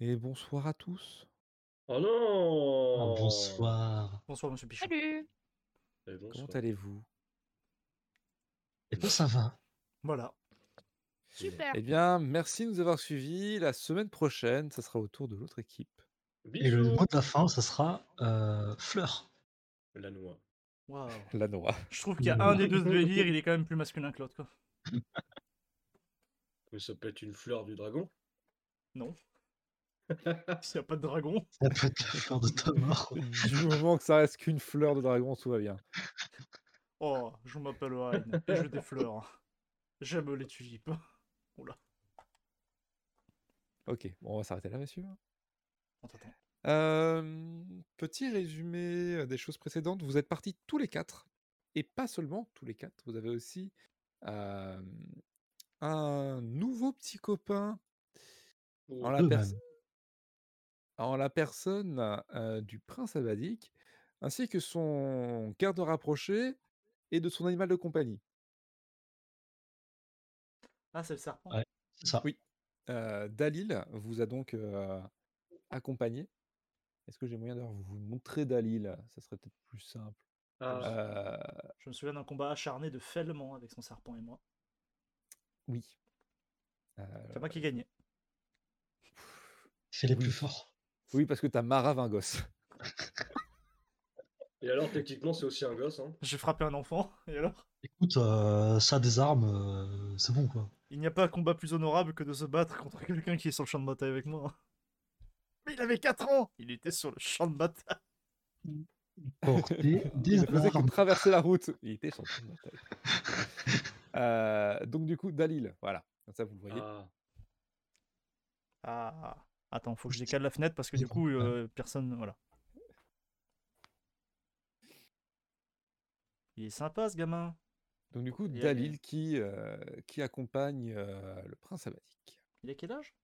Et bonsoir à tous. Oh non! Ah, Oh, bonsoir. Bonsoir, monsieur Pichon. Salut! Eh, bonsoir. Comment allez-vous Et ben ça va. Voilà. Super! Eh bien, merci de nous avoir suivis. La semaine prochaine, ça sera au tour de l'autre équipe. Et le Bisous. mot de la fin, ça sera euh, fleur. La noix. Waouh. La noix. Je trouve qu'il y a un des deux de délire, il est quand même plus masculin que l'autre. quoi. Mais ça peut être une fleur du dragon. S'il n'y a pas de dragon. Ça peut être la fleur de ta mort. Du moment que ça reste qu'une fleur de dragon, tout va bien. Oh, je m'appelle Ryan. et Je des fleurs. J'aime les tulipes. Ok, bon, on va s'arrêter là, monsieur. On t'attend. Euh, petit résumé euh, des choses précédentes. Vous êtes partis tous les quatre, et pas seulement tous les quatre. Vous avez aussi euh, un nouveau petit copain Oh. en la, Deux pers- même. en la personne euh, du prince abadik, ainsi que son garde rapproché et de son animal de compagnie. Ah, c'est le serpent. Ouais. C'est ça. Oui. Euh, Dalil vous a donc euh, accompagné. Est-ce que j'ai moyen d'ailleurs vous montrer Dalil Ça serait peut-être plus simple. Ah, Euh, Je me souviens d'un combat acharné de Fellement avec son serpent et moi. oui. Euh, C'est moi qui gagnais. C'est les Oui. plus forts. oui, parce que t'as Mara Vingos. Et alors, techniquement, c'est aussi un gosse, hein. J'ai frappé un enfant, et alors Écoute, euh, ça des armes, euh, c'est bon quoi. Il n'y a pas un combat plus honorable que de se battre contre quelqu'un qui est sur le champ de bataille avec moi. Mais il avait 4 ans Il était sur le champ de bataille. Porter Il des ne faisait que armes. traverser la route. Il était sur le champ de bataille. Euh, donc du coup, Dalil, voilà. Comme ça, vous le voyez. Ah, Ah Attends, faut que je décale la fenêtre parce que du coup, euh, personne. Voilà. Il est sympa ce gamin. Donc du coup, Il y a- Dalil qui, euh, qui accompagne euh, le prince abadik. Il a quel âge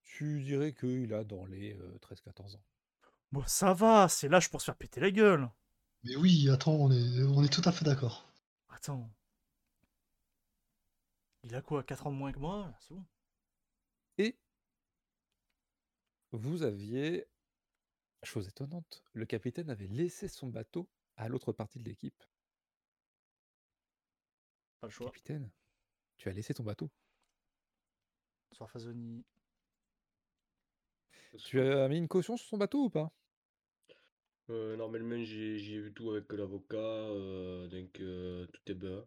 Tu dirais qu'il a dans les euh, 13-14 ans. Bon, ça va, c'est l'âge pour se faire péter la gueule. Mais oui, attends, on est, on est tout à fait d'accord. Attends. Il a quoi 4 ans de moins que moi C'est bon. Et vous aviez, chose étonnante, le capitaine avait laissé son bateau à l'autre partie de l'équipe. Pas le choix. Capitaine, tu as laissé ton bateau. Soir Fazoni. Tu as mis une caution sur son bateau ou pas euh, normalement, j'ai j'ai eu tout avec l'avocat, euh, donc euh, tout est bien.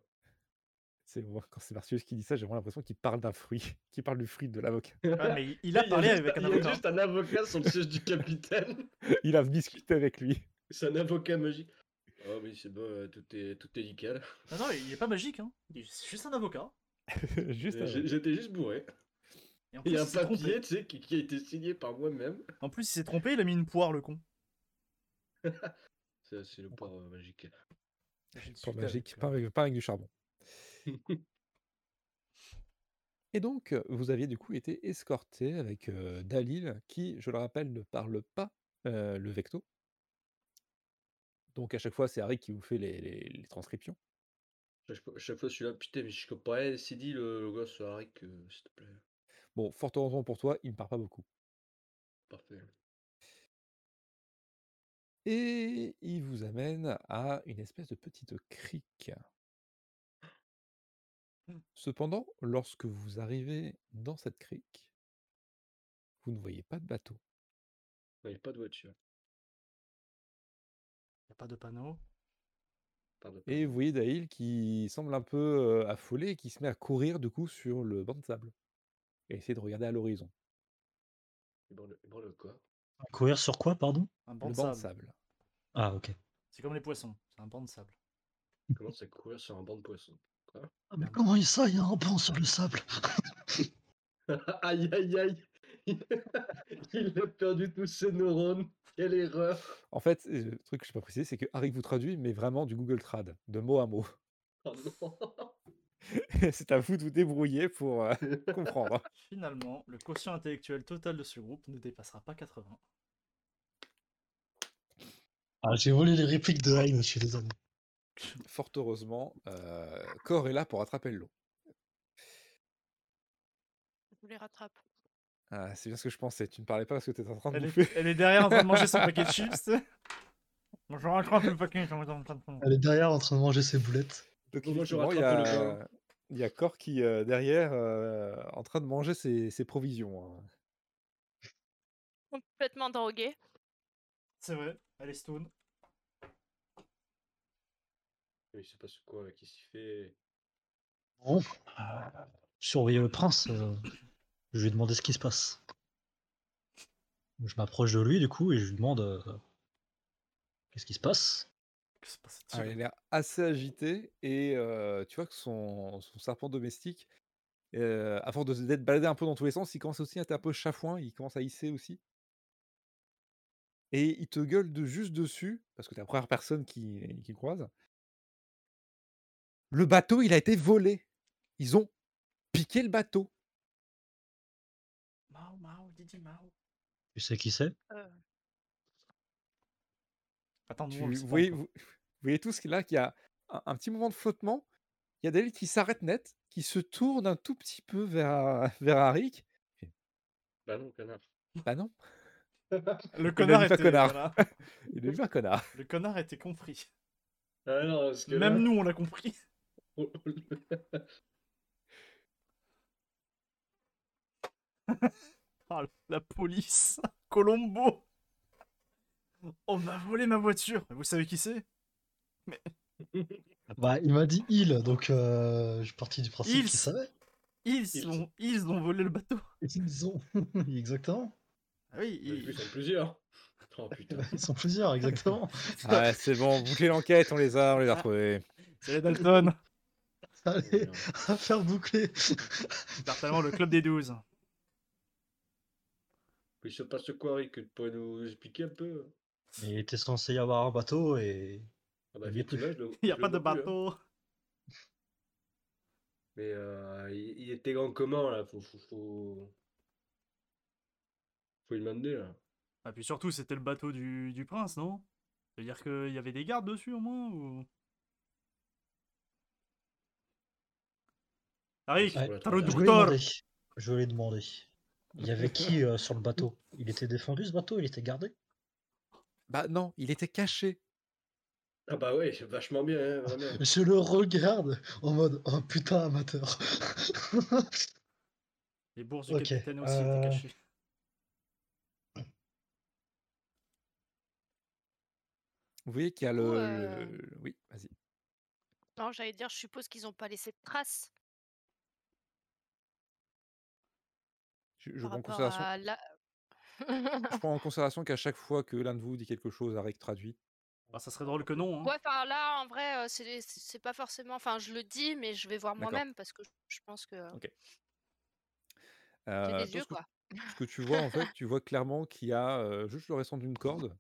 C'est moi, quand c'est Martius qui dit ça, j'ai vraiment l'impression qu'il parle d'un fruit, qu'il parle du fruit de l'avocat. Ah, mais il- il a parlé juste- avec un il y avocat. juste un avocat sur le siège du capitaine. Il a discuté avec lui. C'est un avocat magique. Ah oui, c'est bon, euh, tout est, tout est nickel. Non, non, il est pas magique, hein. Il est ju- c'est juste un avocat. Juste Euh, avant. j'ai- J'étais juste bourré. Et Il en plus, y a il un s'est papier, trompé. tu sais, qui, qui a été signé par moi-même. En plus, il s'est trompé, il a mis une poire, le con. Ça, C'est le port euh, magique. J'ai discuté Pas avec magique, lui. pas avec, pas avec du charbon. Et donc, euh, vous aviez du coup été escorté avec euh, Dalil, qui, je le rappelle, ne parle pas euh, le vecto. Donc à chaque fois, c'est Harry qui vous fait les, les- les transcriptions. Chaque fois- chaque fois, je suis là, putain, mais je comprends rien. C'est dit le, le gosse Harry que, s'il te plaît. Bon, fort heureusement pour toi, il ne parle pas beaucoup. Parfait. Et il vous amène à une espèce de petite crique. Cependant, lorsque vous arrivez dans cette crique, vous ne voyez pas de bateau. Non, Il n'y a pas de voiture. Il y a pas de panneau. Pardon. Et vous voyez Daïl qui semble un peu euh, affolé et qui se met à courir du coup sur le banc de sable et essayer de regarder à l'horizon. Il branle, il branle quoi Courir sur quoi, pardon Un banc Le de banc de sable. sable. Ah, ok. C'est comme les poissons, c'est un banc de sable. Il commence à courir sur un banc de poissons. Ah, mais comment il ça, il y a un banc sur le sable aïe aïe aïe Il a perdu tous ses neurones. Quelle erreur En fait, euh, le truc que je n'ai pas précisé, c'est que Harry vous traduit, mais vraiment du Google Trad, de mot à mot. Oh non. c'est à vous de vous débrouiller pour euh, comprendre. Finalement, le quotient intellectuel total de ce groupe ne dépassera pas 80. Ah, j'ai volé les répliques de Hyde, je suis désolé. Fort heureusement, euh, Cor est là pour attraper l'eau. Je vous les rattrape. Ah, c'est bien ce que je pensais. Tu ne parlais pas parce que tu étais en train de Elle bouffer. est, elle est derrière en train de manger son paquet de chips. tu sais. Bon, je rattrape le paquet, j'en ai en train de prendre. Elle est derrière en train de manger ses boulettes. Donc, Bon, moi, je effectivement, il y rattrape le a, il y a Cor qui, euh, derrière, euh, en train de manger ses, ses provisions. hein. Complètement drogué. C'est vrai, elle est stone. Mais il se passe quoi là Qu'est-ce qu'il fait Bon, euh, surveiller le prince. euh, je lui ai demandé ce qui se passe. Je m'approche de lui du coup et je lui demande euh, qu'est-ce qui se passe. Qu'est-ce qui se passe Ah, il a l'air assez agité et euh, tu vois que son, son serpent domestique, euh, à force de- d'être baladé un peu dans tous les sens, il commence aussi à être un peu chafouin, il commence à hisser aussi. Et il te gueule de juste dessus, parce que t'es la première personne qui, qui croise. Le bateau, il a été volé. Ils ont piqué le bateau. Mao, Mao, Didi Mao. Tu sais qui c'est Attends, Tu- nous, on le sait vous, pas voyez, encore. vous- vous voyez tous qu'il y a- qu'il y a un, un petit moment de flottement. Il y a David qui s'arrête net, qui se tourne un tout petit peu vers, vers Arik. Bah non, connard. Bah non, Le connard dit pas était. connard. voilà. il est vu un connard. Le connard était compris. Ah non, parce que Même là- oh, nous, on l'a compris. Ah, la police Colombo On m'a volé ma voiture Vous savez qui c'est Bah, il m'a dit il, donc euh, je suis parti du principe Ils. qu'il savait. Ils Ils. l'ont ils l'ont volé le bateau Ils ont. exactement. Ah oui, Bah, du coup, ils- Ils sont plusieurs. Oh putain. Ils sont plusieurs, exactement. Ah Ouais, c'est bon, bouclez l'enquête, on les a, on les a retrouvés. c'est les Dalton Allez, à faire boucler. Certainement le club des 12 Il se passe quoi, Rick Tu pourrais nous expliquer un peu Il était censé y avoir un bateau et Ah bah, Il y a plus. effectivement, je le- Il n'y a je pas le de vois plus, hein. bateau Mais euh, il, il était grand comment là faut, faut, faut... faut lui demander là. Ah puis surtout, c'était le bateau du, du prince, non C'est-à-dire qu'il y avait des gardes dessus au moins ou... Ah, Harry, Ouais, t'as le je vais Je voulais docteur demander. Je voulais demander. Il y avait qui euh, sur le bateau Il était défendu ce bateau Il était gardé Bah non, il était caché. Ah bah ouais, c'est vachement bien, hein, vraiment. Je le regarde en mode oh putain amateur. Les bourses du Ok, capitaine aussi euh, étaient cachées. Vous voyez qu'il y a Du coup, le. euh, le- Oui, vas-y. Non, j'allais dire, je suppose qu'ils n'ont pas laissé de traces Je, je par prends en rapport considération, à la... je prends en considération qu'à chaque fois que l'un de vous dit quelque chose, Arik traduit. Ah, ça serait drôle que non. hein. Ouais, enfin là, en vrai, euh, c'est c'est pas forcément... Enfin, je le dis, mais je vais voir D'accord. moi-même parce que je pense que euh, j'ai Euh, des toi, yeux, ce, que, quoi. ce que tu vois, en fait, tu vois clairement qu'il y a euh, juste le restant d'une corde.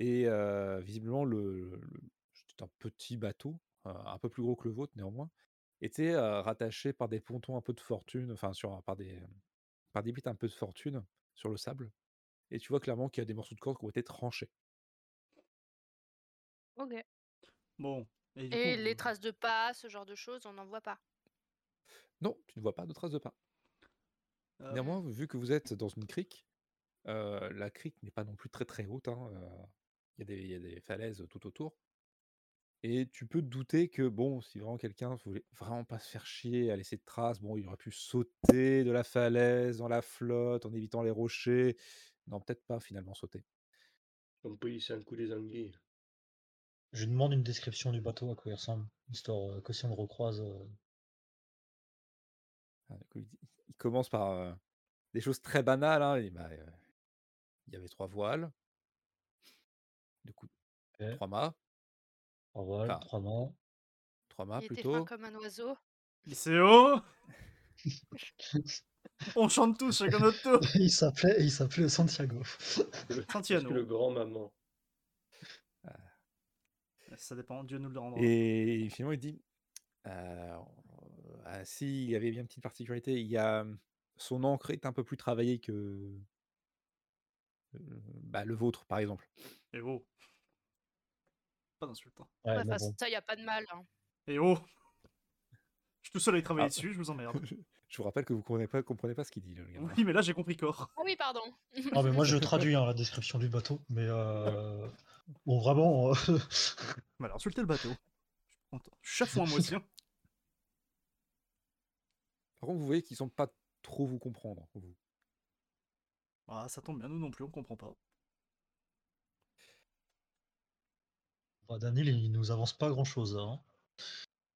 Et euh, visiblement, le, le- c'est un petit bateau, euh, un peu plus gros que le vôtre néanmoins, était euh, rattaché par des pontons un peu de fortune, enfin sur par des par des bites un peu de fortune sur le sable. Et tu vois clairement qu'il y a des morceaux de corde qui ont été tranchés. Ok. Bon. Et, du Et coup, les euh, traces de pas, ce genre de choses, on n'en voit pas. Non, tu ne vois pas de traces de pas. euh, Néanmoins, vu que vous êtes dans une crique, euh, la crique n'est pas non plus très très haute. hein, euh, Il y, a des- il y a des falaises tout autour. Et tu peux te douter que, bon, si vraiment quelqu'un voulait vraiment pas se faire chier à laisser de traces, bon, il aurait pu sauter de la falaise dans la flotte en évitant les rochers. Non, peut-être pas finalement sauter. On peut y c'est un coup des anguilles. Je lui demande une description du bateau à quoi il ressemble, histoire euh, que si on le recroise. euh, Ah, du coup, il, dit- il commence par euh, des choses très banales. hein, Il, dit, bah, euh, il y avait trois voiles, du coup, Ok. trois mâts, trois voiles, Enfin, trois mâts. trois mâts Il était fin Ah, plutôt. comme un oiseau. Lycéo E On chante tous chacun notre tour il s'appelait il s'appelait Santiago. Le- Santiano. parce que Le grand maman. Ça dépend, Dieu nous le rendra. Et finalement, il dit euh, ah, si, il y avait bien une petite particularité. Il y a, mmh, son encre est un peu plus travaillée que euh, bah, le vôtre, par exemple. Et oh Pas d'insultant. Ouais, Ouais, mais enfin, bon. Ça, il n'y a pas de mal. hein. Et oh Je suis tout seul à y travailler Ah. dessus, je vous emmerde. je, Je vous rappelle que vous comprenez pas, comprenez pas ce qu'il dit, le gamin. Oui, mais là j'ai compris corps. Ah oui, pardon. Non, mais moi je traduis hein, la description du bateau, mais euh, bon, vraiment, euh, Mais alors, insultez le bateau. Je suis content. Chaque fois un moitien. Par contre, vous voyez qu'ils semblent pas trop vous comprendre. vous. Ah, ça tombe bien, nous non plus, on comprend pas. bah, Daniel il nous avance pas grand chose. Hein.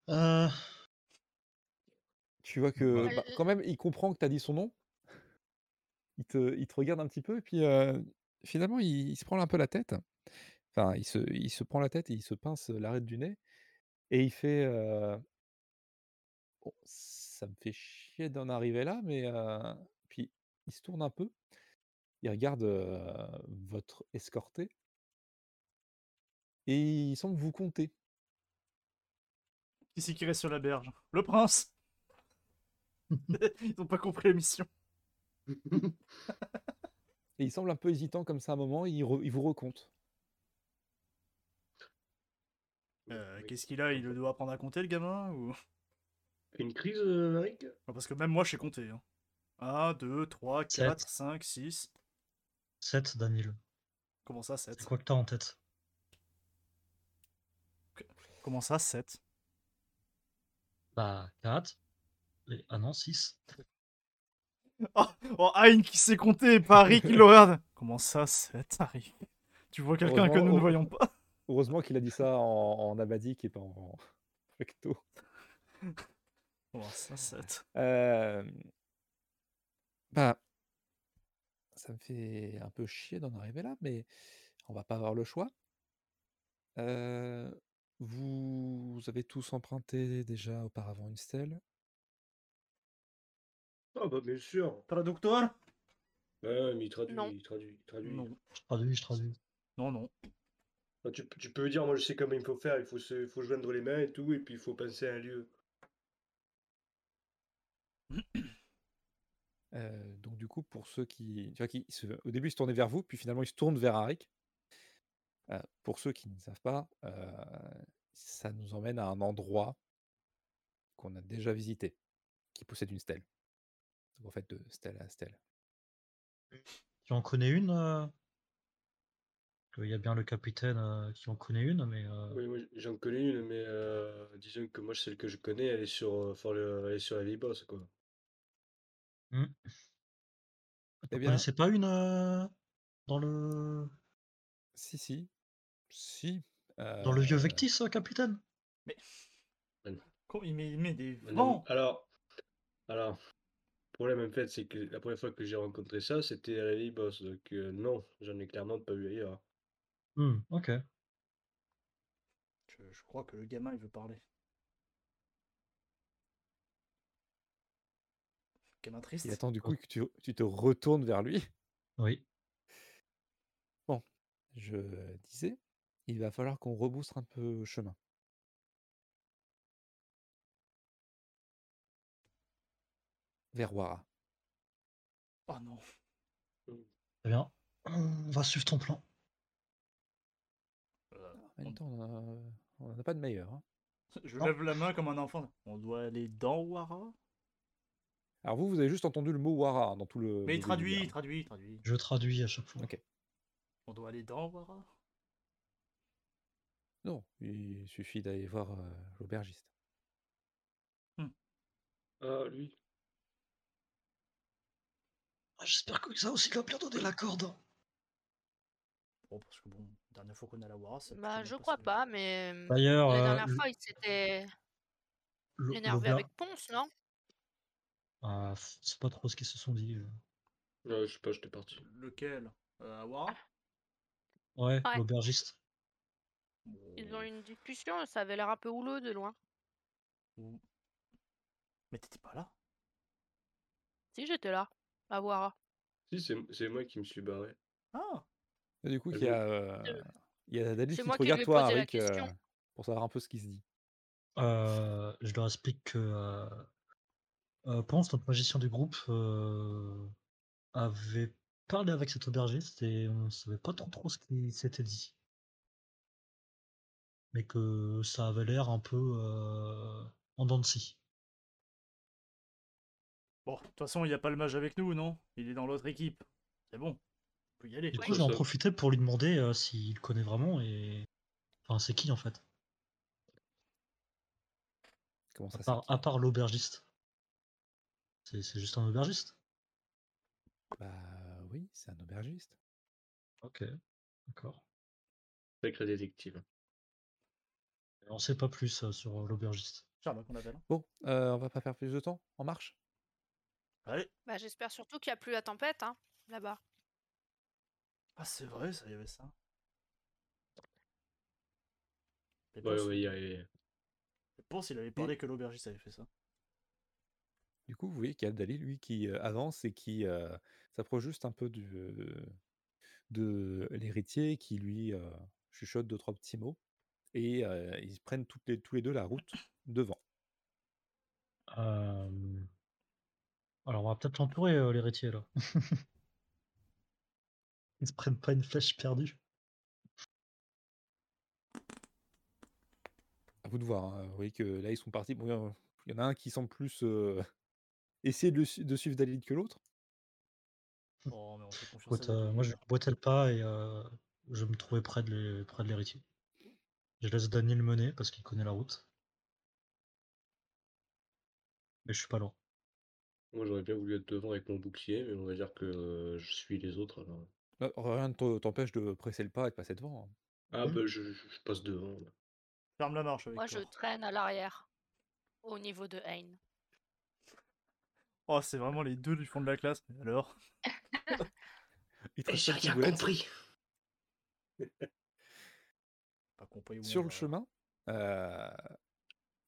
Euh, Tu vois que, Ouais. bah, quand même, il comprend que tu as dit son nom. Il te, il te regarde un petit peu, et puis euh, finalement, il, il se prend un peu la tête. Enfin, il se, il se prend la tête et il se pince l'arête du nez. Et il fait. euh, Bon, ça me fait chier d'en arriver là, mais. euh, Puis il se tourne un peu. Il regarde euh, votre escorté. Et il semble vous compter. Qui c'est qui reste sur la berge Le prince Ils ont pas compris la mission. Et il semble un peu hésitant comme ça à un moment. Il, re- il vous recompte. Euh, Oui. Qu'est-ce qu'il a Il doit apprendre à compter, le gamin ou... Une crise, euh, Marik Non, Parce que même moi, je sais compter. hein. 1, 2, 3, Sept. 4, 5, 6. 7, Daniel. Comment ça, C'est 7 quoi que t'as en tête Comment ça, 7 Bah, 4. Et... Ah non, 6. Oh, Hein qui sait compter et pas Harry qui le regarde. Comment ça, 7, Harry Tu vois quelqu'un Heureusement, que oh. nous ne au- voyons pas Heureusement qu'il a dit ça en, en abadique et pas en recto. Comment ça, 7 Euh, Bah, ça me fait un peu chier d'en arriver là, mais on va pas avoir le choix. Euh, Vous avez tous emprunté déjà auparavant une stèle. Ah bah bien sûr. Traducteur Ouais, mais il traduit, Non. il traduit, il traduit. Non, Je traduis, je traduis. non, non. Ah, tu, tu peux dire, moi je sais comment il faut faire, il faut se, il faut joindre les mains et tout, et puis il faut penser à un lieu. Euh, donc du coup, pour ceux qui, tu vois, qui se- au début ils se tournaient vers vous, puis finalement ils se tournent vers Arik. Euh, pour ceux qui ne savent pas, euh, ça nous emmène à un endroit qu'on a déjà visité, qui possède une stèle. Donc en fait, de stèle à stèle. Tu en connais une euh Il y a bien le capitaine euh, qui en connaît une, mais. euh, Ah. Oui, moi j'en connais une, mais euh, disons que moi celle que je connais, elle est sur, euh, Fort- elle est sur la vieille bosse, quoi. Eh T'en bien- connaissais pas une euh, dans le Si, si, si. dans le vieux euh, Vectis, euh, capitaine Con- Il met, il met des Non, vents alors, alors, le problème en fait, c'est que la première fois que j'ai rencontré ça, c'était à la vieille bosse, donc euh, non, j'en ai clairement pas vu ailleurs. Hmm, Ok. je, je crois que le gamin, il veut parler. Gamin triste Il attend Oh. du coup que tu, tu te retournes vers lui. Oui. Je disais, il va falloir qu'on rebousse un peu chemin. Vers Wara. Oh non Très eh bien. On va suivre ton plan. En On- même temps, on en a- euh, on n'en a pas de meilleur. hein. Je Non. lève la main comme un enfant. On doit aller dans Euh, Wara Alors vous, vous avez juste entendu le mot Wara hein, dans tout le. Mais le traduis, délire. traduis, traduis. Je traduis à chaque fois. Ok. On doit aller dans Wara Non, il suffit d'aller voir euh, l'aubergiste. Ah, lui. Ah, J'espère que ça aussi va bien donner la corde. hein. Bon, parce que bon, dernière fois qu'on est à la Wara, c'est. Bah, je crois pas, mais. euh, Bah, D'ailleurs, La euh, dernière l- fois, il s'était l- énervé l'auber- avec Ponce, non Ah, f- c'est pas trop ce qu'ils se sont dit. euh. Ah, je sais pas, j'étais parti. Lequel Euh, À Wara Ouais, Ouais. l'aubergiste. Ils ont eu une discussion, ça avait l'air un peu houleux de loin. Ou- Mais t'étais pas là Si, j'étais là, à Wara. Si, c'est c'est moi qui me suis barré. Ah Et du coup, Ah il y oui. a, euh, il y a Dalis qui c'est te moi qui lui ai regarde, toi, posé la Arik, euh, question. pour savoir un peu ce qui se dit. Euh, je leur explique que euh, euh, Ponce, notre magicien du groupe, euh, avait parlé avec cet aubergiste et on savait pas trop trop ce qui s'était dit. Mais que ça avait l'air un peu euh, en dents de scie. Bon, de toute façon, il n'y a pas le mage avec nous, non Il est dans l'autre équipe. C'est bon. On peut y aller. Du Ouais. coup, je vais en Ça- profiter pour lui demander euh, s'il connaît vraiment et. Enfin, c'est qui en fait Comment À ça part, c'est à part l'aubergiste. C'est c'est juste un aubergiste qui Bah oui, c'est un aubergiste. Ok, d'accord. Avec le détective. On sait pas plus euh, sur euh, l'aubergiste. Charles, qu'on appelle. hein. Bon, euh, on va pas faire plus de temps. En marche Allez. Bah, j'espère surtout qu'il n'y a plus la tempête, hein, là-bas. Ah, c'est vrai, ça y avait ça. Les Ouais, pense, on va y arriver. il avait parlé que l'aubergiste avait fait ça. Du coup, vous voyez qu'il y a Dali, lui, qui euh, avance et qui euh, s'approche juste un peu du, euh, de l'héritier, qui lui euh, chuchote deux, trois petits mots. Et euh, ils prennent toutes les, tous les deux la route devant. Euh, Alors, on va peut-être l'entourer, euh, l'héritier là. Ils se prennent pas une flèche perdue. À vous de voir. hein. Vous voyez que là, ils sont partis. Bon, il y en- il y en a un qui semble plus euh, essayer de, le su- de suivre Dalil que l'autre. Oh, mais on fait confiance. Écoute, à euh, David. moi je boitais le pas et euh, je me trouvais près de l'hé- près de l'héritier. Je laisse Daniel mener parce qu'il connaît la route. Mais je suis pas loin. Moi, j'aurais bien voulu être devant avec mon bouclier, mais on va dire que euh, je suis les autres. alors. Euh, Rien ne t'en- t'empêche de presser le pas et de passer devant. hein. Ah, Mhm. bah, je, je- je passe devant. là. Ferme la marche avec Moi, je toi. traîne à l'arrière, au niveau de Haine. Oh, c'est vraiment les deux du fond de la classe. Mais alors Il te Et reste j'ai la petite rien boulette. compris. Pas compris où on Sur le va. chemin, euh,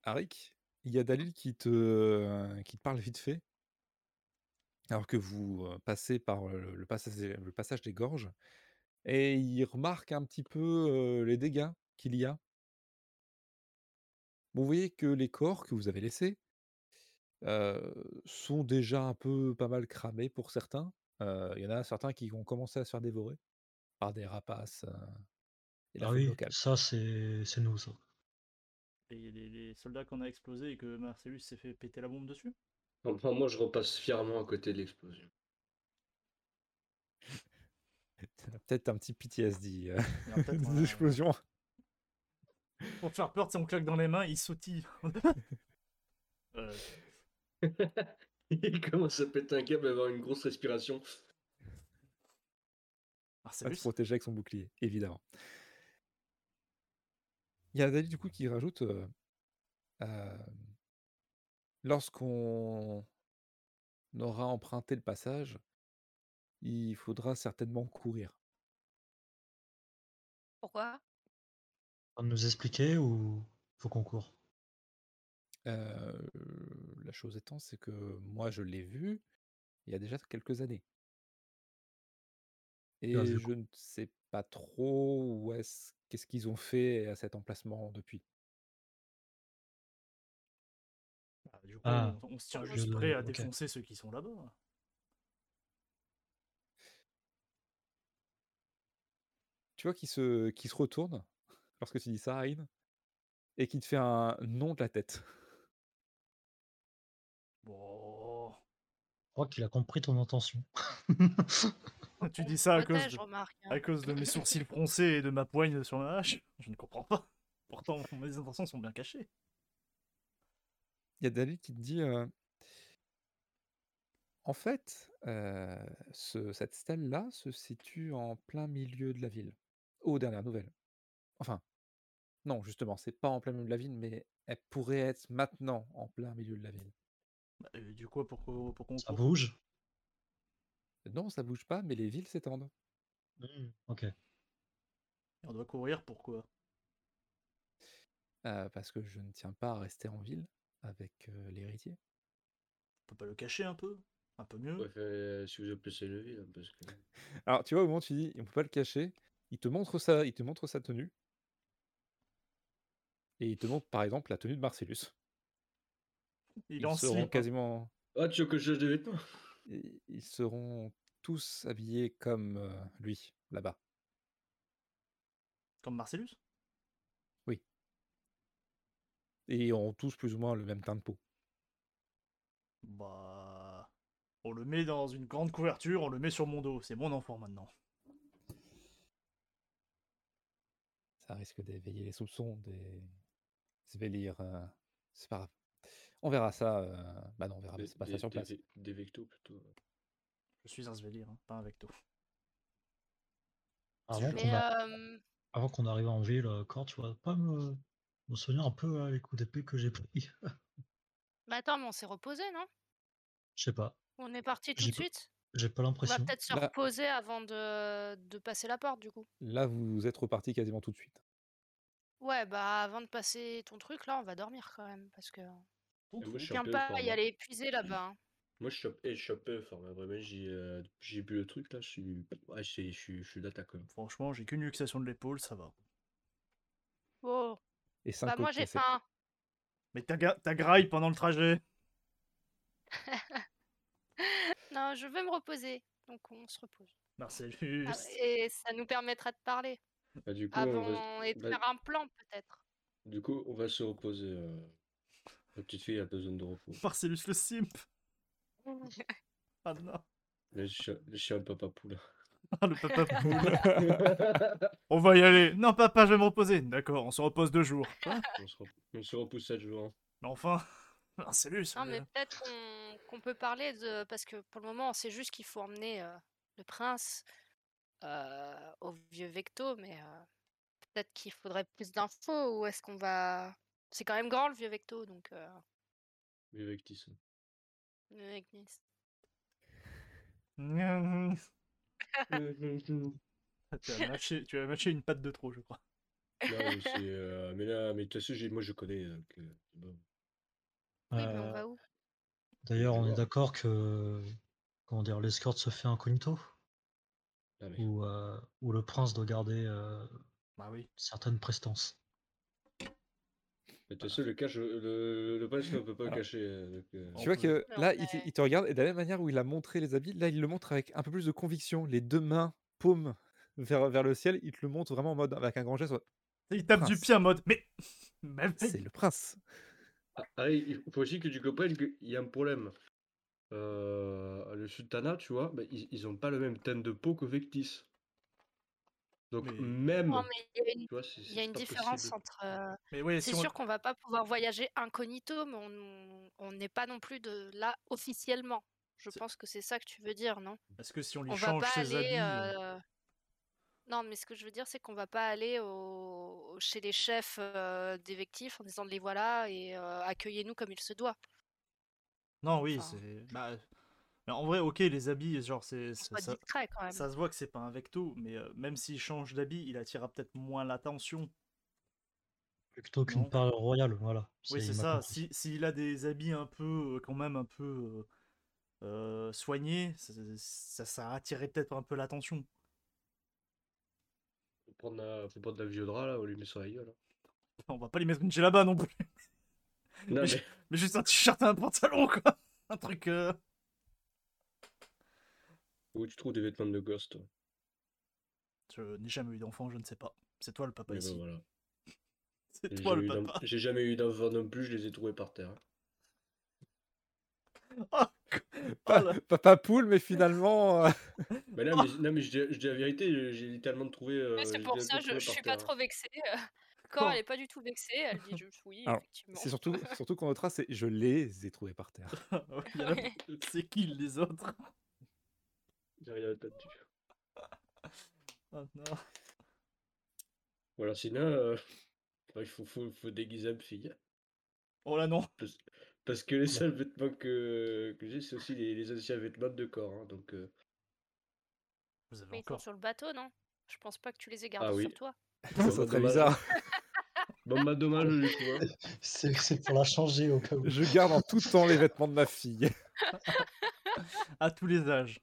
Arik, il y a Dalil qui te, qui te parle vite fait. Alors que vous euh, passez par le, le passage, des- le passage des gorges. Et il remarque un petit peu euh, les dégâts qu'il y a. Vous voyez que les corps que vous avez laissés euh, sont déjà un peu pas mal cramés pour certains. Euh, Il y en a certains qui ont commencé à se faire dévorer par des rapaces euh, et la Ah faune oui, locale. ça c'est c'est nous ça. Les, les- les soldats qu'on a explosés et que Marcellus s'est fait péter la bombe dessus Enfin, moi, je repasse fièrement à côté de l'explosion. T'as peut-être un petit PTSD euh, Il y a peut-être des un- explosions. Pour te faire peur, tu sais, on claque dans les mains, il sautille. Euh, Il commence à péter un câble, à avoir une grosse respiration. à Marcellus se protéger avec son bouclier, évidemment. Il y a Dali du coup qui rajoute euh, euh, lorsqu'on aura emprunté le passage, il faudra certainement courir. Pourquoi On nous expliquer ou faut qu'on court Euh, la chose étant, c'est que moi je l'ai vu il y a déjà quelques années. Et l'as vu je ne sais pas trop où est-ce qu'est-ce qu'ils ont fait à cet emplacement depuis. Ah, du coup, Ah. on, on se tient Ah, je juste le- prêt à ok. défoncer ceux qui sont là-bas. tu vois, qui se, qui se retourne lorsque tu dis ça, Aïn, et qui te fait un nom de la tête. Bon. Je crois qu'il a compris ton intention. Tu On dis se ça à cause, protège, de, remarque. hein. à cause de mes sourcils froncés et de ma poigne sur ma hache Je ne comprends pas. Pourtant, mes intentions sont bien cachées. Il y a David qui te dit euh, En fait, euh, ce- cette stèle-là se situe en plein milieu de la ville, aux dernières nouvelles. Enfin, non, justement, c'est pas en plein milieu de la ville, mais elle pourrait être maintenant en plein milieu de la ville. Bah, euh, du coup, pour, qu'on- pour qu'on Ça court. bouge Non, ça bouge pas, mais les villes s'étendent. Ok. On doit courir, pourquoi euh, parce que je ne tiens pas à rester en ville avec euh, l'héritier. On peut pas le cacher un peu Un peu mieux Ouais, euh, si vous appelez c'est le vide, parce que. Alors, tu vois, au moment où tu dis, on peut pas le cacher, il te montre ça, il te montre sa tenue. Et il te montre, par exemple, la tenue de Marcellus. Il Ils en seront hein. slip. hein, quasiment, Ah, tu veux que je change de vêtements i- ils seront tous habillés comme euh, lui là-bas. Comme Marcellus Et auront tous plus ou moins le même teint de peau. Bah. On le met dans une grande couverture, on le met sur mon dos. C'est mon enfant maintenant. Ça risque d'éveiller les soupçons des Svelir. euh, C'est pas grave. On verra ça. euh, Bah non, on verra, mais Des- c'est pas ça des- sur des- place. Des, des vectos plutôt. Je suis un Svelir, hein, pas un Vecto. Avant qu'on Mais a- euh, avant qu'on arrive en ville, euh, quand tu vois, pas me, me souvenir un peu euh, les coups d'épée que j'ai pris. bah attends, mais on s'est reposé, non Je sais pas, On est parti tout J'ai de pas- suite j'ai pas On va l'impression. peut-être se Là- reposer avant de... de passer la porte, du coup. Là, vous êtes reparti quasiment tout de suite. Ouais, bah avant de passer ton truc, là, on va dormir quand même. Parce que. Et moi, je suis un Viens peu pas fort, y moi. aller épuisé là-bas. hein. Moi, je suis, un- eh, je suis un peu fort, mais vraiment, j'ai euh, j'ai bu le truc là, je suis, ah, je suis, je suis, je suis d'attaque. Franchement, j'ai qu'une luxation de l'épaule, ça va. Oh, Et cinq bah moi autres j'ai cassettes. faim. Mais t'as ga- t'as graille pendant le trajet. Non, je veux me reposer. Donc on se repose. Marcellus. Ah, et ça nous permettra de parler Bah, du coup, on va, avant et de bah- faire un plan peut-être. du coup, on va se reposer. euh. La petite fille a besoin de repos. Marcellus le simp. Ah non. Là, je, suis- je suis un papa poule. Ah, le papa poule. on, on va y aller. Non, papa, je vais me reposer. D'accord, on se repose deux jours. Quoi se rep- on se repousse 7 jours. hein. mais enfin. Marcellus. Non, mais- Ah, mais peut-être qu'on qu'on peut parler de. Parce que pour le moment, on sait juste qu'il faut emmener euh, le prince euh, au vieux Vecto, mais euh, peut-être qu'il faudrait plus d'infos ou est-ce qu'on va. C'est quand même grand le vieux Vecto, donc. euh, Mais avec Tisson. le mec Nice. Non, tu, as mâché, tu as mâché une patte de trop, je crois. mais, c'est, euh, mais là, mais de toute façon, j'ai- moi je connais. Donc, euh, c'est bon. Oui, mais on Euh, va hein. où D'ailleurs, Je on est vois. d'accord que comment dire, l'escorte se fait incognito, Ah, mais- ou euh, ou le prince doit garder euh, Bah oui. certaines prestances. mais de toute façon, le cache, le, le prince ne peut pas le cacher. euh, donc, euh, On Tu vois peut- que Non, là, il, te- mais- il te regarde et de la même manière où il a montré les habits, là, il le montre avec un peu plus de conviction, les deux mains, paumes vers, vers le ciel. Il te le montre vraiment en mode avec un grand geste. en mode, Il tape du Prince. pied en mode. Mais. Mais- C'est le prince. Ah, ah, il il faut aussi que tu comprennes qu'il y a un problème. Euh, le Sultanat, tu vois, ben, ils, ils ont pas le même teint de peau que Vectis. Donc, Mais- même. Non, Oh, mais il y a une, tu vois, c'est- il y a c'est une pas différence possible. entre. euh, Mais ouais, si C'est on- sûr qu'on va pas pouvoir voyager incognito, mais on- on n'est pas non plus de là officiellement. Je C'est- pense que c'est ça que tu veux dire, non Parce que si on lui on va change pas ses aller. habits. hein. euh, Non, mais ce que je veux dire, c'est qu'on va pas aller au... chez les chefs euh, d'effectifs en disant les voilà et euh, accueillez-nous comme il se doit. Non, oui, Enfin. c'est. Bah, mais en vrai, ok, les habits, genre, c'est. c'est- Soit ça, discret quand même. ça se voit que c'est pas un vecto, mais euh, même s'il change d'habit, il attirera peut-être moins l'attention. Plutôt Non. qu'une parole royale, voilà. Oui, ma c'est ça. compréhension. Si- S'il a des habits un peu, euh, quand même, un peu euh, euh, soignés, ça, ça, ça attirait peut-être un peu l'attention. Faut prendre, la, faut prendre la vieux drap, là, on lui met sur la gueule. hein. On va pas lui mettre une là-bas non plus, Non, Mais- mais, mais juste un t-shirt et un pantalon, quoi. Un truc. euh, où tu trouves des vêtements de gosse, toi Bah, Je n'ai jamais eu d'enfant, je ne sais pas. C'est toi le papa Mais bon, ici. bah voilà. C'est J'ai toi le jamais eu d'en- papa. J'ai jamais eu d'enfant non plus, je les ai trouvés par terre. hein. Ah, Pa- là. papa poule, mais finalement. euh, Mais là, mais, non, mais je, dis, je dis la vérité, j'ai- j'ai littéralement trouvé. euh, c'est j'ai pour littéralement ça, je, trouvé je par suis pas terre, hein. trop vexée. euh, Bon. Quand elle est pas du tout vexée, elle dit je, oui, Alors, effectivement. C'est surtout, surtout qu'on notera, c'est je les ai trouvés par terre. Ouais, il y a la- C'est qui les autres J'arrive à pas dessus. Ah, non. Voilà, sinon, euh, il faut, faut, faut déguiser un hein. fille. Oh là non. Parce, parce que les seuls vêtements que, que j'ai, c'est aussi les, les anciens vêtements de corps. hein, donc, euh, Vous avez Mais ils sont encore. sur le bateau, non Je pense pas que tu les aies gardés Ah oui. sur toi. ça serait très bizarre. bon, bah, dommage, du coup. hein. C'est c'est pour la changer au cas où. Je garde en tout temps les vêtements de ma fille. À tous les âges.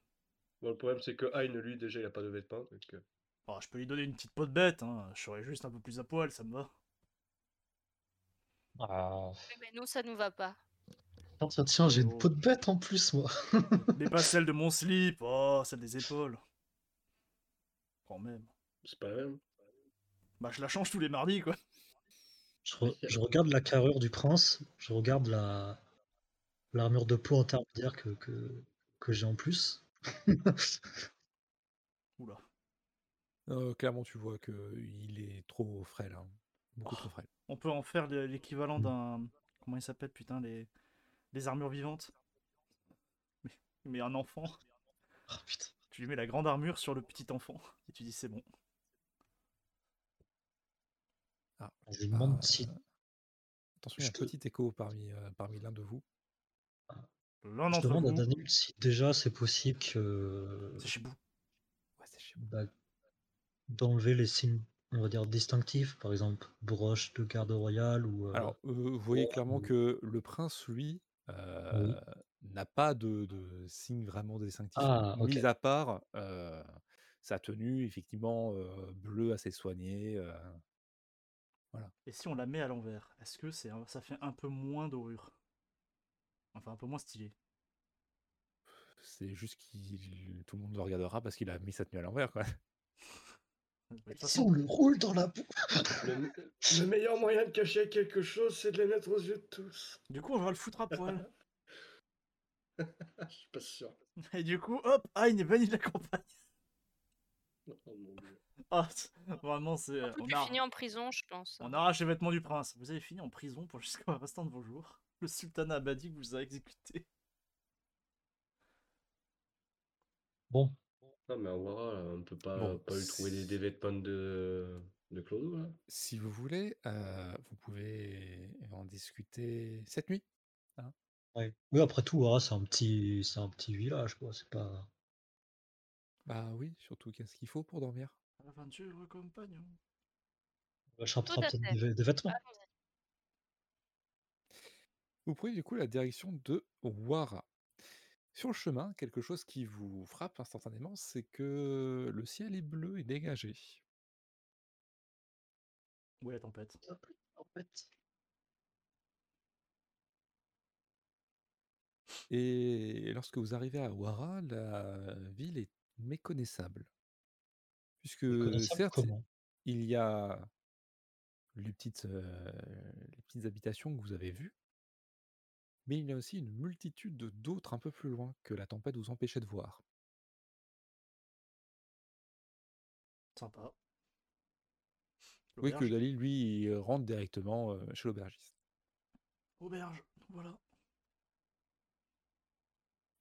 Bon, le problème, c'est que Hein, lui, déjà, il a pas de vêtements. Donc, euh, Oh, je peux lui donner une petite peau de bête, hein. je serais juste un peu plus à poil, ça me va. Ah, Oui, Mais nous, ça nous va pas. tiens, tiens, j'ai Oh. une peau de bête en plus, moi. Mais pas celle de mon slip, oh, celle des épaules. Quand même. c'est pas la même. hein. Bah, je la change tous les mardis, quoi. Je, re- je regarde la carrure du prince, je regarde la l'armure de peau intermédiaire que, que, que j'ai en plus. Oh, Oula. Euh, clairement, tu vois que il est trop frêle. hein. Beaucoup Oh. trop frêle. On peut en faire l'é- l'équivalent d'un. Comment il s'appelle, putain, les... les armures vivantes. Mais... mais un enfant, Oh, putain. tu lui mets la grande armure sur le petit enfant et tu dis c'est bon. Je lui demande si Ah, euh, Attention, il y a un Je te- petit écho parmi, euh, parmi l'un de vous. L'un je d'entre demande à vous. Daniel si déjà c'est possible que C'est chez vous. Ouais, c'est chez bah, d'enlever les signes, on va dire distinctifs, par exemple broche de garde royale ou euh, Alors, euh, vous voyez Ouais, clairement mais- que le prince, lui, euh, n'a pas de, de signe vraiment distinctif, Ah, ok. mis à part euh, sa tenue, effectivement, euh, bleue assez soignée. euh. Et si on la met à l'envers, est-ce que c'est un- ça fait un peu moins dorure Enfin, un peu moins stylé. c'est juste qu'il tout le monde le regardera parce qu'il a mis sa tenue à l'envers. quoi. De toute si on façon, le roule dans la boue. Le, le meilleur moyen de cacher quelque chose, c'est de les mettre aux yeux de tous. du coup, on va le foutre à poil. Ah, je suis pas sûr. Et du coup, hop, ah, il est banni de la campagne. Oh mon dieu. Ah, c'est- vraiment, c'est. euh, En plus, On tu a... finis en prison, je pense. on arrache les vêtements du prince. Vous avez fini en prison pour jusqu'au restant de vos jours. Le sultanat abadi que vous a exécuté. Bon, Non, mais on verra, là, on peut pas, Bon, pas lui trouver des, des vêtements de, de Clodo, là. Si vous voulez, euh, vous pouvez en discuter cette nuit. ouais. oui, après tout, Ara, c'est un petit, c'est un petit village, quoi. C'est pas. Bah oui, surtout qu'est-ce qu'il faut pour dormir Aventure compagnon. On achètera Tout à peut-être fait. des, vê- des vêtements. Allons-y. Vous prenez du coup la direction de Wara. Sur le chemin, quelque chose qui vous frappe instantanément, c'est que le ciel est bleu et dégagé. Où est la tempête En fait. Et lorsque vous arrivez à Wara, la ville est méconnaissable. Puisque Connaissable, certes, comment il y a les petites, euh, les petites habitations que vous avez vues, mais il y a aussi une multitude de- d'autres un peu plus loin que la tempête vous empêchait de voir. Sympa. Oui, que L'auberge. Dali, lui, il rentre directement euh, chez l'aubergiste. Auberge, voilà.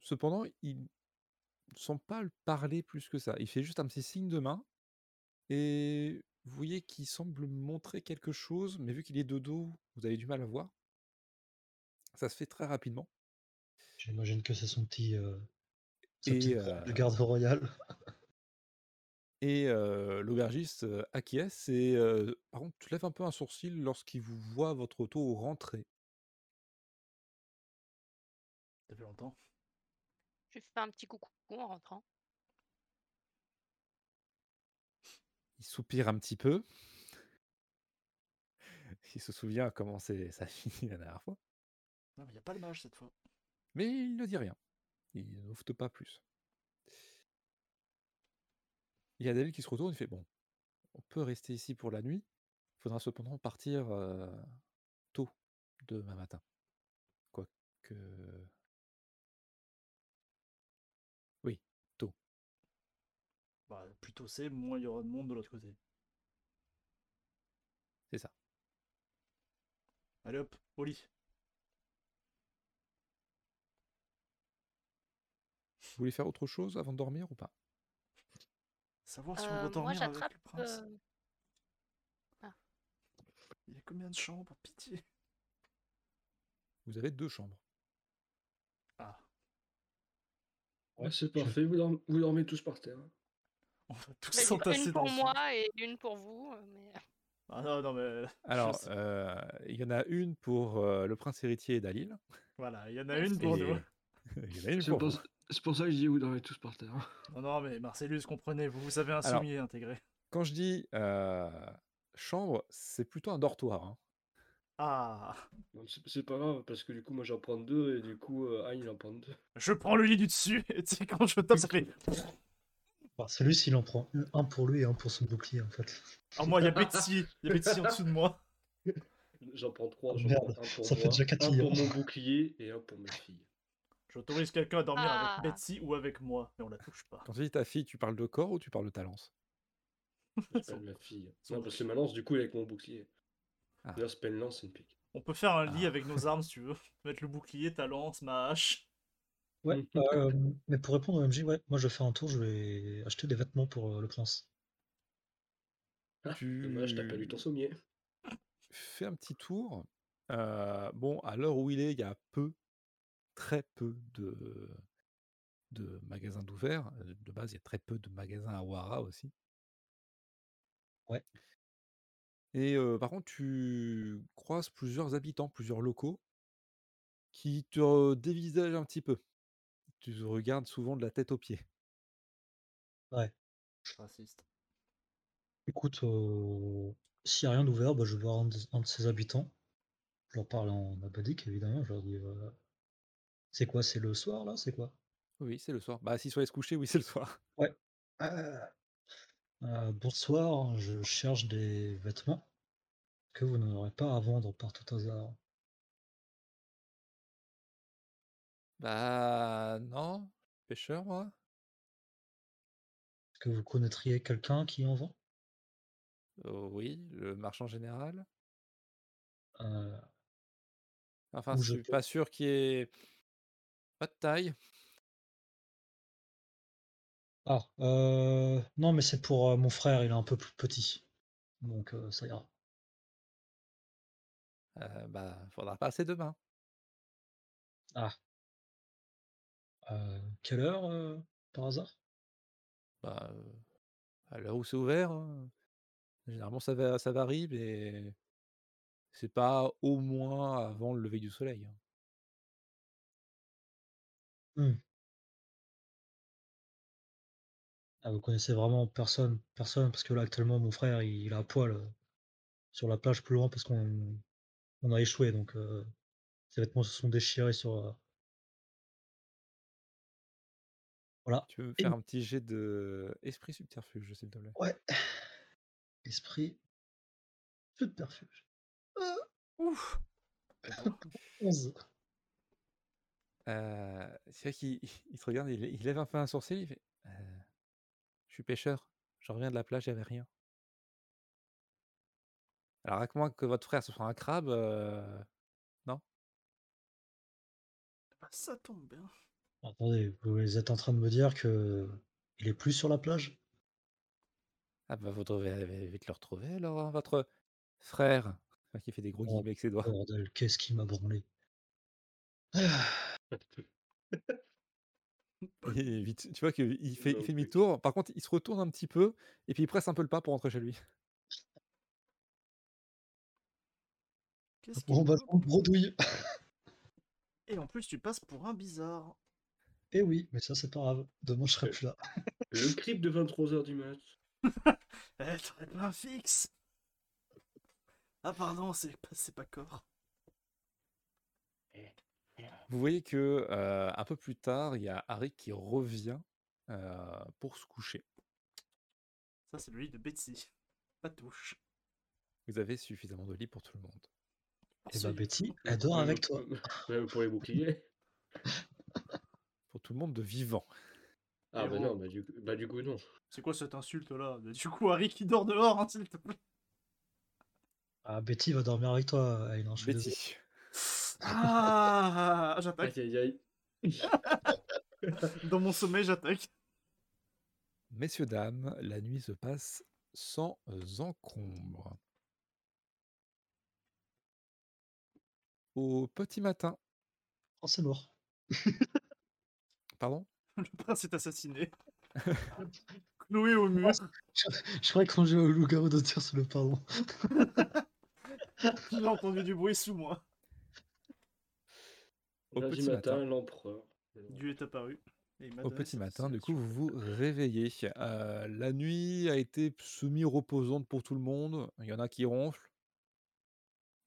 Cependant, il ne semble pas le parler plus que ça. Il fait juste un petit signe de main et vous voyez qu'il semble montrer quelque chose, mais vu qu'il est de dos, vous avez du mal à voir. Ça se fait très rapidement. J'imagine que c'est son petit. euh, sa Et, petite robe euh, de garde royale. Et euh, l'aubergiste euh, acquiesce et euh, par contre, tu lèves un peu un sourcil lorsqu'il vous voit votre auto rentrer. Ça fait longtemps. Je lui fais un petit coucou en rentrant. Il soupire un petit peu. Il se souvient comment c'est- ça a fini la dernière fois. Non, mais il n'y a pas le mage cette fois. Mais il ne dit rien. Il n'offre pas plus. Il y a Adèle qui se retourne et fait Bon, on peut rester ici pour la nuit. Il faudra cependant partir euh, tôt demain matin. Quoique. Bah, plutôt c'est, moins il y aura de monde de l'autre côté. C'est ça. Allez hop, au lit. Vous voulez faire autre chose avant de dormir ou pas Savoir si Euh, on doit moi, dormir avec j'attrape. le prince. euh, Il y a combien de chambres, pitié Vous avez deux chambres. Ah, Ouais, Ah, c'est je- parfait, vous, dorm- vous dormez tous par terre. hein. on va tous bah, du coup, s'entasser une dans pour le champ. moi et une pour vous. euh, Mais... Ah non, non, mais Alors, sais. euh, il y en a une pour euh, le prince héritier et Dalil. voilà, il y en a une C'est- pour et- nous. il y en a une C'est pour pour, vous. c'est pour ça que je dis vous dormez tous par terre. hein. Non, non, mais Marcellus, comprenez, vous, vous avez un Alors- sommier intégré. Quand je dis euh, chambre, c'est plutôt un dortoir. hein. Ah, Non, c'est- C'est pas grave, parce que du coup, moi j'en prends deux et du coup, euh, Aïe il en prend deux. je prends le lit du dessus, et tu sais, quand je tape, ça fait. Bah, celui-ci, il en prend un- un pour lui et un pour son bouclier, en fait. Ah, moi, il y a Betty, il y a Betty en dessous de moi. J'en prends trois, Oh, j'en merde, prends un pour ça fait moi, déjà un quatre hein. liens. pour mon bouclier et un pour mes filles. J'autorise quelqu'un à dormir Ah. avec Betsy ou avec moi, mais on la touche pas. Quand tu dis ta fille, tu parles de corps ou tu parles de ta lance J'appelle la fille. Non, parce que ma lance, du coup, elle est avec mon bouclier. Ah. Là, c'est pas une lance, c'est une pique. On peut faire un lit Ah. avec nos armes si tu veux. Mettre le bouclier, ta lance, ma hache. Ouais, euh, mais pour répondre au MJ, ouais, moi je vais faire un tour, je vais acheter des vêtements pour euh, le prince. Ah, Tu- Dommage, t'as pas lu ton sommier. Fais un petit tour. Euh, bon, à l'heure où il est, il y a peu, très peu de, de magasins d'ouvert. Euh, De base, il y a très peu de magasins à Wara aussi. Ouais. Et euh, par contre, tu croises plusieurs habitants, plusieurs locaux, qui te euh, dévisagent un petit peu. Tu te regardes souvent de la tête aux pieds. Raciste. Écoute, euh, s'il n'y a rien d'ouvert, bah, je vais voir un de, un de ses habitants. Je leur parle en abadique, évidemment. Je leur dis euh, C'est quoi C'est le soir, là C'est quoi Oui, c'est le soir. Bah, s'ils sont se coucher, oui, c'est le soir. Ah. Euh, Bonsoir, je cherche des vêtements que vous n'aurez pas à vendre par tout hasard. Bah, non, pêcheur, moi. Est-ce que vous connaîtriez quelqu'un qui en vend Euh, oui, le marchand général. Euh, Enfin, je Ou je suis peux- pas sûr qu'il y ait pas de taille. Ah, euh, non, mais c'est pour euh, mon frère, il est un peu plus petit. Donc euh, ça ira. Euh, bah, faudra passer demain. Euh, quelle heure, euh, par hasard Bah, euh, à l'heure où c'est ouvert, hein. généralement ça, va, ça varie, mais c'est pas au moins avant le lever du soleil. hein. Ah, vous connaissez vraiment personne, personne, parce que là actuellement mon frère il, est à poil euh, sur la plage plus loin parce qu'on on a échoué, donc euh, ses vêtements se sont déchirés sur. euh, Voilà. Tu veux me Et- faire un petit jet de esprit subterfuge, s'il te plaît. Ouais. Esprit. Peu de perfuge. Ah. Ouf 11. Euh, c'est vrai qu'il il te regarde, il, il lève un peu un sourcil, il fait Euh, Je suis pêcheur, je reviens de la plage, il n'y avait rien. Alors, à moins que votre frère se soit un crabe, euh, Bah, Ça tombe bien. Attendez, vous êtes en train de me dire que il est plus sur la plage ah bah, vous devez vite le retrouver alors, hein, votre frère, Enfin, qui fait des gros Oh, guillemets avec ses doigts. Bordel, qu'est-ce qui m'a branlé Et vite, tu vois qu'il fait, il Ok. fait demi-tour, par contre, il se retourne un petit peu, et puis il presse un peu le pas pour rentrer chez lui. Qu'est-ce qu'il Bon bah veut je rentre bredouille. Et en plus, tu passes pour un bizarre. Eh oui, mais ça c'est pas grave. Demain je serai Euh, plus là. Le creep de 23h du mat. Eh, t'aurais pas un fixe Ah, pardon, c'est pas, c'est pas corps. Vous voyez que euh, un peu plus tard, il y a Harry qui revient euh, pour se coucher. Ça, c'est le lit de Betsy. Pas de touche. Vous avez suffisamment de lits pour tout le monde. Eh ben, Et bah Si. Betty, elle dort Même avec pour- toi. Même pour les boucliers. Pour tout le monde de vivant. Ah, bah Héros. non, bah du, coup- bah du coup, non. C'est quoi cette insulte là Du coup, Harry qui dort dehors, hein, s'il te plaît. Ah Betty va dormir avec toi, Aïe, non, je suis désolé. Betty. Ah J'attaque. Aïe aïe aïe. Dans mon sommeil, j'attaque. Messieurs, dames, la nuit se passe sans euh, encombre. Au petit matin, Oh, c'est mort. pardon Le prince est assassiné. Cloué au mur. Je croyais que quand j'ai au loup-garou de tir sur le pardon. J'ai entendu du bruit sous moi. Au Lundi petit matin, matin. l'empereur. Dieu est apparu. et il m'a Au donné petit cette matin, du coup, sensation. vous vous réveillez. Euh, la nuit a été semi-reposante pour tout le monde. Il y en a qui ronflent.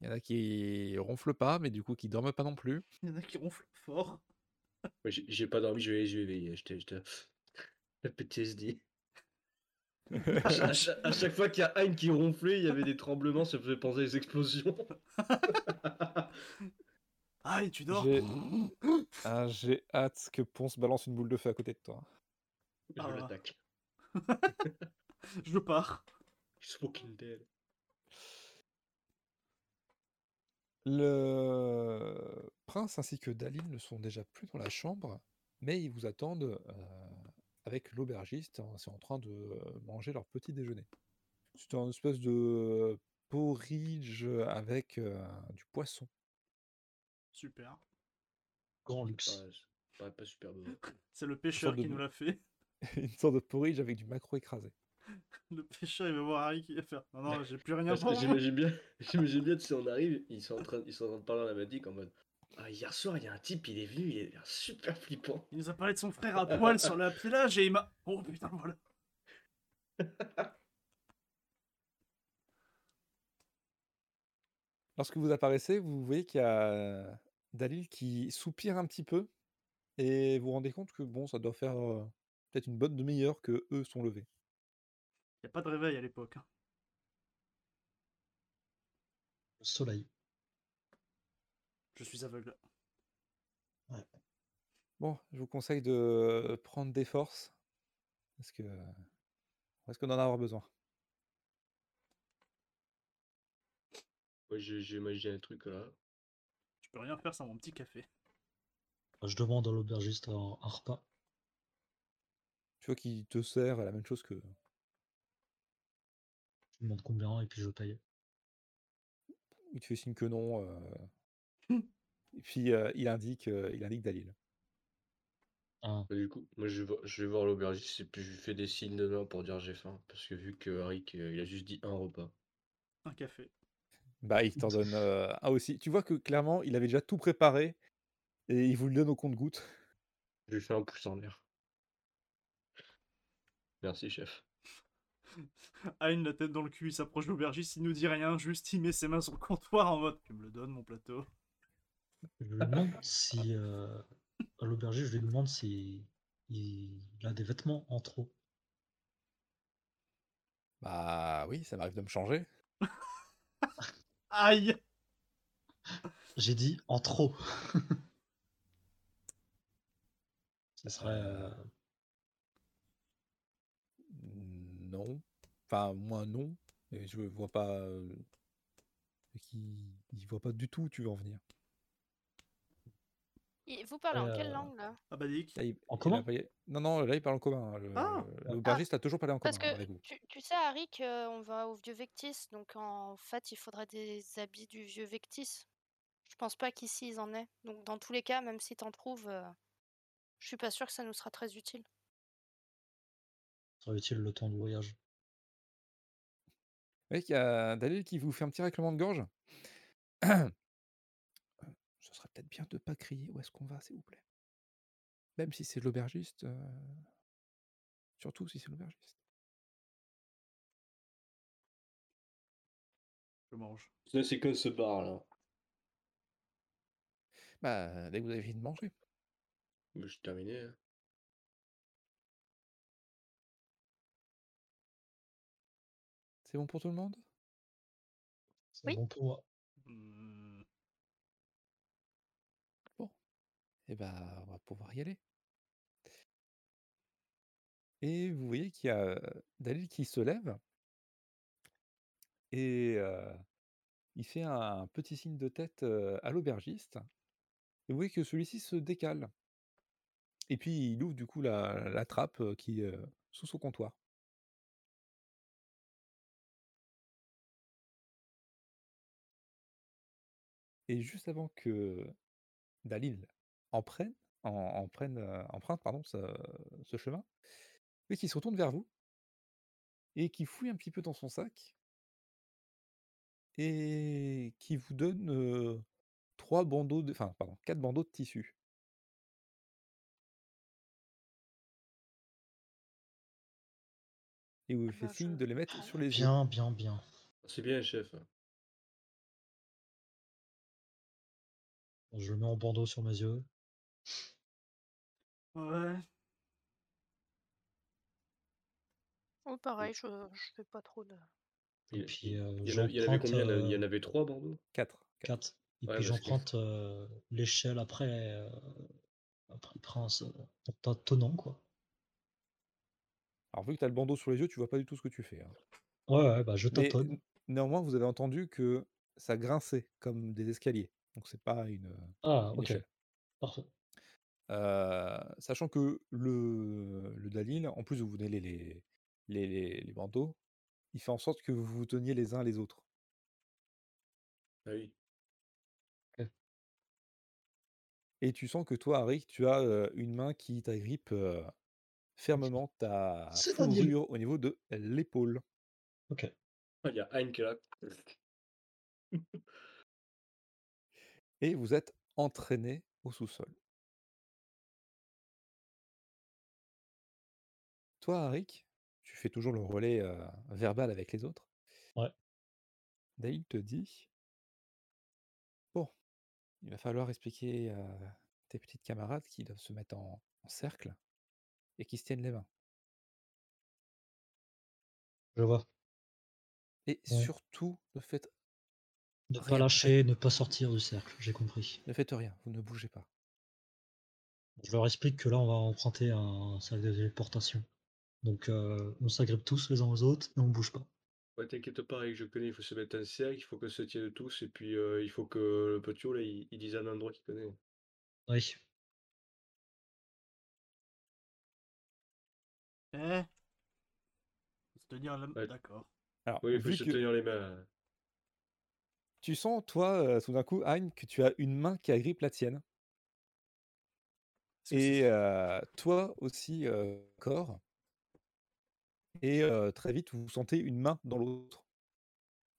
Il y en a qui ronflent pas, mais du coup qui dorment pas non plus. Il y en a qui ronflent fort. Ouais, j'ai- J'ai pas dormi, je vais, je vais veiller. J'étais. j'étais- La PTSD. Ah, À cha- à cha- à chaque, fois qu'il y a Hein qui ronflait, il y avait des tremblements, ça faisait penser à des explosions. Ah, et tu dors J'ai Ah, j'ai hâte que Ponce balance une boule de feu à côté de toi. Je Ah. l'attaque. Je pars. He's fucking dead. Le prince ainsi que Daline ne sont déjà plus dans la chambre, mais ils vous attendent euh, avec l'aubergiste. hein, C'est en train de euh, manger leur petit déjeuner. C'est un espèce de porridge avec euh, du poisson. Super. Grand luxe. Pas, pas, pas super bon. C'est le pêcheur sorte de qui nous mou- l'a fait. Une sorte de porridge avec du macro écrasé. Le pêcheur, il va voir Harry qui va faire. Non, non, j'ai plus rien Parce que pour vous. J'imagine bien, j'imagine bien, si on arrive, ils sont en train, ils sont en train de parler à la matique en mode Ah, hier soir, il y a un type, il est venu, il est super flippant. Il nous a parlé de son frère à poil sur la plage et il m'a. Oh putain, voilà. Lorsque vous apparaissez, vous voyez qu'il y a Dalil qui soupire un petit peu et vous vous rendez compte que bon, ça doit faire euh, peut-être une bonne demi-heure que eux sont levés. Y a pas de réveil à l'époque. hein. Le soleil. Je suis aveugle. Bon, je vous conseille de prendre des forces parce que euh, est-ce qu'on en a avoir besoin Moi, j'ai j'ai imaginé un truc là. Je peux rien faire sans mon petit café. Je demande à l'aubergiste un, un repas. Tu vois qu'il te sert la même chose que Je lui demande combien et puis je paye. il te fait signe que non euh, et puis euh, il indique euh, il indique Dalil. Un. Hein. Et du coup, moi, je vais, vo- je vais voir l'aubergiste et puis je lui fais des signes de main pour dire j'ai faim. Parce que vu que Harry, que- il a juste dit un repas. Un café. Bah, il t'en donne euh, un aussi. Tu vois que clairement, il avait déjà tout préparé et il vous le donne au compte-goutte. Je lui fais un pouce en l'air. Merci, chef. Ayn, la tête dans le cul, il s'approche de l'aubergiste, il nous dit rien, juste il met ses mains sur le comptoir en mode Tu me le donnes, mon plateau Je lui demande si. euh, à l'aubergiste, je lui demande si. Il a des vêtements en trop. Bah oui, ça m'arrive de me changer. Aïe J'ai dit en trop. Ce serait. euh, Non. Enfin, moi non. Et je vois pas. euh, Qui... Il voit pas du tout où tu veux en venir. Et Vous parlez en quelle Euh, langue là Ah bah Dick, Là, il- En il a commun parlé- Non, non, là il parle en commun. hein. Le- Ah. le- L'aubergiste a toujours parlé en commun Parce hein, que avec vous. tu, tu sais, Harry, qu'on va au vieux Vectis, donc en fait, il faudrait des habits du vieux Vectis. Je pense pas qu'ici ils en aient. Donc, dans tous les cas, même si t'en trouves, euh, je suis pas sûre que ça nous sera très utile. serait utile le temps du voyage. Vous voyez qu'il y a Dalil qui vous fait un petit règlement de gorge. Ce serait peut-être bien de pas crier où est-ce qu'on va, s'il vous plaît. Même si c'est l'aubergiste. euh, Surtout si c'est l'aubergiste. je mange. Ça, c'est quoi ce bar là Bah, dès que vous avez fini de manger. Je suis terminé. hein. C'est bon pour tout le monde C'est Oui. bon pour moi. Hmm, Eh ben, on va pouvoir y aller. Et vous voyez qu'il y a euh, Dalil qui se lève et euh, il fait un petit signe de tête euh, à l'aubergiste. Et vous voyez que celui-ci se décale. Et puis il ouvre du coup la, la trappe euh, qui est euh, sous son comptoir. Et juste avant que Dalil en prennent, en, en prennent, euh, empruntent pardon, ce, ce chemin, mais qui se retourne vers vous et qui fouille un petit peu dans son sac et qui vous donne euh, trois bandeaux, de, enfin pardon, quatre bandeaux de tissu. Et vous Ah fait ben, signe je- de les mettre sur les yeux. Bien, bien, bien. C'est bien, chef. Je le mets en bandeau sur mes yeux. Ouais, Oh, pareil, je, je fais pas trop de. Et Il- puis, euh, Il y en a- il y en avait j'emprunte, combien là Il y euh, en avait trois, Bordeaux Quatre. quatre. quatre. Et Ouais, parce puis que- j'emprunte euh, l'échelle après, euh, après le prince, euh, pour pas tonnant, quoi. Alors, vu que tu as le bandeau sur les yeux, tu vois pas du tout ce que tu fais. hein. Ouais, ouais, bah je Mais tâtonne. n- néanmoins, vous avez entendu que ça grinçait comme des escaliers. Donc, c'est pas une. Ah, une ok, échelle. parfait. Euh, sachant que le, le Dalil, en plus de vous donner les, les, les, les bandeaux, il fait en sorte que vous vous teniez les uns les autres. Ah oui. Et tu sens que toi, Harry, tu as euh, une main qui t'agrippe euh, fermement ta C'est un deal. fourrure au niveau de l'épaule. Ok. Ah, Il y a Hein qui est là. Et vous êtes entraîné au sous-sol. Toi, Arik, tu fais toujours le relais euh, verbal avec les autres. Ouais. Daïl te dit Bon, il va falloir expliquer à tes petites camarades qui doivent se mettre en, en cercle et qui se tiennent les mains. Je vois. Et Ouais. surtout, ne faites, Ne Rien, pas en lâcher, ne pas sortir du cercle, j'ai compris. ne faites rien, vous ne bougez pas. Je leur explique que là, on va emprunter un cercle de téléportation. Donc, euh, on s'agrippe tous les uns aux autres et on bouge pas. Ouais, t'inquiète pas, Eric, je connais, il faut se mettre en cercle, il faut que se tienne tous, et puis euh, il faut que le petit haut, là, il, il dise un endroit qu'il connaît. Oui. Eh Faut se tenir la... Ouais. D'accord. Alors, Oui, il faut vu se que- tenir les mains. Tu sens, toi, euh, tout d'un coup, Hein, que tu as une main qui agrippe la tienne. Est-ce que Et c'est- euh, toi aussi, euh, corps. Et euh, très vite, vous sentez une main dans l'autre.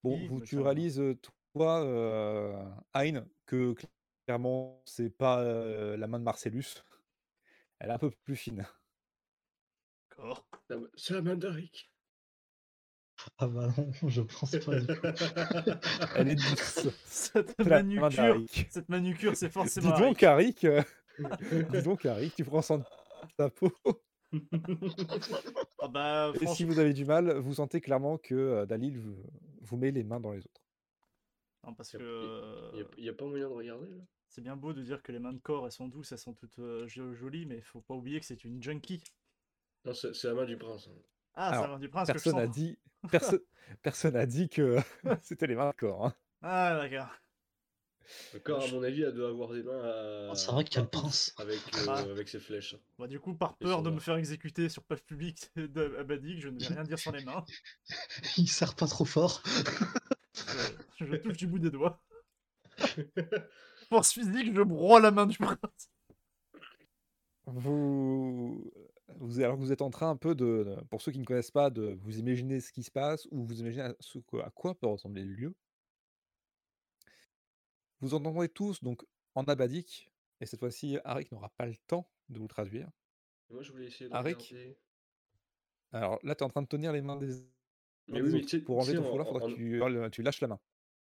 Bon, Oui, vous, mais tu ça va. réalises, euh, toi, euh, Hein, que cl- clairement, c'est pas euh, la main de Marcellus. Elle est un peu plus fine. D'accord. La main- C'est la main d'Eric. Ah bah non, je pense pas. du coup. Elle est douce. Cette C'est la main manucure, d'Aric. cette manucure, c'est Dis forcément. donc, Aric, euh, dis donc, Aric, tu prends soin de ta peau. Ah bah, Et si franchement, vous avez du mal, vous sentez clairement que euh, Dalil vous, vous met les mains dans les autres. non, hein, parce que Il y a- Il euh, n'y a, pas moyen de regarder, là c'est bien beau de dire que les mains de corps elles sont douces, elles sont toutes euh, jo- jolies, mais faut pas oublier que c'est une junkie. Non, c'est c'est la main du prince. hein. Ah, c'est Alors, la main du prince que je Personne sens. n'a dit, perso- personne n'a dit que c'était les mains de corps. hein. Ah d'accord. Encore, à mon avis, elle doit avoir des mains à... Ah, C'est vrai qu'il y a le pas ouf prince. Avec, euh, Ah. avec ses flèches. Bah du coup, par Et peur son de me verre. faire exécuter sur place publique de Abadik, je ne vais rien dire sans les mains. Il serre pas trop fort. Je, je touche du bout des doigts. Force physique, je broie la main du prince. Vous, vous, alors que vous êtes en train un peu de, de- pour ceux qui ne connaissent pas, de vous imaginer ce qui se passe ou vous imaginez à, ce que- à quoi peut ressembler le lieu. Vous entendrez tous donc en abadique, et cette fois-ci, Arik n'aura pas le temps de vous traduire. Moi, je voulais essayer de Arik regarder. Alors là, tu es en train de tenir les mains des, des Mais oui, mais autres. tu sais- Pour enlever tu sais, ton en- foulard, faudra en- que tu, euh le- tu lâches la main.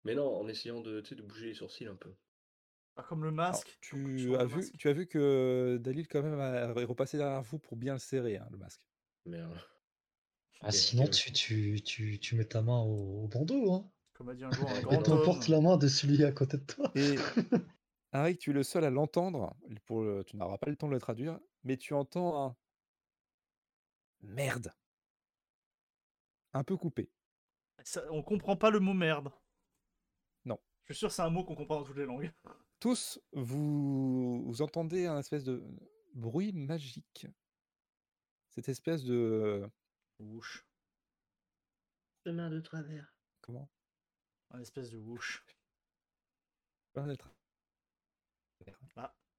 Mais non, en essayant de, tu sais, de bouger les sourcils un peu. Ah, comme le Alors, masque. Comme quand tu, portes as le vu, masque. tu as vu que Dalil quand même a- est repassé derrière vous pour bien le serrer, hein, le masque. Merde. Ah, Ok, sinon, ok, ok. tu, tu, tu, tu mets ta main au, au bandeau. Hein, Comme a dit un jour un Et et grand homme. t'emportes la main de celui à côté de toi. Et Harry, tu es le seul à l'entendre. Pour le- Tu n'auras pas le temps de le traduire, mais tu entends un merde, un peu coupé. Ça- on comprend pas le mot merde. Non. Je suis sûr que c'est un mot qu'on comprend dans toutes les langues. Tous, vous, vous entendez un espèce de bruit magique. Cette espèce de Wouch. Chemin de travers. comment Un espèce de wouch. Un espèce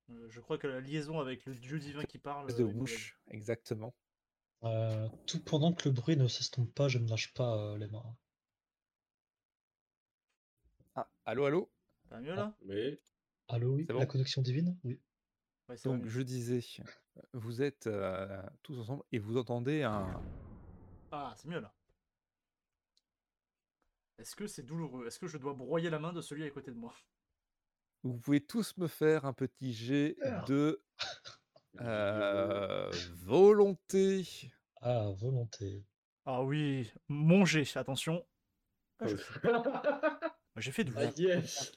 Euh, je crois que la liaison avec le dieu divin qui parle. de euh, est mauvaise. whoosh, exactement. Euh, tout pendant que le bruit ne s'estompe pas, je ne lâche pas euh, les mains. Ah, allô, allô. Ça va mieux là Mais Allô, oui C'est La bon connexion divine Oui. Ouais, ça va Donc mieux. je disais, vous êtes euh, tous ensemble et vous entendez un Ah, c'est mieux là. Est-ce que c'est douloureux Est-ce que je dois broyer la main de celui à côté de moi Vous pouvez tous me faire un petit jet Ah. de euh, volonté. Ah, volonté. Ah oui, Euh, mon jet, attention. Ah, je- ah J'ai fait du yes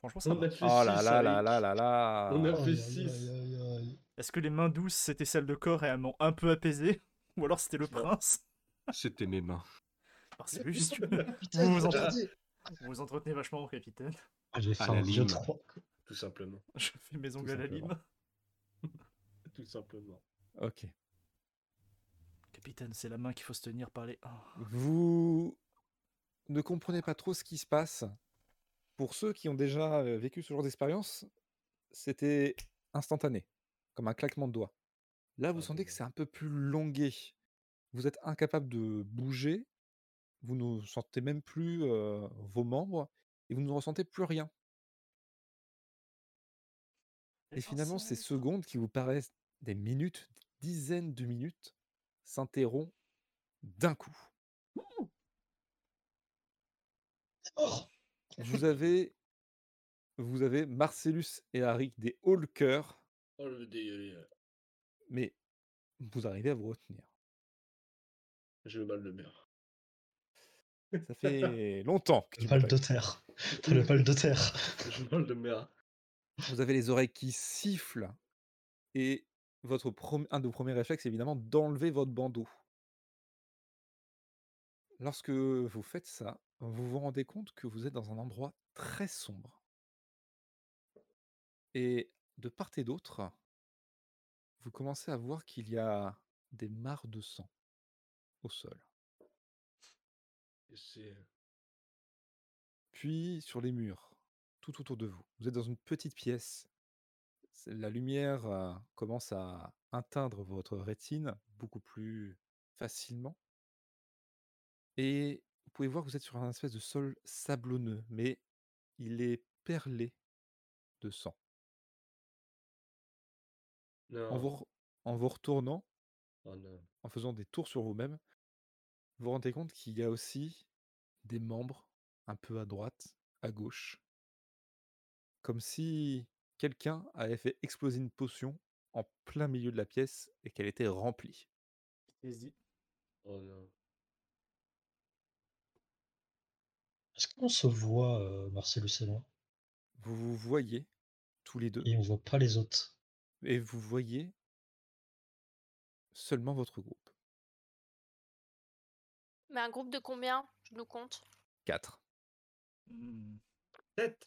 Franchement, ça On va. a fait Oh là six là avec- là là là là On a Aïe, fait aïe, 6. aïe, aïe, aïe. Est-ce que les mains douces, c'était celles de corps et elles m'ont un peu apaisé Ou alors c'était le Non. prince C'était mes mains. Alors, C'est juste Putain, Vous vous j'ai en- raté. Vous vous entretenez vachement, capitaine. Ah, J'ai À fait la un vieux lime. 3. Tout simplement. Je fais mes ongles Tout à la simplement. lime. Tout simplement. Ok. Capitaine, c'est la main qu'il faut se tenir par les. Oh. Vous ne comprenez pas trop ce qui se passe. Pour ceux qui ont déjà euh, vécu ce genre d'expérience, c'était instantané, comme un claquement de doigts. Là, vous Ah, sentez que dommage. c'est un peu plus longué. Vous êtes incapable de bouger. Vous ne sentez même plus euh, vos membres et vous ne ressentez plus rien. Et finalement, ces secondes qui vous paraissent des minutes, dizaines de minutes, s'interrompent d'un coup. Oh Vous avez, vous avez Marcellus et Arik des Hawkers, Oh le dégueulé. mais vous arrivez à vous retenir. J'ai le mal de mer. Ça fait longtemps que le tu mal m'as de pas eu. terre. T'as le mal de terre. J'ai le mal de mer. Vous avez les oreilles qui sifflent et votre prom- un de vos premiers réflexes, évidemment, d'enlever votre bandeau. Lorsque vous faites ça, vous vous rendez compte que vous êtes dans un endroit très sombre. Et de part et d'autre, vous commencez à voir qu'il y a des mares de sang au sol. Et C'est euh, puis sur les murs, tout autour de vous. Vous êtes dans une petite pièce. C'est- La lumière euh, commence à atteindre votre rétine beaucoup plus facilement. Et vous pouvez voir que vous êtes sur un espèce de sol sablonneux, mais il est perlé de sang. En Non. vous, re- en vous retournant, Oh non. en faisant des tours sur vous-même, vous vous rendez compte qu'il y a aussi des membres un peu à droite, à gauche, comme si quelqu'un avait fait exploser une potion en plein milieu de la pièce et qu'elle était remplie. Vas-y. Oh non. Est-ce qu'on se voit, euh, Marcellus et moi Vous vous voyez tous les deux Et on voit pas les autres. et vous voyez seulement votre groupe. Mais un groupe de combien Je nous compte. Quatre. Hmm. Tête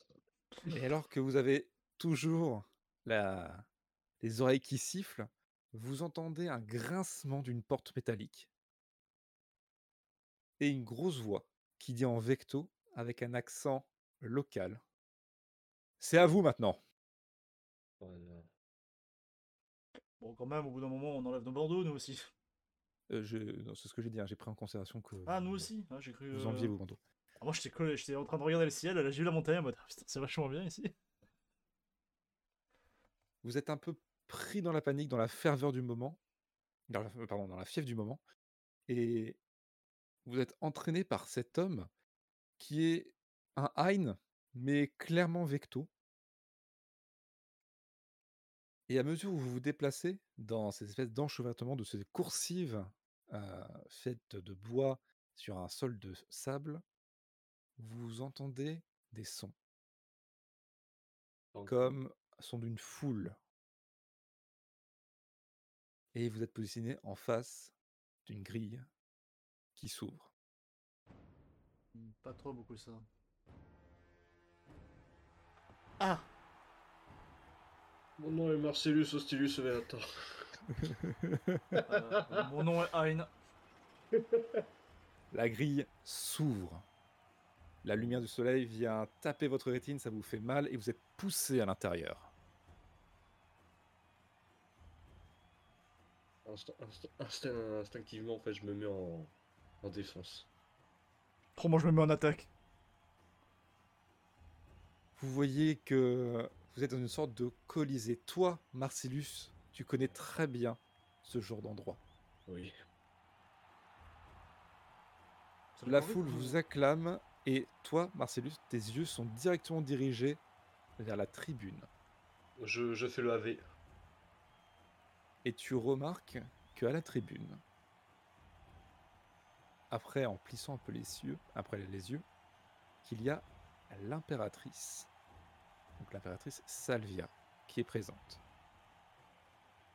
Et alors que vous avez toujours la... les oreilles qui sifflent, vous entendez un grincement d'une porte métallique. Et une grosse voix qui dit en vecto, avec un accent local C'est à vous maintenant. Oh non. Bon, quand même, au bout d'un moment, on enlève nos bandeaux, nous aussi. Euh, je... non, C'est ce que j'ai dit, hein, j'ai pris en considération que Ah, nous vous- aussi ah, J'ai cru. Vous euh, enviez vos bandeaux. ah, moi, j'étais collé- j'étais en train de regarder le ciel, là, j'ai vu la montagne en mode. Ah, putain, c'est vachement bien ici. Vous êtes un peu pris dans la panique, dans la ferveur du moment, dans la, euh, pardon, dans la fièvre du moment, et vous êtes entraîné par cet homme qui est un Hein, mais clairement vecto. Et à mesure où vous vous déplacez dans ces espèces d'enchevêtrements, de ces coursives euh, faites de bois sur un sol de sable, vous entendez des sons Encore. comme sont d'une foule. Et vous êtes positionné en face d'une grille qui s'ouvre. Hmm, Pas trop beaucoup ça. Ah Mon nom est Marcellus Hostilus Venator. Euh, Mon nom est Ayn. La grille s'ouvre. La lumière du soleil vient taper votre rétine, ça vous fait mal et vous êtes poussé à l'intérieur. Inst- inst- instinct- instinctivement, en fait, je me mets en, en défense. Trop, moi, je me mets en attaque. Vous voyez que vous êtes dans une sorte de colisée. Toi, Marcellus, tu connais très bien ce genre d'endroit. Oui. Ça La me paraît foule plus- vous acclame et toi, Marcellus, tes yeux sont directement dirigés vers la tribune. Je, je fais le AV. et tu remarques qu'à la tribune, après en plissant un peu les yeux, après les yeux, qu'il y a l'impératrice donc l'impératrice Salvia, qui est présente.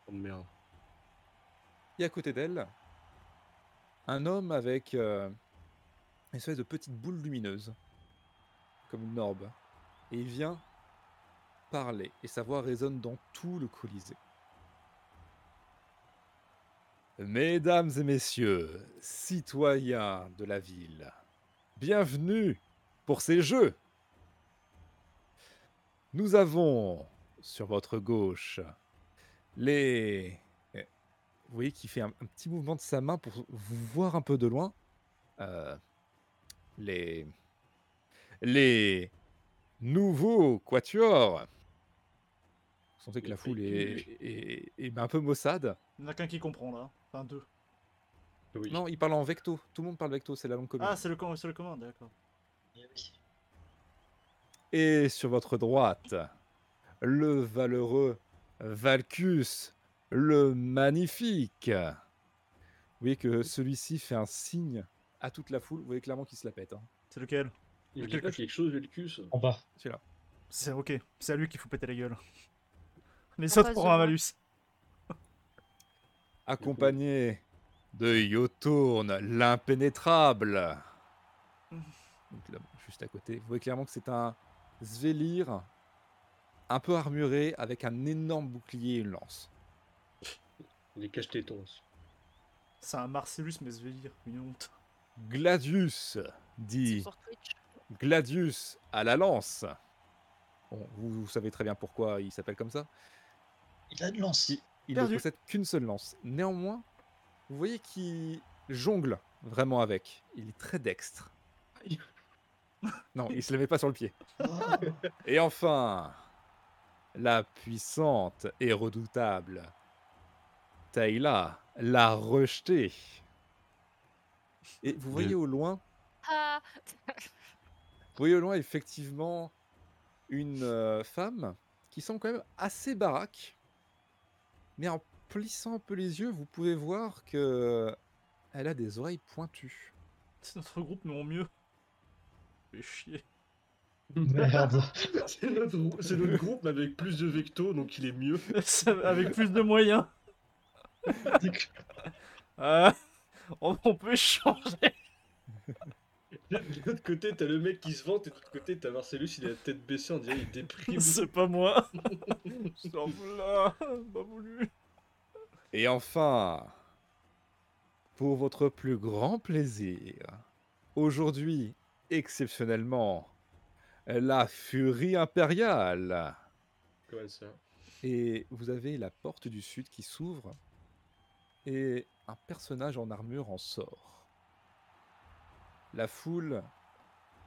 Oh merde. Et à côté d'elle, un homme avec euh, une espèce de petite boule lumineuse, comme une orbe. Et il vient parler, et sa voix résonne dans tout le Colisée. Mesdames et messieurs, citoyens de la ville, bienvenue pour ces jeux. Nous avons sur votre gauche les euh, vous voyez qu'il fait un, un petit mouvement de sa main pour vous voir un peu de loin. Euh, les les nouveaux quatuors. Vous sentez que la foule est, est- est- est un peu maussade. Il n'y en a qu'un qui comprend là. Enfin deux. Oui. Non, il parle en vecto. Tout le monde parle vecto, c'est la langue commune. Ah, c'est le, com- c'est le commande, d'accord. Et sur votre droite, le valeureux Valcus, le magnifique. Vous voyez que celui-ci fait un signe à toute la foule. Vous voyez clairement qu'il se la pète. hein. C'est lequel Il me dit pas quelque chose, Velcus. Oh. En bas. Celui-là. C'est ok. C'est à lui qu'il faut péter la gueule. Les En autres face pour de un moi. malus. Accompagné de Yotourne, l'impénétrable. Mhm. Donc là, juste à côté. Vous voyez clairement que c'est un Svelir un peu armuré avec un énorme bouclier et une lance. Il est cache-téton. aussi. C'est un Marcellus, mais je vais dire, une honte. Gladius, C'est dit sur Twitch. Gladius à la lance. Bon, vous, vous savez très bien pourquoi il s'appelle comme ça. Il a une lance. Il Perdu. ne possède qu'une seule lance. Néanmoins, vous voyez qu'il jongle vraiment avec. Il est très dextre. Non, il se le met pas sur le pied. Ah, Et enfin, la puissante et redoutable Taïla, la rejetée. Et vous voyez au loin Ah, Vous voyez au loin, effectivement, une euh, femme qui semble quand même assez baraque. Mais en plissant un peu les yeux, vous pouvez voir que euh, elle a des oreilles pointues. C'est notre groupe, mais en mieux. Fais chier. Merde. C'est notre, grou- c'est notre groupe, mais avec plus de vecto, donc il est mieux. Ça- Avec plus de moyens. Euh, on, on peut échanger. De l'autre côté, t'as le mec qui se vante, et de l'autre côté, t'as Marcellus, il a la tête baissée, on dirait il déprime. C'est pas moi. Je là. Pas voulu. Et enfin, pour votre plus grand plaisir, aujourd'hui, exceptionnellement, la furie impériale. Comment ça Et vous avez la porte du sud qui s'ouvre et un personnage en armure en sort. La foule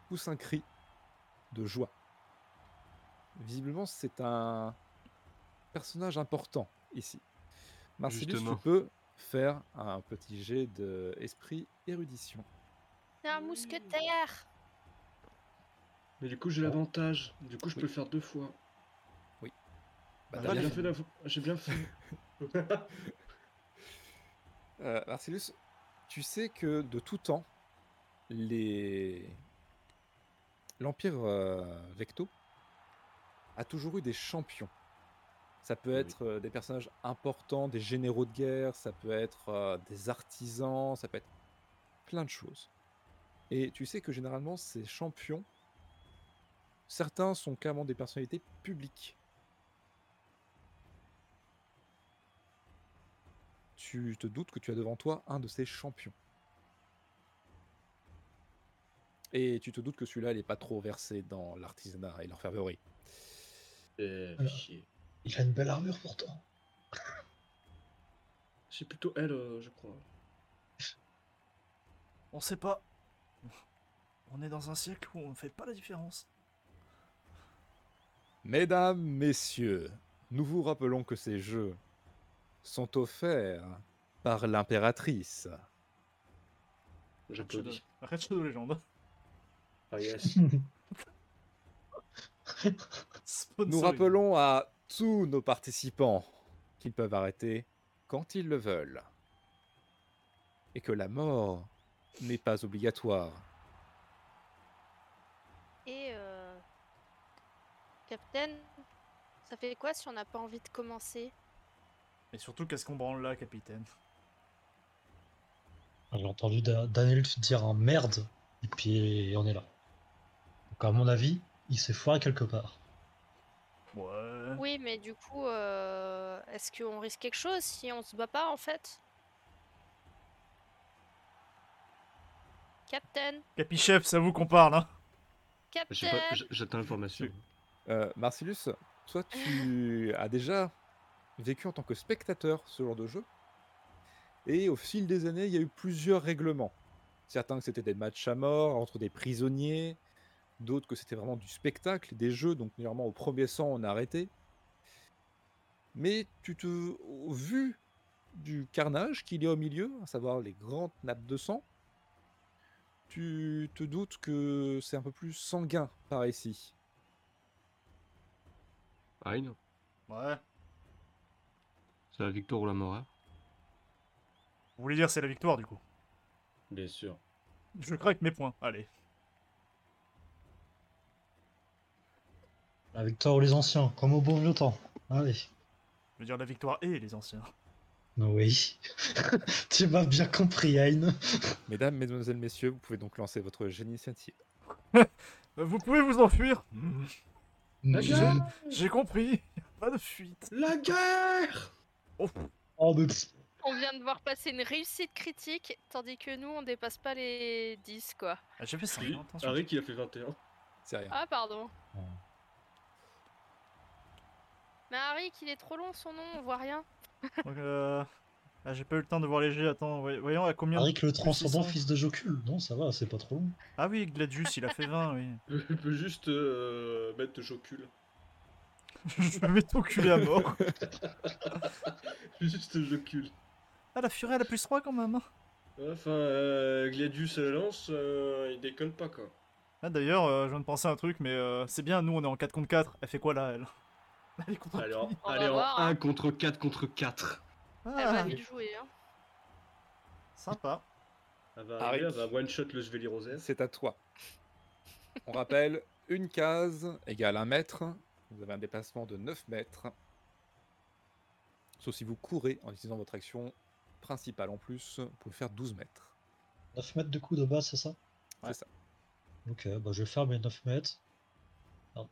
pousse un cri de joie. Visiblement, c'est un personnage important ici. Marcellus, tu Justement. peux faire un petit jet d'esprit érudition. c'est un mousquetaire. Mais du coup, j'ai l'avantage. Du coup, je peux Oui. le faire deux fois. Bah, Ah, t'as Ah, bien bien fait. fait la fois- J'ai bien fait. Euh, Marcellus, tu sais que de tout temps, les... l'Empire euh, Vecto a toujours eu des champions. Ça peut Oui. être euh, des personnages importants, des généraux de guerre, ça peut être euh, des artisans, ça peut être plein de choses. Et tu sais que généralement, ces champions, certains sont clairement des personnalités publiques. Tu te doutes que tu as devant toi un de ces champions. Et tu te doutes que celui-là, il n'est pas trop versé dans l'artisanat et l'orfèvrerie. Eh, Alors. chier. Il a une belle armure pourtant. C'est plutôt elle, euh, je crois. On sait pas. On est dans un siècle où on ne fait pas la différence. Mesdames, messieurs, nous vous rappelons que ces jeux sont offerts par l'impératrice. J'applaudis. Red Shadow Legend. Ah yes. Nous rappelons à tous nos participants qu'ils peuvent arrêter quand ils le veulent. Et que la mort n'est pas obligatoire. Et euh, Capitaine, ça fait quoi si on n'a pas envie de commencer Mais surtout, qu'est-ce qu'on branle là, capitaine J'ai entendu Da- Daniel dire un merde, et puis on est là. Donc à mon avis, il s'est foiré quelque part. Ouais. Oui, mais du coup, euh, est-ce qu'on risque quelque chose si on se bat pas en fait Captain, Capichef, c'est à vous qu'on parle, hein Je sais pas, Captain j- j'attends l'information. Euh, Marcellus, toi, tu as déjà vécu en tant que spectateur ce genre de jeu. Et au fil des années, il y a eu plusieurs règlements. Certains que c'était des matchs à mort entre des prisonniers, d'autres que c'était vraiment du spectacle, des jeux. Donc, néanmoins, au premier sang, on a arrêté. Mais tu te. Au vu du carnage qu'il y a au milieu, à savoir les grandes nappes de sang, tu te doutes que c'est un peu plus sanguin par ici. Aïn, Ouais. Ah, c'est la victoire ou la mort, hein Vous voulez dire c'est la victoire, du coup Bien sûr. Je craque mes points, allez. La victoire ou les anciens, comme au bon vieux temps. Ah Allez. Je veux dire la victoire et les anciens. Ah Oui. tu m'as bien compris, Aïn. Mesdames, mesdemoiselles, messieurs, vous pouvez donc lancer votre génie initiative. Euh, Vous pouvez vous enfuir La Ah, guerre J'ai compris Pas de fuite La guerre Oh, pff. Oh, mais pff, On vient de voir passer une réussite critique, tandis que nous, on dépasse pas les 10, quoi. Ah, J'ai fait 50, attention. Harry qui a fait 21. C'est rien. Ah, pardon. Ouais. Mais Harry, qu'il est trop long son nom, on voit rien. Donc, euh... ah, j'ai pas eu le temps de voir les jets, attends, voy- voyons à combien... Arik le plus transcendant 600. fils de Jocul. Non, ça va, c'est pas trop long. Ah oui, Gladius, il a fait 20, oui. Je peux juste euh, mettre Jocul. Je vais t'enculer à mort. Juste Jocul. Ah, la furie, elle a plus 3 quand même. hein. Enfin, euh, Gladius euh, lance, euh, il déconne pas quoi. Ah, d'ailleurs, euh, je viens de penser à un truc, mais euh, c'est bien, nous on est en 4 contre 4. Elle fait quoi là, elle Elle est contre Allez, en, On va allez, en voir, hein. 1 contre 4 contre 4. Elle va Ah, vite jouer. Hein. sympa. Elle va arriver, Harry. elle va bah, one shot le Chevalier Rosé. C'est à toi. On rappelle, une case égale 1 mètre. Vous avez un déplacement de 9 mètres. Sauf si vous courez en utilisant votre action principale en plus, vous pouvez faire 12 mètres. 9 mètres de coup de base, c'est ça C'est ça. Ok, bah je vais faire mes 9 mètres. Ah. Non.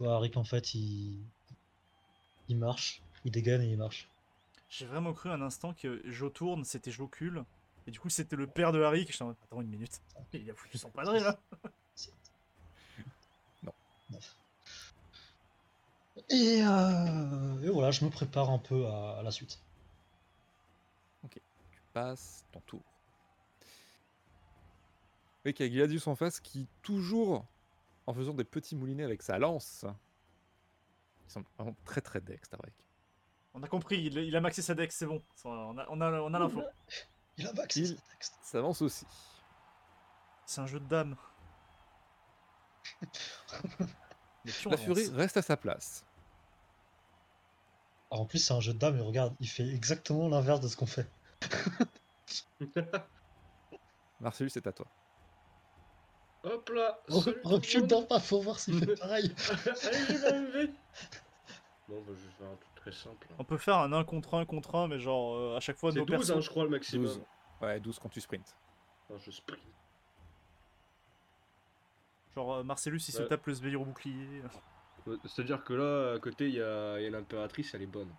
Bah, Arik, en fait, il. Il marche. Il dégaine et il marche. J'ai vraiment cru un instant que Jo tourne, c'était Jocul. Et du coup, c'était le père de Harry qui j'étais en mode, Attends une minute. Il a foutu son padré là. Neuf. Et, euh, et voilà, je me prépare un peu à, à la suite. Tu passes ton tour. Avec Gladius en face qui, toujours en faisant des petits moulinets avec sa lance, il semble vraiment très très dextre avec. On a compris, il, il a maxé sa deck, c'est bon. Ça, On a, on a, on a l'info. Il a maxé Il- ce texte. Ça avance aussi. C'est un jeu de dames. Les pions La avancent. furie reste à sa place. Ah, en plus, c'est un jeu de dames, et regarde, il fait exactement l'inverse de ce qu'on fait. Marcellus, c'est à toi. Hop là Oh, salut tout le Recule monde. d'un pas, faut voir s'il fait pareil. Allez, j'ai ma MV. Bon, bah, je vais faire un truc très simple. hein. On peut faire un 1 contre 1 contre 1, mais genre euh, à chaque fois C'est nos 12, persos. hein, je crois, le maximum. 12. Ouais, 12 quand tu sprints. Enfin, je sprint. Genre euh, Marcellus il se Ouais. tape le sbire au bouclier. Euh, C'est-à-dire que là, à côté, il y a, il y a l'impératrice, elle est bonne.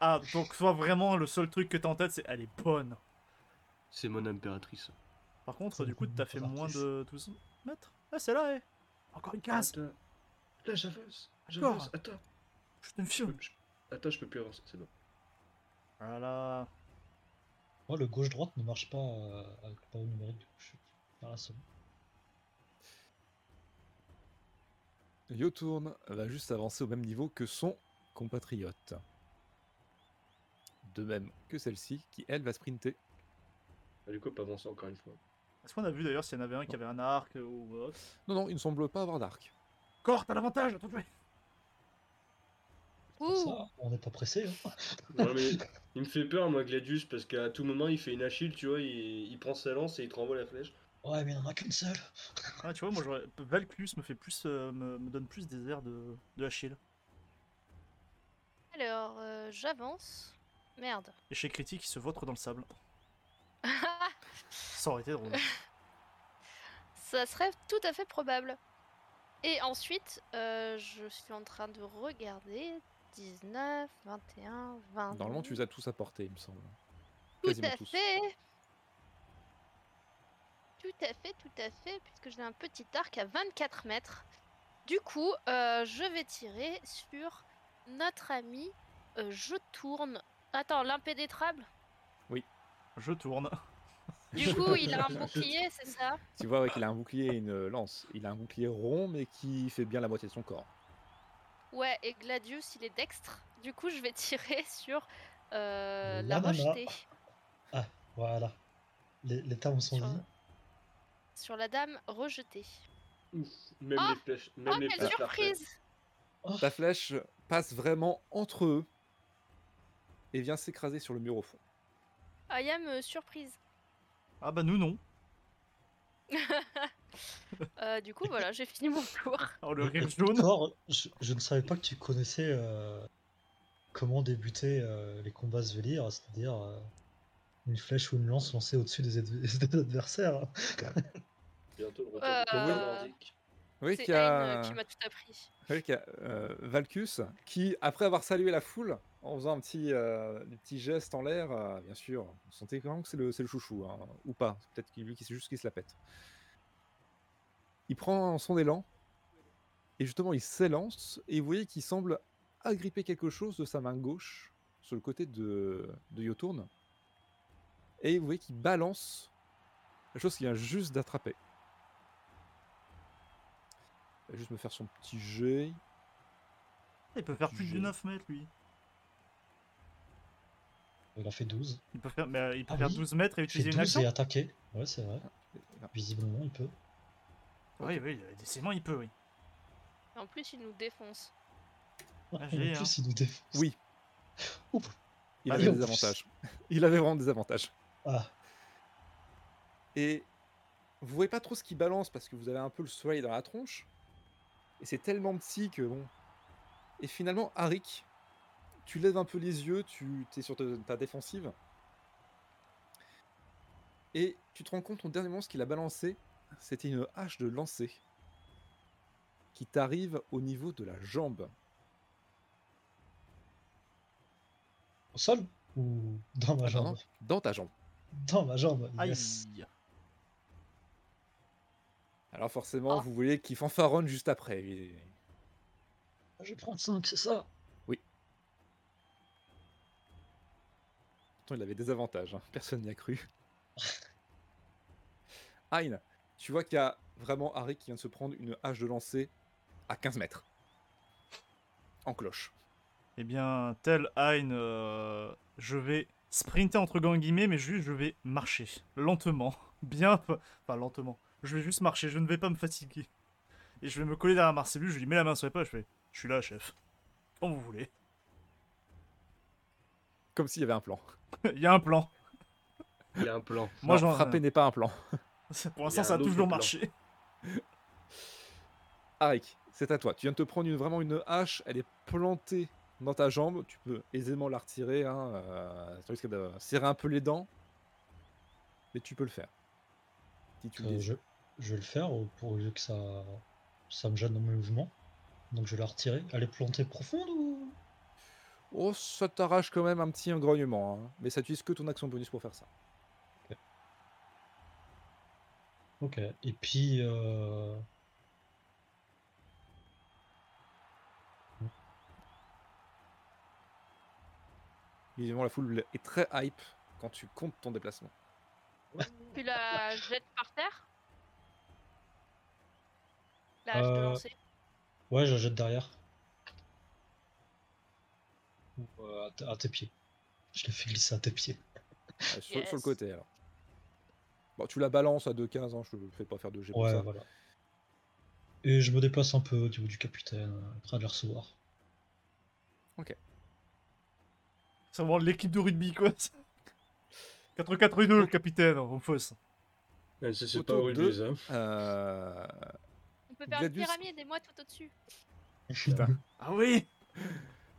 Ah, donc toi vraiment le seul truc que t'as en tête c'est elle est bonne. C'est mon impératrice. Par contre, Ça du coup, dépend t'as des fait moins artistes. de 12 mètres Ah, c'est là, eh Encore une case Attends. Là, j'avance. D'accord. J'avance. Attends. Je te Je fie peux- je- Attends, je peux plus avancer, c'est bon. Voilà. Moi, le gauche-droite ne marche pas euh, avec le barreau numérique, du coup, je suis par la seule. Yoturn va juste avancer au même niveau que son compatriote. De même que celle-ci, qui elle va sprinter. Ah, Du coup, pas avancer encore une fois. Est-ce qu'on a vu d'ailleurs s'il y en avait un qui avait un arc euh, ou autre Non, non, il ne semble pas avoir d'arc. Corps, t'as l'avantage, attends jouer Comme Ouh ça, on n'est pas pressé. hein. Non, mais il me fait peur, moi, Gladius, parce qu'à tout moment, il fait une Achille, tu vois, il, il prend sa lance et il te renvoie la flèche. Ouais, mais il n'y en a qu'une seule. Ah, tu vois, moi, j'aurais... Valclus me fait plus, euh, me, me donne plus des airs de, de Achille. Alors, euh, j'avance. Merde. Et chez Critique, il se vautre dans le sable. Ça aurait été drôle. Ça serait tout à fait probable. Et ensuite, euh, je suis en train de regarder 19, 21, 20. Normalement, tu les as tous apportés, il me semble. Ah. Tout quasiment à tous. fait. Tout à fait, tout à fait, puisque j'ai un petit arc à 24 mètres. Du coup, euh, je vais tirer sur notre ami. euh, je tourne. Attends, l'impénétrable Je tourne. Du coup, il a un bouclier, c'est ça Tu vois ouais, qu'il a un bouclier et une euh, lance. Il a un bouclier rond, mais qui fait bien la moitié de son corps. Ouais, et Gladius, il est dextre. Du coup, je vais tirer sur euh, Le la banana. rejetée. Voilà. Les, les termes sont Sur- dits. Sur la dame rejetée. Même Ah les flèches. Même Oh, les quelle flèches surprise Ta flèche passe vraiment entre eux et vient s'écraser sur le mur au fond. I am euh, surprise. Ah bah nous non. Euh, du coup, voilà, j'ai fini mon tour. Oh le Et rire jaune. Thor, je, je ne savais pas que tu connaissais euh, comment débuter euh, les combats Svelir, c'est-à-dire euh, une flèche ou une lance lancée au-dessus des, adv- des adversaires. parfaites. Bientôt le retour du Euh, combat nordique. Oui, C'est qui a, Ayn, euh, qui m'a tout appris. oui, qu'il y a, euh, Valkus, qui, après avoir salué la foule, en faisant un petit, euh, des petits gestes en l'air, euh, bien sûr, on sentait quand même que c'est le, c'est le chouchou, hein, ou pas. C'est peut-être qu'il- lui qui sait juste qu'il se la pète. Il prend son élan, et justement, il s'élance, et vous voyez qu'il semble agripper quelque chose de sa main gauche, sur le côté de, de Yoturn. Et vous voyez qu'il balance la chose qu'il vient juste d'attraper. Il va Juste me faire son petit jet. Il peut faire plus de Je- 9 mètres lui. Il en fait 12. Il peut faire, mais, euh, il peut Ah faire oui. 12 mètres et Il fait utiliser une 12 action. et attaquer. Ouais, c'est vrai. Ah. Visiblement, il peut. Oui, oui, euh, décidément il peut, oui. En plus, il nous défonce. Ah, j'ai, en hein. plus, il nous défonce. Oui. Oup. Il Ah, avait mais en des plus. avantages. Il avait vraiment des avantages. Ah, Et vous voyez pas trop ce qu'il balance parce que vous avez un peu le soleil dans la tronche. Et c'est tellement petit que bon. Et finalement, Arik, tu lèves un peu les yeux, tu es sur te- ta défensive. Et tu te rends compte au dernier moment ce qu'il a balancé, c'était une hache de lancer qui t'arrive au niveau de la jambe. au sol Ou dans ma Ah, jambe pardon, dans ta jambe. Dans ma jambe, Aïe. yes. Alors forcément, Ah. vous voyez qu'il fanfaronne juste après. Il- Ah, Je prends 5, c'est ça Pourtant, il avait des avantages, hein. personne n'y a cru. Ayn, tu vois qu'il y a vraiment Harry qui vient de se prendre une hache de lancer à 15 mètres. En cloche. Eh bien, tel Hein, euh, je vais sprinter entre grands guillemets, mais juste je vais marcher. Lentement. Bien. Enfin, lentement. Je vais juste marcher, je ne vais pas me fatiguer. Et je vais me coller derrière Marcellus, je lui mets la main sur l'épaule, je fais Je suis là, chef. Quand vous voulez. Comme s'il y avait un plan. Il y a un plan. Il y a un plan. Moi, Moi, j'en- frapper n'est pas un plan. Pour Il y a l'instant, ça a un autre toujours plan. marché. Arik, c'est à toi. Tu viens de te prendre une- vraiment une hache, elle est plantée dans ta jambe. Tu peux aisément la retirer. Hein. euh, ça risque de serrer un peu les dents. Mais tu peux le faire. Si tu le Euh, désires. je, je vais le faire euh, pour que ça, ça me gêne dans mes mouvements. Donc je vais la retirer. Elle est plantée profonde ou Oh, ça t'arrache quand même un petit grognement. hein. Mais ça t'utilise que ton action bonus pour faire ça. Ok. Et puis. euh, Évidemment, la foule est très hype quand tu comptes ton déplacement. Tu la jettes par terre La hache de Euh, lancer. Ouais, je la jette derrière. Ou euh, à, t- à tes pieds. Je l'ai fait glisser à tes pieds. Euh, sur, sur le Yes. côté, alors. Bon, tu la balances à 2,15, hein, je ne fais pas faire de G pour Ouais, ça. voilà. Et je me déplace un peu au niveau du capitaine, euh, près de le recevoir. C'est vraiment l'équipe de rugby, quoi. 4-4-2, le capitaine, on fausse. Ouais, Euh, ça, c'est pas Autour de- Rubius, hein. Euh, On peut faire une Gladius. pyramide et moi tout au-dessus. Putain. Ah oui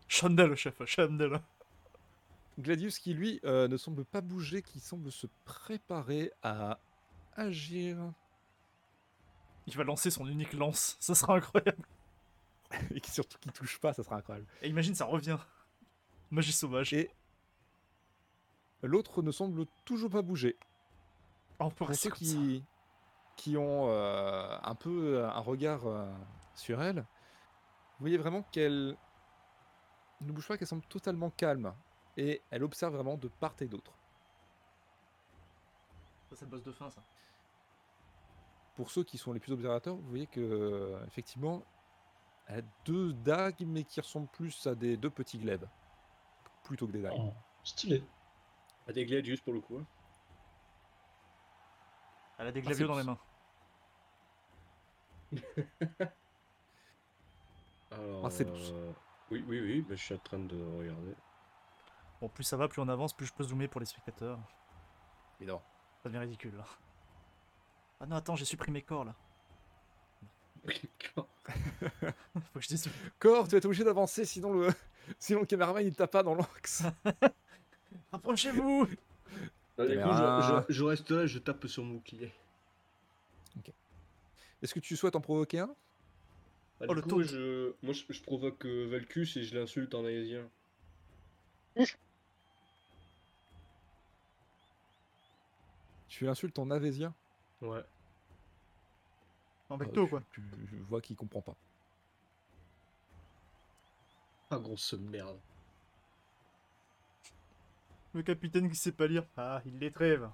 Chandel, chef, Chandel. Gladius qui lui euh, ne semble pas bouger, qui semble se préparer à agir Il va lancer son unique lance, ça sera incroyable. et qui surtout qui touche pas, ça sera incroyable. Et imagine, ça revient. Magie sauvage. Et- L'autre ne semble toujours pas bouger. Oh, pour Pour rester ceux comme ça. qui, qui ont euh, un peu euh, un regard euh, sur elle, vous voyez vraiment qu'elle ne bouge pas, qu'elle semble totalement calme. Et elle observe vraiment de part et d'autre. Ça, c'est le boss de fin, ça. Pour ceux qui sont les plus observateurs, vous voyez que euh, effectivement, elle a deux dagues, mais qui ressemblent plus à des deux petits glaives, plutôt que des dagues. Oh, stylé. Ah, Des Gladius pour le coup. hein. Elle a des glavios Ah, c'est- dans les mains. Alors, Ah, c'est plus. euh, Oui, oui, oui, bah, je suis en train de regarder. Bon, plus ça va, plus on avance, plus je peux zoomer pour les spectateurs. Évidemment. Ça devient ridicule, là. Ah non, attends, j'ai supprimé corps, là. Faut que je dise... Corps, tu vas être obligé d'avancer, sinon le, sinon le caméraman il tape pas dans l'axe. Rapprochez-vous Ah, du coup, Caméra. je, je- je reste là, je tape sur mon bouclier. Est-ce que tu souhaites en provoquer un Ah, Oh, du le coup, taunt. je, moi, je, je provoque euh, Valkus et je l'insulte en aésien. Tu l'insultes en avésien Ouais. En Euh, vecto, tu- quoi. Tu, je vois qu'il comprend pas. Ah, grosse merde. Le capitaine qui sait pas lire. Ah, il les trêve.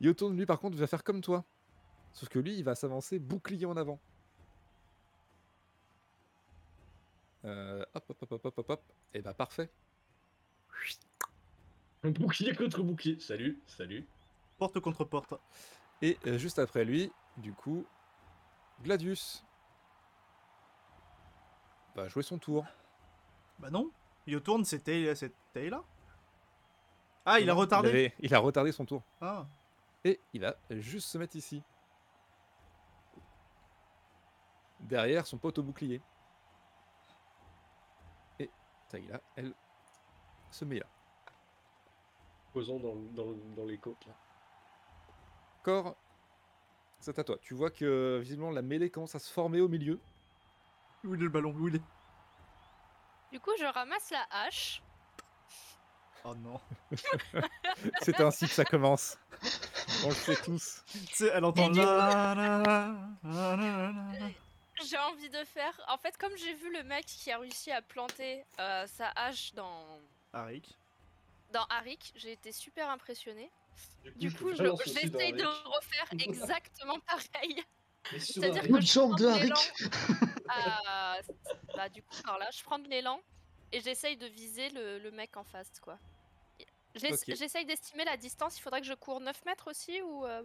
Il autour de lui, par contre, va faire comme toi. Sauf que lui, il va s'avancer bouclier en avant. Euh, hop, hop, hop, hop, hop, hop, hop. Et bah parfait. Un bouclier contre bouclier. Salut, salut. Porte contre porte. Et euh, juste après lui, du coup, Gladius va jouer son tour. Bah non. Yoturn, c'était c'était là. Ah, il a Non, retardé. avait- il a retardé son tour. Ah. Et il va juste se mettre ici. Derrière son pote au bouclier. Et Taïla, elle se met là. Posons dans, dans, dans les côtes. là. Corps, c'est à toi. Tu vois que visiblement la mêlée commence à se former au milieu. Où il est le ballon Où il est Du coup, je ramasse la hache. Oh non. C'est ainsi que ça commence. On le sait tous. tu sais, elle entend Mais du la, la, la, la, la, la, la. J'ai envie de faire. En fait, comme j'ai vu le mec qui a réussi à planter euh, sa hache dans Arik. dans Arik, j'ai été super impressionnée. Du je coup, je- balance aussi dans j'essaye les- de refaire exactement pareil. Mais sur C'est-à-dire un- que Bonne je jambe prends de de Arik. l'élan. à- Bah, du coup, par là, je prends de l'élan et j'essaye de viser le, le mec en face, quoi. J'ess- Ok. J'essaye d'estimer la distance. Il faudrait que je cours 9 mètres aussi ou euh,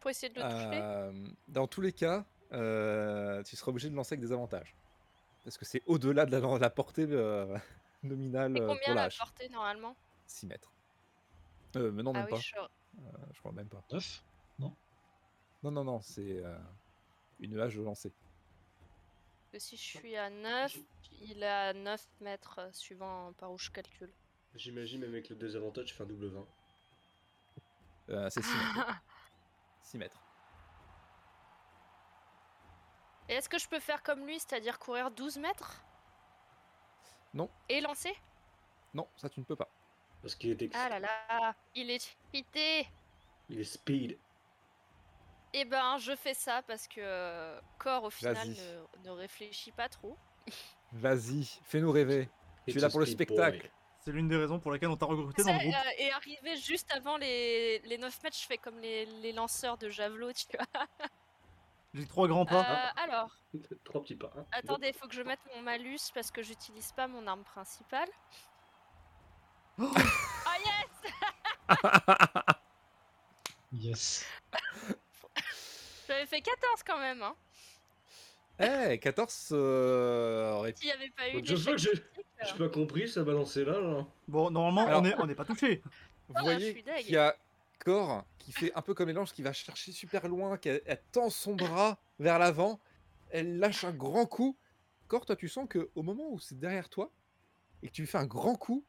pour essayer de le toucher. Euh, dans tous les cas, euh, tu seras obligé de lancer avec des avantages. Parce que c'est au-delà de la, de la portée euh, nominale Et euh, combien pour la la hache. portée normalement 6 mètres. Euh, mais non, même Ah pas. oui, je... Euh, Je crois même pas. 9 Non, non, non, c'est euh, une hache de lancer. que si je suis à 9, il est à 9 mètres euh, suivant par où je calcule. J'imagine même avec le désavantage, je fais un double 20. Euh, c'est 6 mètres. 6 mètres. Et est-ce que je peux faire comme lui, c'est-à-dire courir 12 mètres Non. Et lancer Non, ça tu ne peux pas. Parce qu'il est, ex- Ah là là, il est cheaté il est speed. Eh ben, je fais ça parce que euh, corps au final Vas-y. ne, ne réfléchit pas trop. Vas-y, fais-nous rêver. Tu es It's là a pour le speed boy. spectacle. C'est l'une des raisons pour laquelle on t'a recruté dans Ça, le groupe. euh, et arrivé juste avant les, les 9 mètres, je fais comme les, les lanceurs de javelot, tu vois. Les trois grands Ah. pas. Euh, alors, Trois petits pas. hein. attendez, faut que je mette mon malus parce que j'utilise pas mon arme principale. Oh. Ah yes Yes. J'avais fait 14 quand même, hein Eh, 14 euh, aurait- S'il n'y avait pas eu Donc, je d'échec veux que j'ai critique, euh, j'ai pas compris, ça balançait là. là. Bon, normalement, Alors- on est on n'est pas touché. Vous Ah, je voyez suis deg. qu'il y a corps qui fait un peu comme Elange, qui va chercher super loin, qui elle- elle tend son bras vers l'avant, elle lâche un grand coup. Corps, toi, tu sens que au moment où c'est derrière toi et que tu lui fais un grand coup,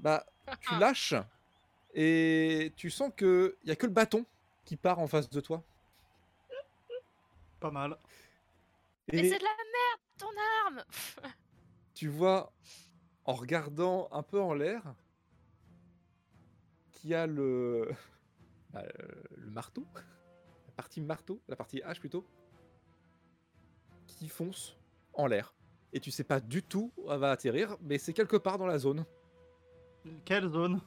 bah tu lâches et tu sens que il y a que le bâton qui part en face de toi. Pas mal. Mais Et- c'est de la merde, ton arme tu vois, en regardant un peu en l'air, qu'il y a le... bah, le- le marteau, la partie marteau, la partie hache plutôt, qui fonce en l'air. Et tu sais pas du tout où elle va atterrir, mais c'est quelque part dans la zone. Quelle zone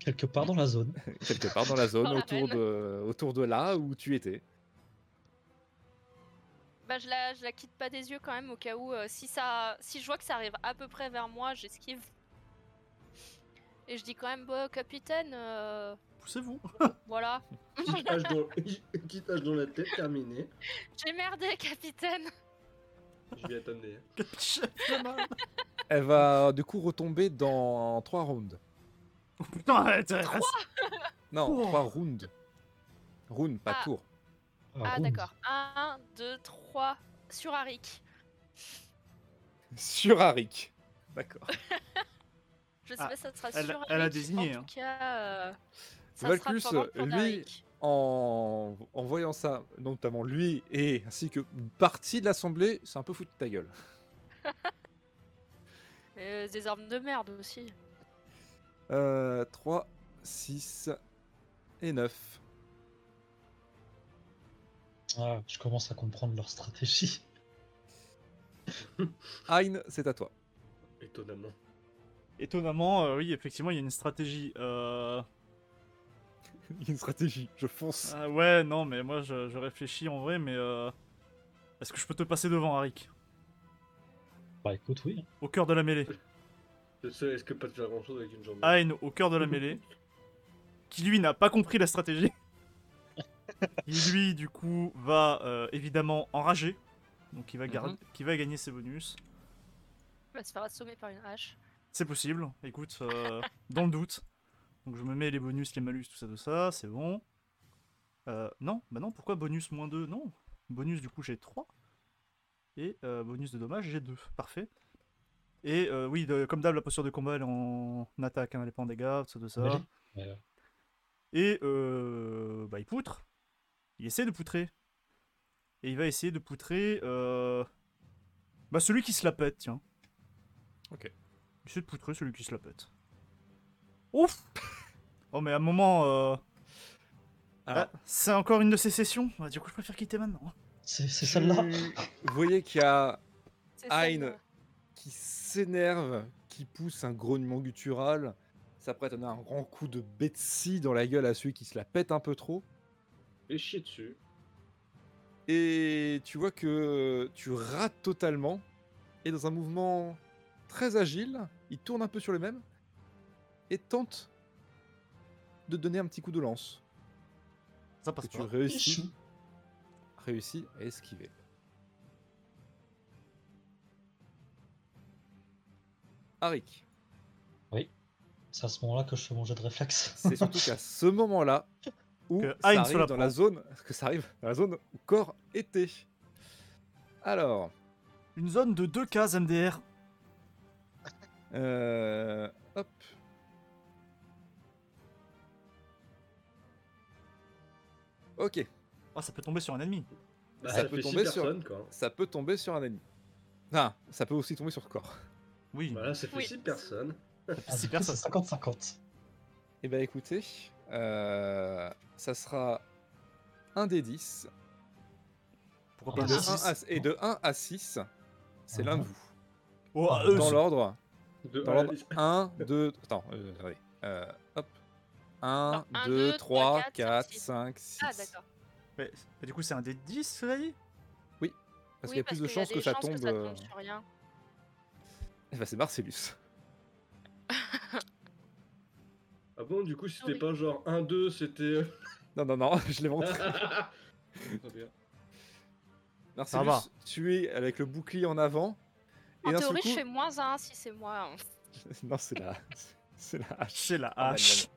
Quelque part dans la zone. Quelque part dans la zone, Dans la autour, veine. de, autour de là où tu étais. Bah je la, je la quitte pas des yeux quand même au cas où euh, si ça si je vois que ça arrive à peu près vers moi, j'esquive. Et je dis quand même bah, capitaine euh, Poussez-vous. voilà, Petite hache dans, petite hache dans la tête, terminé. j'ai merdé capitaine. Je vais hein. attendais. Pas mal. Elle va du coup retomber dans trois rounds. Oh, putain, arrête, arrête. Non, Oh. trois rounds. Rounds, pas Ah. tour. Ah round. d'accord. 1 2 3 sur Arik. Sur Arik. D'accord. Je sais Ah, pas si ça sera elle- sur elle a Arik. désigné, En hein. tout cas euh, ça sera Valkus, pendant le tour lui, d'Arik. en, en voyant ça, notamment lui et ainsi que une partie de l'assemblée, c'est un peu foutu de ta gueule. Mais, euh, des armes de merde aussi. Euh, 3, 6 et 9. Ah, je commence à comprendre leur stratégie. Hein, c'est à toi. Étonnamment. Étonnamment, euh, oui, effectivement, il y a une stratégie. Euh... Une stratégie, je fonce. ah ouais, non, mais moi, je, je réfléchis en vrai, mais... euh, Est-ce que je peux te passer devant, Arik Bah écoute, oui. Au cœur de la mêlée. Le seul, est-ce que pas de faire grand chose avec une jambe Ah. Ayn au cœur de la mêlée, qui lui n'a pas compris la stratégie. Il lui, du coup, va euh, évidemment enrager, donc il va, garder, Mhm. qui va gagner ses bonus. On va se faire assommer par une hache. C'est possible, écoute, euh, dans le doute. Donc je me mets les bonus, les malus, tout ça, tout ça, c'est bon. Euh, non, bah non, pourquoi bonus moins 2 Non, bonus du coup j'ai 3. Et euh, bonus de dommage j'ai 2, parfait. Et euh, oui, de- comme d'hab, la posture de combat elle est en attaque, hein, elle est pas en dégâts, tout ça, tout ça. Allez. Mais, euh, Et euh, bah, il poutre. Il essaie de poutrer. Et il va essayer de poutrer. euh, Bah, celui qui se la pète, tiens. Ok. Il essaie de poutrer celui qui se la pète. Ouf Oh, mais à un moment. euh, Alors. ah, c'est encore une de ces sessions Ah, Du coup, je préfère quitter maintenant. c'est c'est celle-là. Vous voyez qu'il y a C'est Hein celle- qui s'énerve, qui pousse un grognement guttural, s'apprête à donner un grand coup de Betsy dans la gueule à celui qui se la pète un peu trop. Et chier dessus. Et tu vois que euh, tu rates totalement. Et dans un mouvement très agile, il tourne un peu sur le même et tente de donner un petit coup de lance. Ça Que passe tu pas. réussis, réussis à esquiver. Arik, C'est à ce moment-là que je fais mon jet de réflexe. c'est surtout qu'à ce moment-là où Que ça Hein se arrive la dans la prend. zone que ça arrive dans la zone où corps était. Alors, Une zone de deux cases MDR. Euh, hop. Ok, Ah, ça peut tomber sur un ennemi. Bah, Ça ça, peut fait six tomber sur- personnes, quoi. ça peut tomber sur un ennemi. Ah, ça peut aussi tomber sur le corps. Oui, Voilà, ça fait Oui. 6 personnes. Ah, c'est du coup, personne. c'est 50-50. Eh ben écoutez, euh, ça sera un des 10. Pourquoi Et pas de, Ah, 1 à, six. et de 1 à 6, c'est l'un de vous. Oh, ah, eux, Dans l'ordre. De Dans un à l'ordre. dix. 1, 2, attends, euh, attendez. Euh, hop. 1, Non, un, 2, deux, 3, trois, quatre, 4, cinq, six. 5, Ah 6. d'accord. mais- mais du coup, c'est un des 10, cela dit Parce qu'il Oui, y a plus de qu'il chances que des ça chances tombe. euh, sur rien. eh ben, c'est Marcellus. Ah bon, du coup, c'était Sorry. pas genre 1-2, c'était. Non, non, non, je l'ai montré. Très bien. Marcellus, va. tu es avec le bouclier en avant. En d'un seul théorie, je coup- fais moins 1 si c'est moi. hein. Non, c'est la... c'est la hache. C'est la Ah, hache.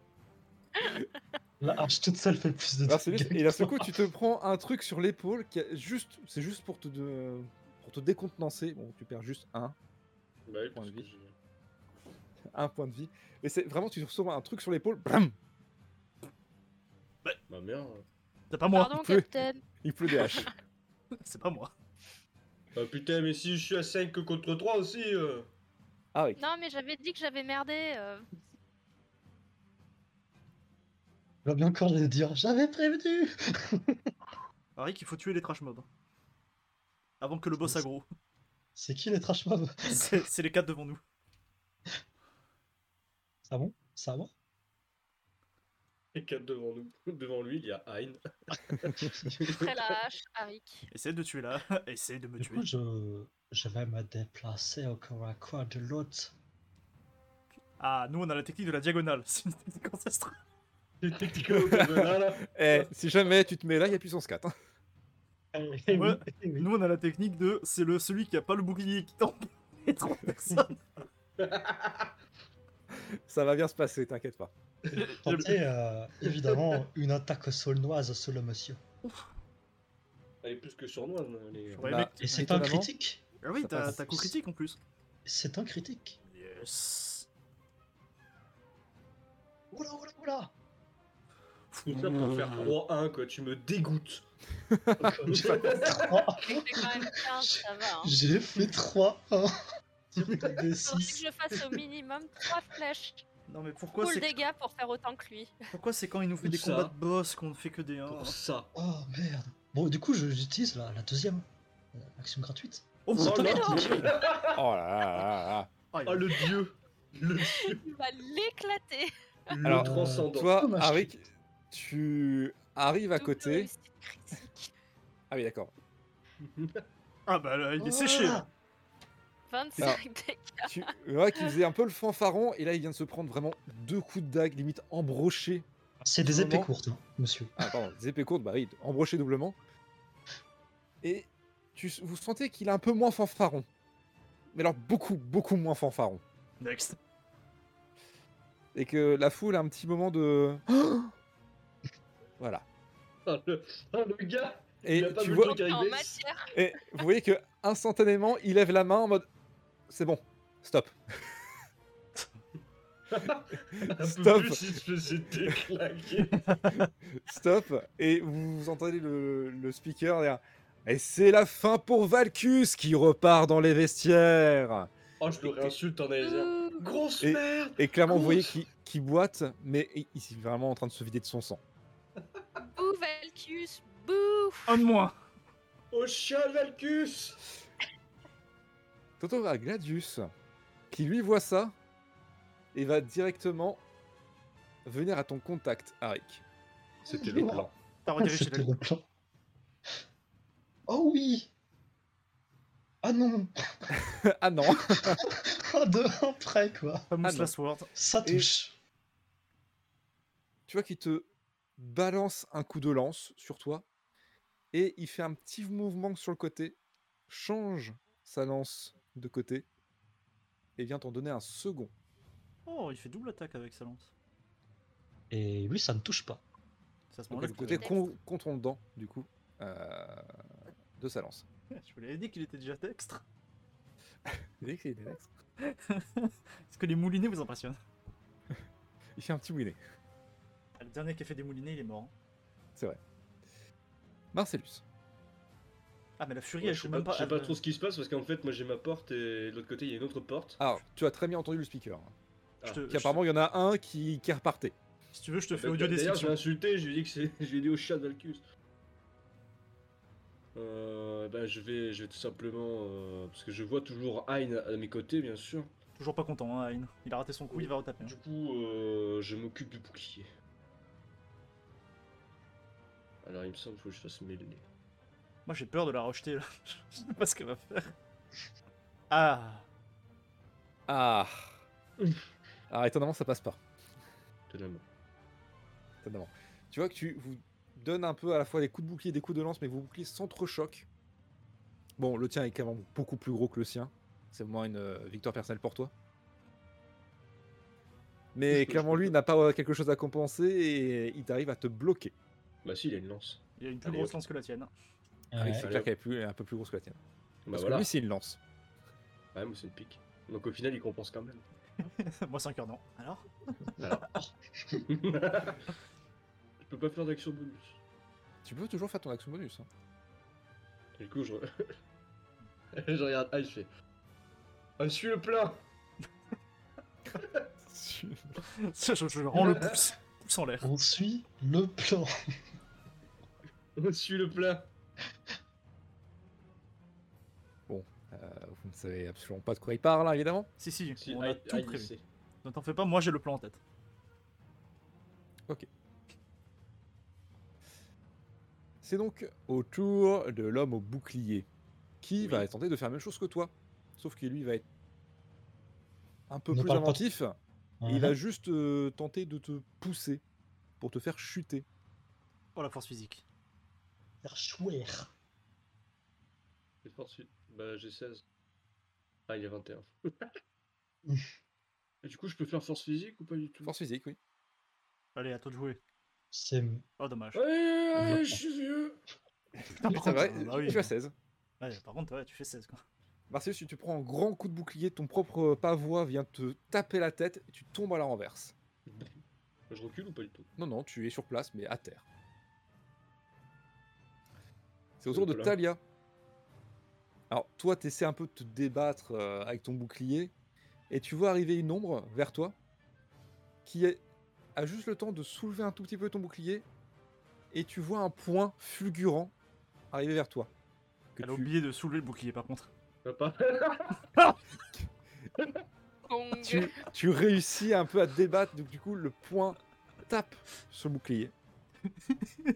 La hache toute seule fait plus de Alors, Ah, c'est dégâts juste- que et d'un toi. seul coup, tu te prends un truc sur l'épaule, qui a juste, c'est juste pour te, de- pour te décontenancer. Bon, tu perds juste un, Bah oui, Point parce de que vie. j'ai- un point de vie. Mais c'est vraiment, tu te reçois un truc sur l'épaule, blam, Ma mère. euh. C'est pas moi. Pardon, il pleut. Captain. il pleut des haches. C'est pas moi. Ah putain, mais si je suis à 5 contre 3 aussi. euh. Ah oui. Non, mais j'avais dit que j'avais merdé. euh. Il va bien encore le dire. J'avais prévenu. Arik, il faut tuer les trash mobs. Avant que le boss aggro. C'est qui les trash mobs C'est c'est les quatre devant nous. Ah bon Ça va Et quatre devant nous. Devant lui, il y a Hein. Après la hache, Arik. Essaye de tuer là. Essaye de me Du tuer. coup, je... je vais me déplacer au corps à corps de l'autre. Ah, nous on a la technique de la diagonale. C'est une technique ancestrale. C'est technique au Canada, là. Eh, si jamais tu te mets là, il y a puissance 4. hein. Eh oui, Ouais. eh oui. Nous on a la technique de c'est le celui qui a pas le bouclier qui tombe. Et trois personnes. Ça va bien se passer, t'inquiète pas. Tentez euh, évidemment une attaque saulnoise sur le monsieur. Elle est plus que sournoise, les J'aurais Bah, aimé que- Et c'est un Étonnamment. critique Ah oui, ça t'as passe. t'as coup critique en plus. C'est un critique Yes. Oula oula oula Tout ça pour faire 3-1, quoi. Tu me dégoûtes. J'ai fait quand même 15, ça va. Hein. J'ai fait 3 1 sur des Faudrait que 6 je fasse au minimum 3 flèches. Non mais pourquoi Cool c'est dégâts pour faire autant que lui. pourquoi c'est quand il nous fait des Ça. combats de boss qu'on ne fait que des 1 Pour ça. Oh merde Bon du coup je- j'utilise la, la deuxième euh, action gratuite. Oh, C'est Oh un là critique Oh là là là là. Ah, il Ah, a- le dieu. Le dieu. Il va l'éclater. Le Alors, transcendant. Toi, dommage. Arik, tu arrives à Double côté. réussite critique. Ah oui, d'accord. Ah bah là, Oh. il est séché. Ah, là. Ah. 25 Alors. dégâts. Tu vois qu'il faisait un peu le fanfaron, et là, il vient de se prendre vraiment deux coups de dague, limite embroché. C'est Du des épées moment- courtes, hein, monsieur. Ah, pardon, des épées courtes, bah oui, embroché doublement. Et tu, vous sentez qu'il est un peu moins fanfaron. Mais alors, beaucoup, beaucoup moins fanfaron. Next. et que la foule a un petit moment de voilà. Ah, le... ah, le gars. Et il a pas tu vu vois, le truc En arriver. matière. et vous voyez que instantanément, il lève la main en mode c'est bon, stop. Un peu Stop. plus, il se faisait déclaquer. Stop et vous, vous entendez le, le speaker derrière. Et c'est la fin pour Valkus qui repart dans les vestiaires. Oh, je le réinsulte en alésien. Ouh. Grosse Et- merde. Et clairement, vous voyez qu'il qu'il boite, mais il il est vraiment en train de se vider de son sang. Bouh, Valkus. Bouh. Un de moins. Au chien, Valkus. Toto va à Gladius, qui lui voit ça, et va directement venir à ton contact, Arik. C'était le plan. T'as Ah, retiré chez C'était la le plan. Oh oui Ah non ah non Ah de un près quoi Ah fameuse non. la sword. Ça Et- touche tu vois qu'il te balance un coup de lance sur toi et il fait un petit mouvement sur le côté, change sa lance de côté et vient t'en donner un second. Oh, il fait double attaque avec sa lance. Et lui ça ne touche pas. Ça se Donc, m'enlève. le que- côté Texte. con- contre dent du coup euh, de sa lance. Je vous l'avais dit qu'il était déjà textre. Il Est-ce que les moulinets vous impressionnent fait un petit winner. Ah, Le dernier qui a fait des moulinets, il est mort. hein. Marcellus. Ah, mais la furie, Ouais, elle je sais joue pas, même pas. euh, je sais pas elle- trop ce qui se passe parce qu'en fait, moi j'ai ma porte et de l'autre côté il y a une autre porte. Ah. Alors, tu as très bien entendu le speaker. hein, je te- Qui apparemment, il y en a un qui, qui est reparté. Si tu veux, je te fais Bah, audio D'ailleurs, je l'ai description. insulté, je lui ai dit que c'est, je lui ai dit au chat de Valkus. Euh, ben, je vais, je vais tout simplement, euh, parce que je vois toujours Hein à mes côtés, bien sûr. Toujours pas content, hein, Ayn. Il a raté son coup, il va retaper. hein. Du coup, euh, je m'occupe du bouclier. Alors, il me semble qu'il faut que je fasse mêler. Moi, j'ai peur de la rejeter, là. Je sais pas ce qu'elle va faire. Ah Ah Alors, étonnamment, ça passe pas. Étonnamment. Étonnamment. Tu vois que tu vous donnes un peu à la fois des coups de bouclier et des coups de lance, mais vos boucliers s'entrechoquent. Bon, le tien est quand même beaucoup plus gros que le sien. C'est au moins une euh, victoire personnelle pour toi. Mais clairement, lui il n'a pas euh, quelque chose à compenser et il t'arrive à te bloquer. Bah si, il a une lance. Il y a une plus Allez, grosse hop. lance que la tienne. hein. Ah Oui, Ouais. c'est clair qu'elle est plus- un peu plus grosse que la tienne. Bah Parce que voilà. lui, c'est une lance. Ouais, moi, c'est une pique. Donc au final, il compense quand même. Moi, 5 heures, non. Alors Je peux pas faire d'action bonus. Tu peux toujours faire ton action bonus. hein. Du coup, je, je regarde Ah, je fais. Ah, je suis le plein je, je- je rends le pouce, pouce en l'air. On suit le plan. Je suis le plein Euh, vous ne savez absolument pas de quoi il parle, là, évidemment. Si, si, Si, on a Hyde- tout Hyde, il prévu. sait. Ne t'en fais pas, moi j'ai le plan en tête. C'est donc au tour de l'homme au bouclier, qui Oui. va tenter de faire la même chose que toi. Sauf que lui, il va être un peu Ne plus parle pas de- inventif. et Il va juste euh, tenter de te pousser pour te faire chuter. Oh, la force physique. faire chouère. C'est fort dessus. Bah, j'ai 16. Ah, il est 21. Et du coup, je peux faire force physique ou pas du tout Force physique, oui. Allez, à toi de jouer. C'est Oh, dommage. Ouais, ouais, ouais, je suis vieux Putain, C'est par contre, vrai, Ah euh, bah oui. tu as 16. Ouais, par contre, ouais, tu fais 16 quoi. Marcellus, si tu prends un grand coup de bouclier, ton propre pavois vient te taper la tête et tu tombes à la renverse. Bah, Je recule ou pas du tout Non, non, tu es sur place, mais à terre. C'est au tour Ouh de là. Talia. Alors, toi, tu essaies un peu de te débattre euh, avec ton bouclier, et tu vois arriver une ombre vers toi qui est- a juste le temps de soulever un tout petit peu ton bouclier, et tu vois un point fulgurant arriver vers toi. que Elle a tu- oublié de soulever le bouclier par contre. Papa Gong. tu, tu réussis un peu à te débattre, donc du coup le point tape sur le bouclier.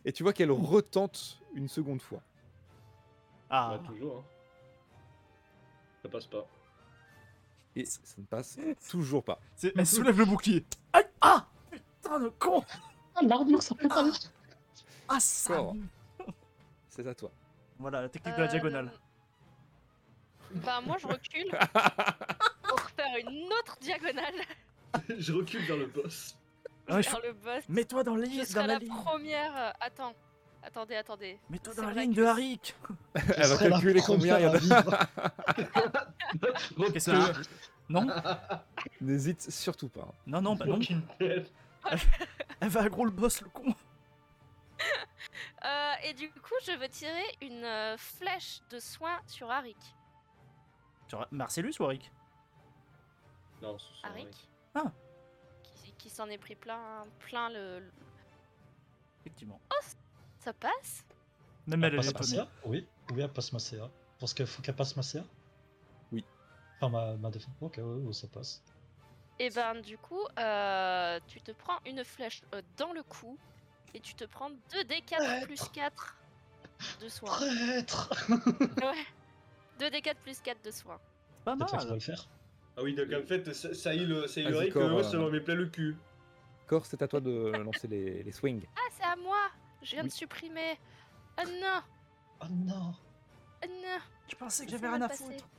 Et tu vois qu'elle retente une seconde fois. Ah, Bah, toujours, hein. Ça passe pas. Et ça ne passe toujours pas. c'est- elle soulève le bouclier. Aïe, Ah, Putain de con Ah, l'armure, ça peut pas. Ah, ça Encore. C'est à toi. Voilà, la technique de la Euh, diagonale. Bah moi je recule pour faire une autre diagonale je recule vers le boss. Ah, il faut- vers le boss. Mets-toi dans, la Je ligne- serai dans la la ligne. première. euh, Attends, attendez, attendez. Mets-toi C'est dans la vrai ligne que de c'est- Harik. Elle va calculer combien il y en a. Qu'est-ce que Non, N'hésite surtout pas. hein. non, non, bah non. Elle va aggro le boss, le con. Euh, et du coup, je veux tirer une euh, flèche de soin sur Arik. Genre, Marcellus ou Harik Non, ce sont Arik. Ah. Qui, qui s'en est pris plein, plein le. le- Effectivement. Ça passe Même elle, elle est étonnée. Oui, oui, elle passe ma CA. Parce qu'il faut qu'elle passe ma CA Oui. Enfin, ma, ma défense. Ok, ouais, ouais, ça passe. Et ben du coup, euh, tu te prends une flèche euh, dans le cou et tu te prends 2d4 plus 4 de soin. Prêtre Ouais. 2d4 plus 4 de soin. Pas Peut-être qu'on va mal. le faire. Ah oui, donc en fait, ça, ça y le, ça y Vas-y, le Rick, corps, euh, euh. ça m'en met plein le cul. Cor, c'est à toi de lancer les, les swings. Ah, c'est à moi Je viens Oui. de supprimer. Ah non Oh non Ah non Je pensais que Ils j'avais sont rien mal à passés. foutre.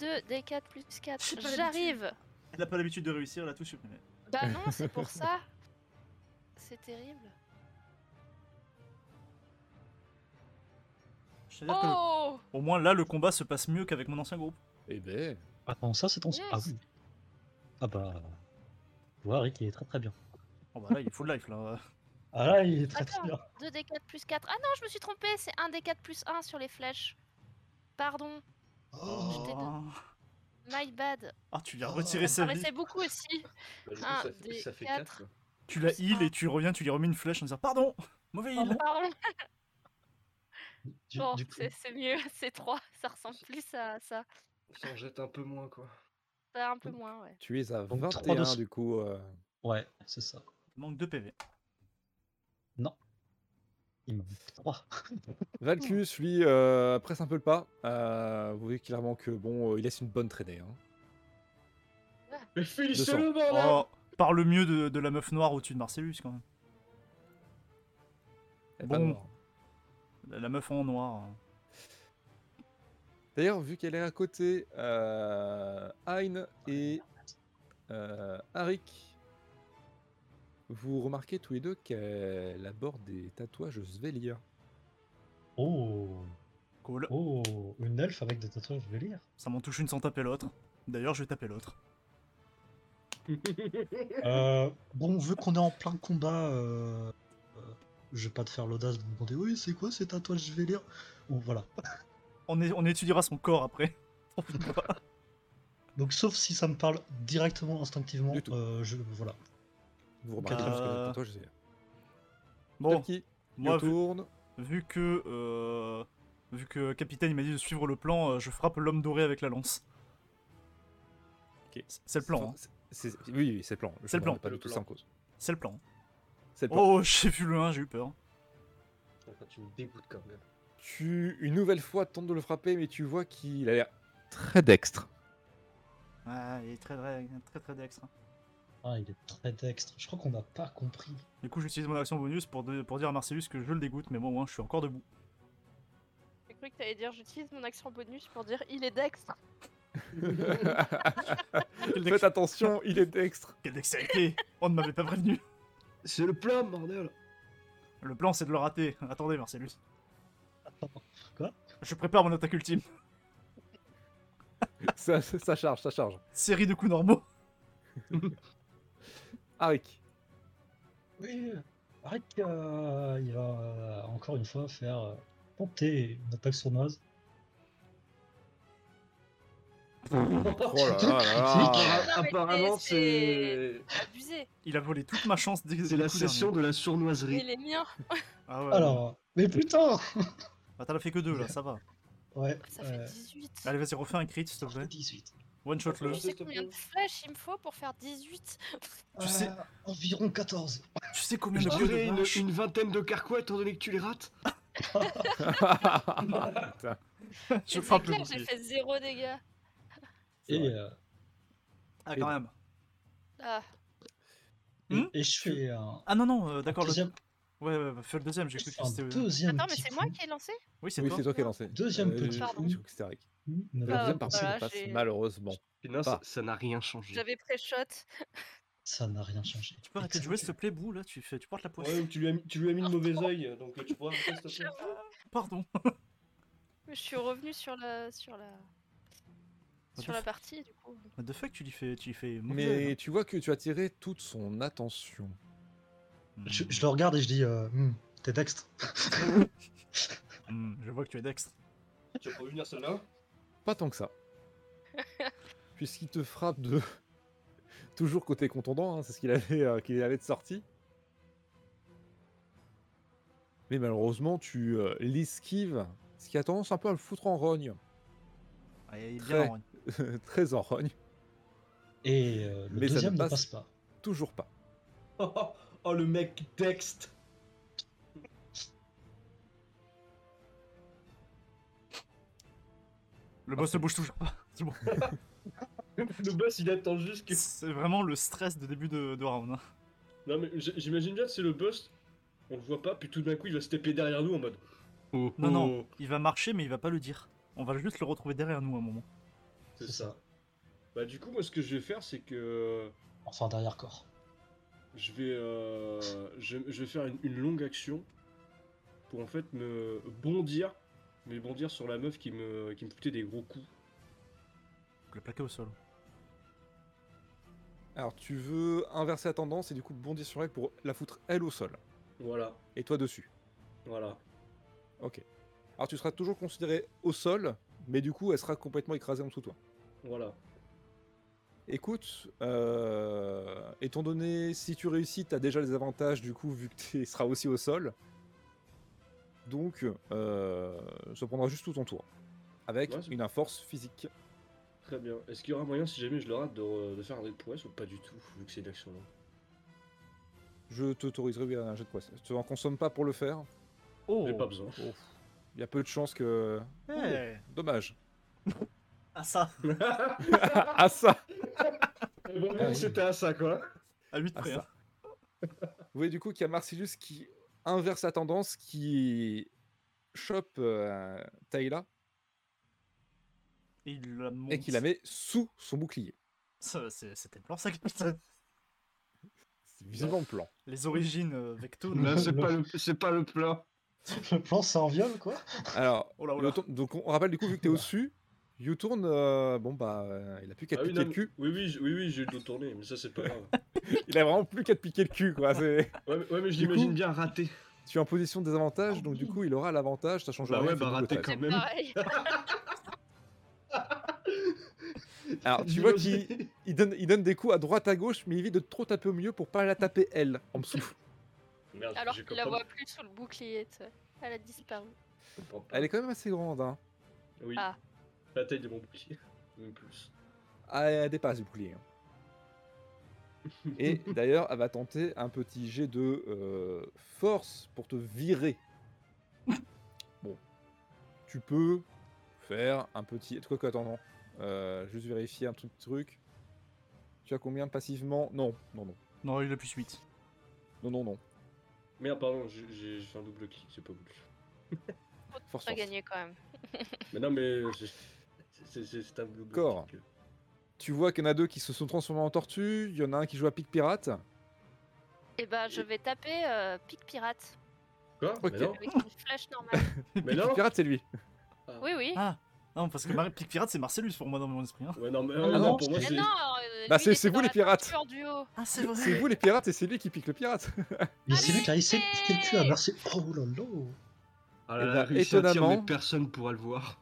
2d4 plus 4. J'ai pas l'habitude. J'arrive Elle a pas l'habitude de réussir, elle a tout supprimé. Bah non, c'est pour ça. C'est terrible. C'est-à-dire que le- Oh Au moins là, le combat se passe mieux qu'avec mon ancien groupe. Eh ben. Attends, ça c'est ton. Yes. Ah oui. Ah bah. Ouais, Rick, il est très très bien. Oh bah là, il est full life là. Ah là, il est très très Attends. bien. 2d4 plus 4. Ah non, je me suis trompée, c'est 1d4 plus 1 sur les flèches. Pardon, Oh, t'ai donné. my bad. Ah, tu lui as Oh. retiré Ça sa vie. paraissait beaucoup aussi. Bah, du coup, Un, ça, fait- des ça fait quatre. 4. Tu la heal et tu reviens, tu lui remets une flèche en disant Pardon Mauvais heal Pardon, du, Bon, du coup, c'est c'est mieux, c'est 3. Ça ressemble plus à ça. Ça en jette un peu moins, quoi. Bah, un peu moins, ouais. Tu es à Donc, 21 trois de- du coup. euh, ouais, c'est ça. Manque de PV. Il me manque 3. Valkus, lui, euh, presse un peu le pas. Euh, vous voyez clairement que bon, euh, il laisse une bonne traînée. hein. Mais Deux finissez-le, bordel Oh, par le mieux de, de la meuf noire au-dessus de Marcellus quand même. Elle est pas Bon. noire. La, la meuf en noir. hein. D'ailleurs, vu qu'elle est à côté, euh, Hein et Euh, Arik, vous remarquez tous les deux qu'elle aborde des tatouages Svelia. Oh, Cool. oh, une elfe avec des tatouages, je vais lire. Ça m'en touche une sans taper l'autre. D'ailleurs, je vais taper l'autre. Euh, bon, vu qu'on est en plein combat, euh, euh, je vais pas te faire l'audace de me demander oui, c'est quoi ces tatouages, je vais lire. Ou voilà. On, é- on étudiera son corps après. On fait pas. Donc, sauf si ça me parle directement, instinctivement, Du tout. euh, je, voilà. Vous Ah. remarquez Quatre. juste que Euh, les tatouages Svelia. bon, Taki, moi, vu, tourne. vu que. euh, vu que Capitaine il m'a dit de suivre le plan, euh, je frappe l'homme doré avec la lance. Ok. C'est- C'est le plan. Enfin, hein. c'est- c'est- oui, oui, c'est le plan. Je C'est le remets plan. Pas Le du tout plan. ça en cause. C'est le plan. C'est le plan. Oh, j'ai vu le 1, j'ai eu peur. Enfin, tu me dégoûtes quand même. Tu, une nouvelle fois, tentes de le frapper, mais tu vois qu'il a l'air très dextre. Ah, il est très très, très, très dextre. hein. Ah, il est très dextre. Je crois qu'on n'a pas compris. Du coup, j'utilise mon action bonus pour, de- pour dire à Marcellus que je le dégoûte, mais bon, au moins, je suis encore debout. J'ai cru que t'allais dire j'utilise mon action bonus pour dire il est dextre. Quelle, dex- Faites attention, il est dextre. quelle dextérité On ne m'avait pas prévenu C'est le plan, bordel Le plan, c'est de le rater. Attendez, Marcellus. Attends. Je prépare mon attaque ultime. ça, ça- ça charge, ça charge. Série de coups normaux. Arik, Oui, Arik, euh, il va euh, encore une fois faire euh, tenter une attaque sournoise. Oh là là là là. Appara- Non, mais Apparemment, c'est- c'est Abusé. Il a volé toute ma chance dès c'est du la coup session dernier. de la sournoiserie. Il est mien. Ah ouais. Alors, mais putain Bah, t'en as fait que deux là, ça va. Ouais, Ça euh, fait 18. Allez, vas-y, refais un crit, s'il te plaît. 18. One shot le. Tu sais s'il te combien de plaît. flèches il me faut pour faire 18 Tu sais- Euh, environ 14. Tu sais combien Je de coups dirais de une, vache une vingtaine de carquois étant donné que tu les rates. Putain. Je C'est frappe le clair, J'ai bouclier. fait 0 dégâts. C'est vrai. Et, euh, Ah, quand même. Ah, et- Hmm et je fais un, Ah non, non, euh, un d'accord. Le... deuxième, Ouais, ouais, ouais, fais le deuxième, j'ai je cru fais que un c'était. euh, deuxième attends, mais petit c'est moi coup. qui ai lancé Oui, c'est oui, toi. c'est toi qui as lancé. Deuxième Euh, petit j'ai- pardon. j'ai cru que c'était Arik. Ne La deuxième Ah, voilà, partie ne passe j'ai- malheureusement. Putain, Pas. ça- ça n'a rien changé. J'avais pré-shot. Ça n'a rien changé. Tu peux arrêter de jouer, s'il te plaît, Bou, là, tu, fais... tu portes la poisse. Ouais, ou tu lui as mis, tu lui as mis le mauvais oeil, donc tu pourras arrêter, s'il te plaît. Pardon. Je suis revenue sur la, sur la, sur la partie du coup. What the fuck, tu lui fais. Tu lui fais mauvais, Mais là. tu vois que tu as tiré toute son attention. Hmm, Je, je le regarde et je dis euh, Hmm, T'es dextre. hmm, je vois que tu es dextre. Tu vas pas venir celle-là Pas tant que ça. Puisqu'il te frappe de. Toujours côté contondant, hein, c'est ce qu'il avait, euh, qu'il avait de sortie. Mais malheureusement, tu euh, l'esquives, ce qui a tendance un peu à le foutre en rogne. Ah, il est bien Très. en rogne. Très en rogne. Et euh, le Mais ça ne deuxième ne passe- passe pas. Toujours pas. oh, le mec texte Le boss ne bouge toujours pas. C'est bon. Le boss il attend juste que. C'est vraiment le stress de début de, de round. hein. Non mais j- j'imagine bien que c'est le boss, on le voit pas, puis tout d'un coup il va se taper derrière nous en mode. Oh, Non, oh, non. Il va marcher, mais il va pas le dire. On va juste le retrouver derrière nous à un moment. C'est ça. Bah du coup moi ce que je vais faire c'est que euh, Enfin, derrière corps. je vais euh, je, je vais faire une, une longue action pour en fait me bondir, mais bondir sur la meuf qui me qui me foutait des gros coups. Le plaquer au sol. Alors tu veux inverser la tendance et du coup bondir sur elle pour la foutre elle au sol. Voilà, Et toi dessus. voilà. Ok. Alors tu seras toujours considéré au sol, mais du coup elle sera complètement écrasée en dessous de toi. Voilà. Écoute, euh, étant donné si tu réussis, t'as déjà les avantages du coup vu que tu seras aussi au sol. Donc, euh, ça prendra juste tout ton tour. Avec Ouais, c'est- une force physique. Très bien. Est-ce qu'il y aura moyen, si jamais je le rate, de, re- de faire un jet de prouesse ou pas du tout, vu que c'est une action longue Je t'autoriserai oui, à un jet de poisse. Tu en consommes pas pour le faire. Oh J'ai pas besoin. Il y a peu de chances que. Hey. Dommage. Ah ça ah ça Vraiment, c'était à ça, quoi. À 8 Ah, près. ça. hein. Vous voyez du coup qu'il y a Marcellus qui inverse la tendance, qui chope euh, Tayla Et il la monte. et qui la met sous son bouclier. Ça, c'est- C'était le plan, ça, capitaine. C'est vivement le plan. Les origines euh, Vecto. Là, non. c'est pas, le- c'est pas le plat. Le plan, c'est un viol, quoi. Alors, Oh Ah, là, oh le là. tour- donc on rappelle du coup, vu que t'es au-dessus, You tourne, euh, bon bah, euh, il a plus qu'à Ah te oui, piquer non, le mais- cul. oui, oui, je- oui, oui, j'ai eu le dos tourné, mais ça, c'est pas grave. Il a vraiment plus qu'à te piquer le cul, quoi. c'est- Ouais, mais, ouais, mais je Du coup- l'imagine bien raté. tu es en position de désavantage, donc du coup, il aura l'avantage, ça change Bah rien. ouais, c'est bah double raté tag. quand C'est même. pareil. Alors, tu vois qu'il il donne, il donne des coups à droite, à gauche, mais il évite de trop taper au milieu pour pas la taper elle, en dessous. Merde, Alors je qu'il la comprends- voit plus sous le bouclier. tu sais. Elle a disparu. je comprends pas. Elle est quand même assez grande, hein. Oui, Ah. la taille de mon bouclier. Même plus. Ah, elle dépasse le bouclier. hein. Et d'ailleurs, elle va tenter un petit jet de euh, force pour te virer. Bon, tu peux faire un petit. Quoi que attends, non. Euh, juste vérifier un truc, truc. Tu as combien passivement Non, non, non, Non, il a plus 8. non, non, non. Merde, pardon, j'ai- j'ai j'ai fait un double clic, c'est pas voulu. Force. T'as force. gagné quand même. Mais non, mais c'est- c'est c'est- c'est un double Corps. clic. Tu vois qu'il y en a deux qui se sont transformés en tortues. Il y en a un qui joue à pique pirate. Et ben, je vais taper euh, Pic Pirate Quoi Ok. Mais non, avec une flèche normale. mais Pique non pirate, c'est lui. Oui, oui. Ah Non, parce que Mar- Pic Pirate, c'est Marcellus pour moi dans mon esprit. hein. Ouais, non, mais Ah non, non, pour moi, Mais c'est. non euh, Bah, lui, c'est- il c'est était vous, dans les la pirates. ceinture du haut. Ah, c'est vrai C'est vous les pirates et c'est lui qui pique le pirate. Mais c'est lui qui a Allez, essayé de piquer le cul à Marseille. Oh là là Ah Eh là ben, là, réussi à dire, étonnamment- mais personne pourra le voir.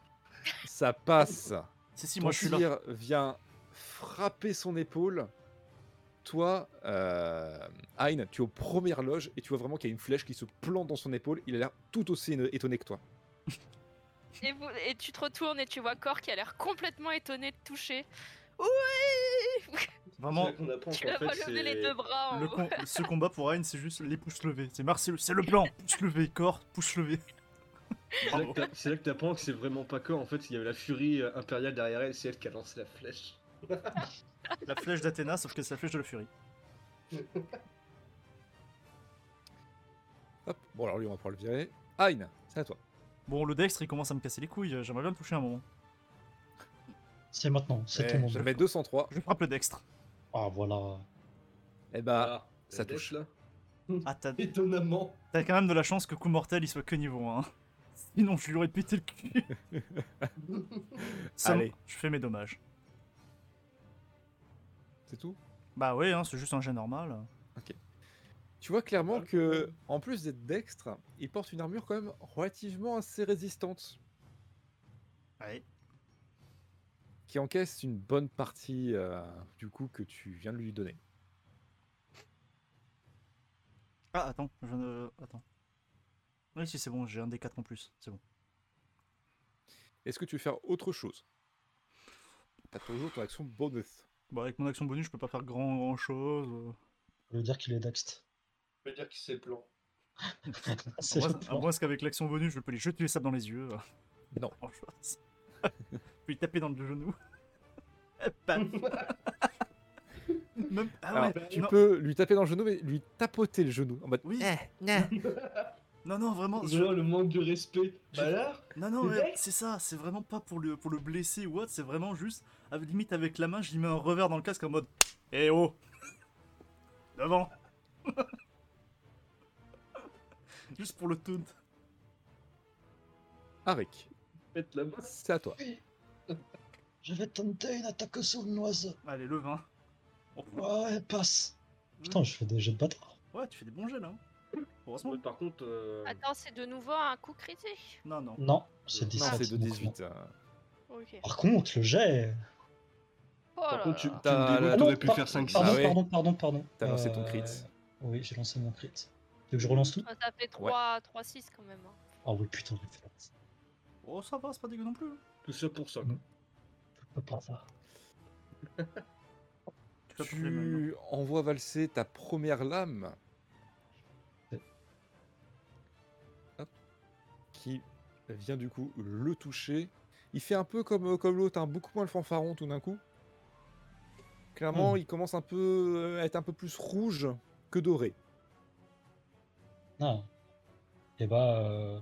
Ça passe. Si, si, moi Ton je suis là. tir vient frapper son épaule. Toi, euh, Hein, tu es aux premières loges et tu vois vraiment qu'il y a une flèche qui se plante dans son épaule. Il a l'air tout aussi éno- étonné que toi. Et, vous- et tu te retournes et tu vois Cor qui a l'air complètement étonné de toucher. Oui Vraiment, C'est vrai qu'on apprend Tu qu'en la vois fait, lever les c'est- deux bras en le haut. com- ce combat pour Ayn, c'est juste les pouces levés. C'est Marcellus, c'est le plan Pouce levé, corps, pouce levé. C'est là que t'a- c'est là que t'apprends que c'est vraiment pas corps. En fait, il y avait la furie euh, impériale derrière elle, c'est elle qui a lancé la flèche. La flèche d'Athéna, sauf que c'est la flèche de la furie. Hop. Bon, alors lui, on va pouvoir le virer. Hein, c'est à toi. Bon, le Dextre, il commence à me casser les couilles. euh, J'aimerais bien le toucher un moment. C'est maintenant, c'est Eh, ton moment. J'avais 203. Je frappe le Dextre. Ah voilà. Eh bah, ça la dette, touche. là. Ah, t'as Étonnamment. t'as quand même de la chance que coup mortel, il soit que niveau 1. Sinon, je lui aurais pété le cul. Ça, Allez. Je fais mes dommages. c'est tout. Bah ouais, hein, c'est juste un jet normal. Tu vois clairement Voilà. que, en plus d'être dextre, il porte une armure quand même relativement assez résistante, Allez. qui encaisse une bonne partie euh, du coup que tu viens de lui donner. Ah, attends, je viens de... Attends. Oui, si, c'est bon, j'ai un des 4 en plus. C'est bon. Est-ce que tu veux faire autre chose T'as toujours ton action bonus. Bon, Bah, avec mon action bonus, je peux pas faire grand, grand chose. Je veux dire qu'il est Daxt. Je veux dire qu'il s'est plan. c'est à le moins, à plan. moins qu'avec l'action bonus, je peux lui jeter les sables dans les yeux. Non. Grand chose. je peux lui taper dans le genou. Bam. Même... Ah Alors, ouais, tu non. peux lui taper dans le genou, mais lui tapoter le genou. En mode, Oui. Eh, nah. Non, non, vraiment. je- le manque de respect. Bah là Non, non, Le ouais, Dex c'est ça, c'est vraiment pas pour le, pour le blesser ou autre, c'est vraiment juste, à- limite avec la main, je lui mets un revers dans le casque en mode Eh oh Devant Juste pour le taunt. Arik, Faites la main. c'est à toi. Je vais tenter une attaque sournoise. Allez, le 20. Oh, Ouais, passe. Putain, je fais des jets de bâtard. Ouais, tu fais des bons jets là. hein. Heureusement. Ouais, Par contre, euh, Attends, oh c'est de nouveau un coup critique Non, non. Non, c'est Non, 17. Non, c'est de donc non. 18. euh. Ok. Par contre, le jet. Oh par là contre, tu, là. tu me T'as dégoûtes, la- t'aurais Non, pu par- faire 5 Ah Pardon, ouais. pardon, pardon, pardon. T'as lancé ton Euh, crit. Oui, j'ai lancé mon crit. Tu veux que je relance tout Ah, Ça fait 3, 3 6 quand même. hein. Ah oui, putain, j'ai fait Oh, ça va, c'est pas dégueu non plus. tout ça pour ça. Mm. Je peux pas ça. Tu tapes les mains, non. Tu envoies valser ta première lame. Ouais. Hop. Qui vient du coup le toucher. Il fait un peu comme, comme l'autre, hein, beaucoup moins le fanfaron tout d'un coup. Clairement, Hmm. il commence un peu euh, à être un peu plus rouge que doré. Non. Et bah. euh,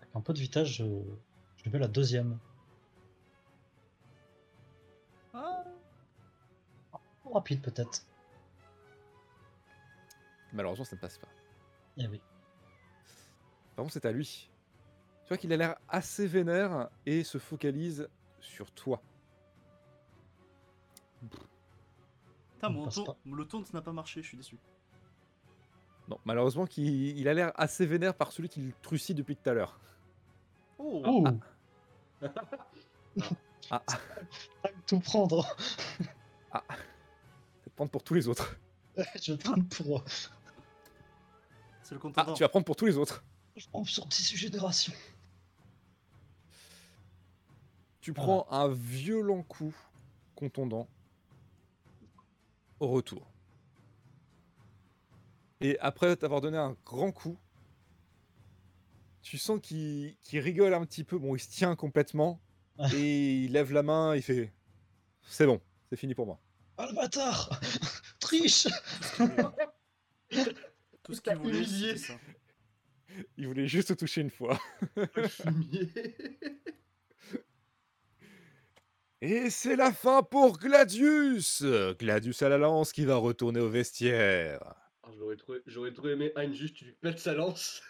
Avec un peu de vitesse, je, je mets la deuxième. Ah, Ah, Rapide peut-être. Malheureusement, ça ne passe pas. Eh oui. Par contre, c'est à lui. Tu vois qu'il a l'air assez vénère et se focalise sur toi. putain, On mon passe taunt- pas. le taunt n'a pas marché, je suis déçu. Non, malheureusement, qu'il il a l'air assez vénère par celui qui le trucide depuis tout à l'heure. Oh, Oh Ah, ah, pas Tout prendre je vais prendre pour tous les autres. Je vais prendre pour. euh, c'est le compte à Ah, rebours. tu vas prendre pour tous les autres. Je prends sur petit sujet de ration. Tu prends un violent coup contondant au retour. Et après t'avoir donné un grand coup, tu sens qu'il qu'il rigole un petit peu. Bon, il se tient complètement et il lève la main. Il fait C'est bon, c'est fini pour moi. Ah le bâtard Triche Tout ce qu'il T'as voulait, humilié. c'était ça. Il voulait juste te toucher une fois. Et c'est la fin pour Gladius Gladius à la lance qui va retourner au vestiaire. Ah, je l'aurais trouvé- J'aurais trop aimé Hein juste, tu lui pètes sa lance.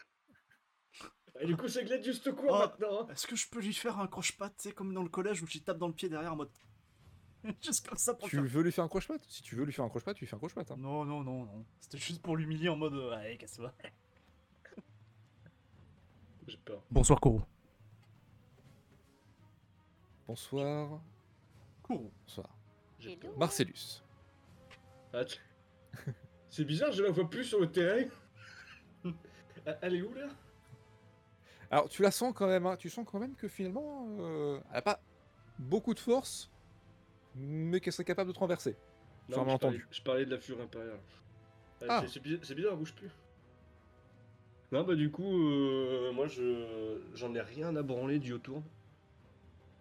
Et du coup, c'est Gladius tout court Oh. maintenant. hein. Est-ce que je peux lui faire un croche-patte, tu sais, comme dans le collège où tu tapes dans le pied derrière en mode. Juste comme ça pour le Tu veux lui faire un croche-patte Si tu veux lui faire un croche-patte, tu lui fais un croche-patte. hein. faire. Non, non, non, non. C'était juste pour l'humilier en mode. euh, Allez, casse-toi. J'ai peur. Bonsoir, Koro. Bonsoir. Koro. Bonsoir. J'ai Hello. peur. Marcellus. Attends. Ah, C'est bizarre, je la vois plus sur le terrain. Elle- Elle est où là Alors, tu la sens quand même, hein, tu sens quand même que finalement, euh, elle a pas beaucoup de force, mais qu'elle serait capable de te renverser. Sur un mais je, parlais, malentendu. je parlais de la fureur impériale. Ah, Ah. c'est- C'est bizarre, c'est bizarre, elle bouge plus. Non, bah du coup, euh, moi je j'en ai rien à branler du autour.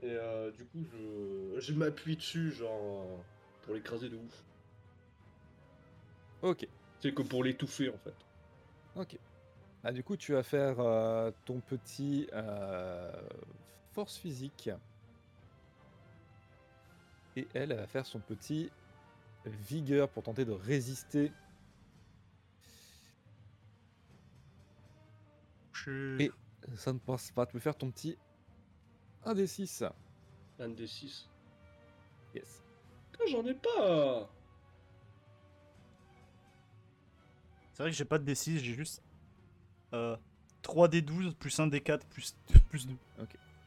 Et euh, du coup, je, je m'appuie dessus, genre, pour l'écraser de ouf. Ok, C'est que pour l'étouffer en fait. ok. Ah, du coup, tu vas faire euh, ton petit euh, force physique. Et elle, elle va faire son petit vigueur pour tenter de résister. Je- Et- Ça ne passe pas. Tu peux faire ton petit 1d6. Un des 6. Yes. Putain, j'en ai pas C'est vrai que j'ai pas de D6, j'ai juste. Euh, 3D12 plus 1D4 plus, plus 2.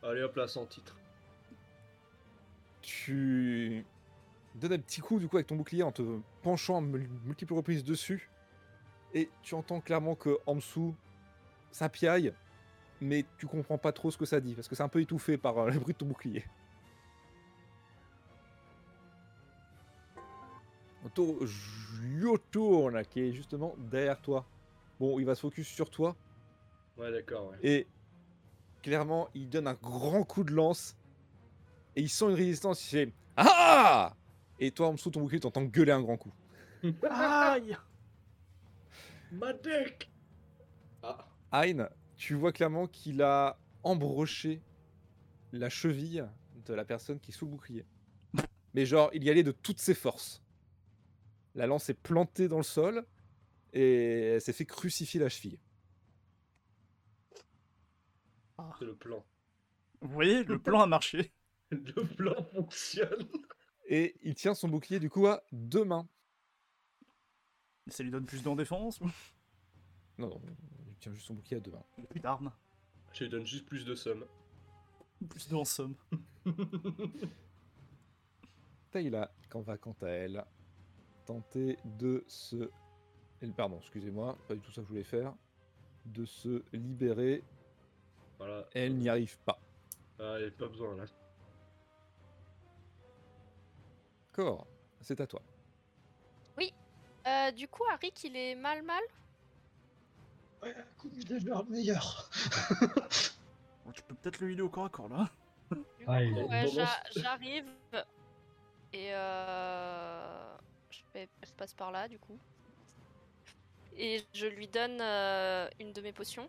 Allez hop là, sans titre. tu donnes un petit coup du coup avec ton bouclier en te penchant à mul- multiples reprises dessus et tu entends clairement que en dessous ça piaille mais tu comprends pas trop ce que ça dit parce que c'est un peu étouffé par euh, le bruit de ton bouclier. Autour Yotourne qui est justement derrière toi. Bon, il va se focus sur toi Ouais, d'accord, ouais. et clairement, il donne un grand coup de lance. Et il sent une résistance. Il fait Ah Et toi, en dessous de ton bouclier, t'entends gueuler un grand coup. Aïe Ma deck Ah, Hein, tu vois clairement qu'il a embroché la cheville de la personne qui est sous le bouclier. Mais genre, il y allait de toutes ses forces. La lance est plantée dans le sol et elle s'est fait crucifier la cheville. c'est le plan. Vous voyez, le plan a marché. Le plan fonctionne Et il tient son bouclier du coup à deux mains. Ça lui donne plus d'en défense ou Non, non, il tient juste son bouclier à deux mains. plus d'armes Je lui donne juste plus de somme. Plus d'en somme. Taïla quand va quant à elle tenter de se. elle- Pardon, excusez-moi, pas du tout ça que je voulais faire. De se libérer. Voilà. Elle n'y arrive pas. Ah, il y a pas besoin là. Cor, c'est à toi. Euh, du coup, Arik, il est mal mal. Ouais, coup de le meilleur Bon, tu peux peut-être le healer au corps à corps là. Du Ah, il coup, a une ouais, tendance. j'a- j'arrive et euh, je, fais- je passe par là, du coup. Et je lui donne euh, une de mes potions.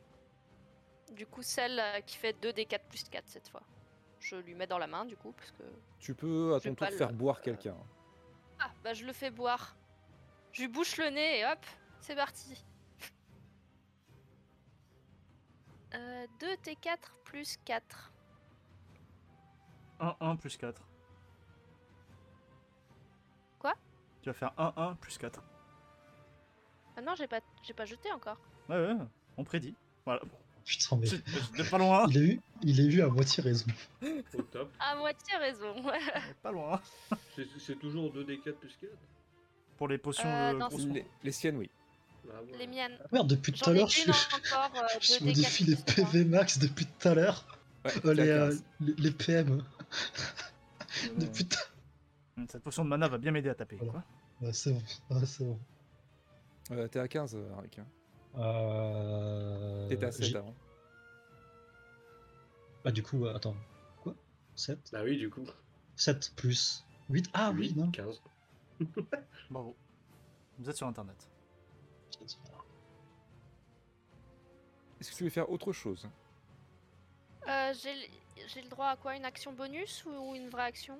Du coup, celle euh, qui fait 2 des 4 plus 4 cette fois. Je lui mets dans la main, du coup, parce que. Tu peux à Je vais ton pas tour le- faire boire euh, quelqu'un. Ah, bah je le fais boire. Je lui bouche le nez et hop, c'est parti. Euh, 2 T4 plus 4. 1, 1 plus 4. Quoi Tu vas faire 1, 1 plus 4. Ah non, j'ai pas, j'ai pas jeté encore. Ouais, ouais, on prédit. Voilà. Putain, mais De pas loin. il a, eu, il a eu à moitié raison. Au top. À Ah, moitié raison. Pas loin. C'est c'est toujours 2d4 plus 4 Pour les potions Euh, de non, gros c'est- sang. Les, les siennes, oui. ah, ouais. Les miennes. Ah Merde, depuis tout J'en à ai l'heure, je, une encore. euh, je deux modifie les T4 plus trois. PV max depuis tout à l'heure. Ouais, Euh, les, t'as euh, 15. les, les PM. Hmm. Euh, Depuis tout à Cette potion de mana va bien m'aider à taper. Voilà. quoi. Ouais, c'est bon. ouais, c'est bon. Euh, T'es à 15, euh, Arik. hein. Euh, T'étais à hein. 7 j'ai- avant. Ah, du coup, euh, attends. Quoi 7 Ah oui, du coup. 7 plus 8 Ah oui, Huit, non 15. Bravo. Vous êtes sur internet. Est-ce que tu veux faire autre chose Euh, j'ai le- j'ai le droit à quoi Une action bonus ou- ou une vraie action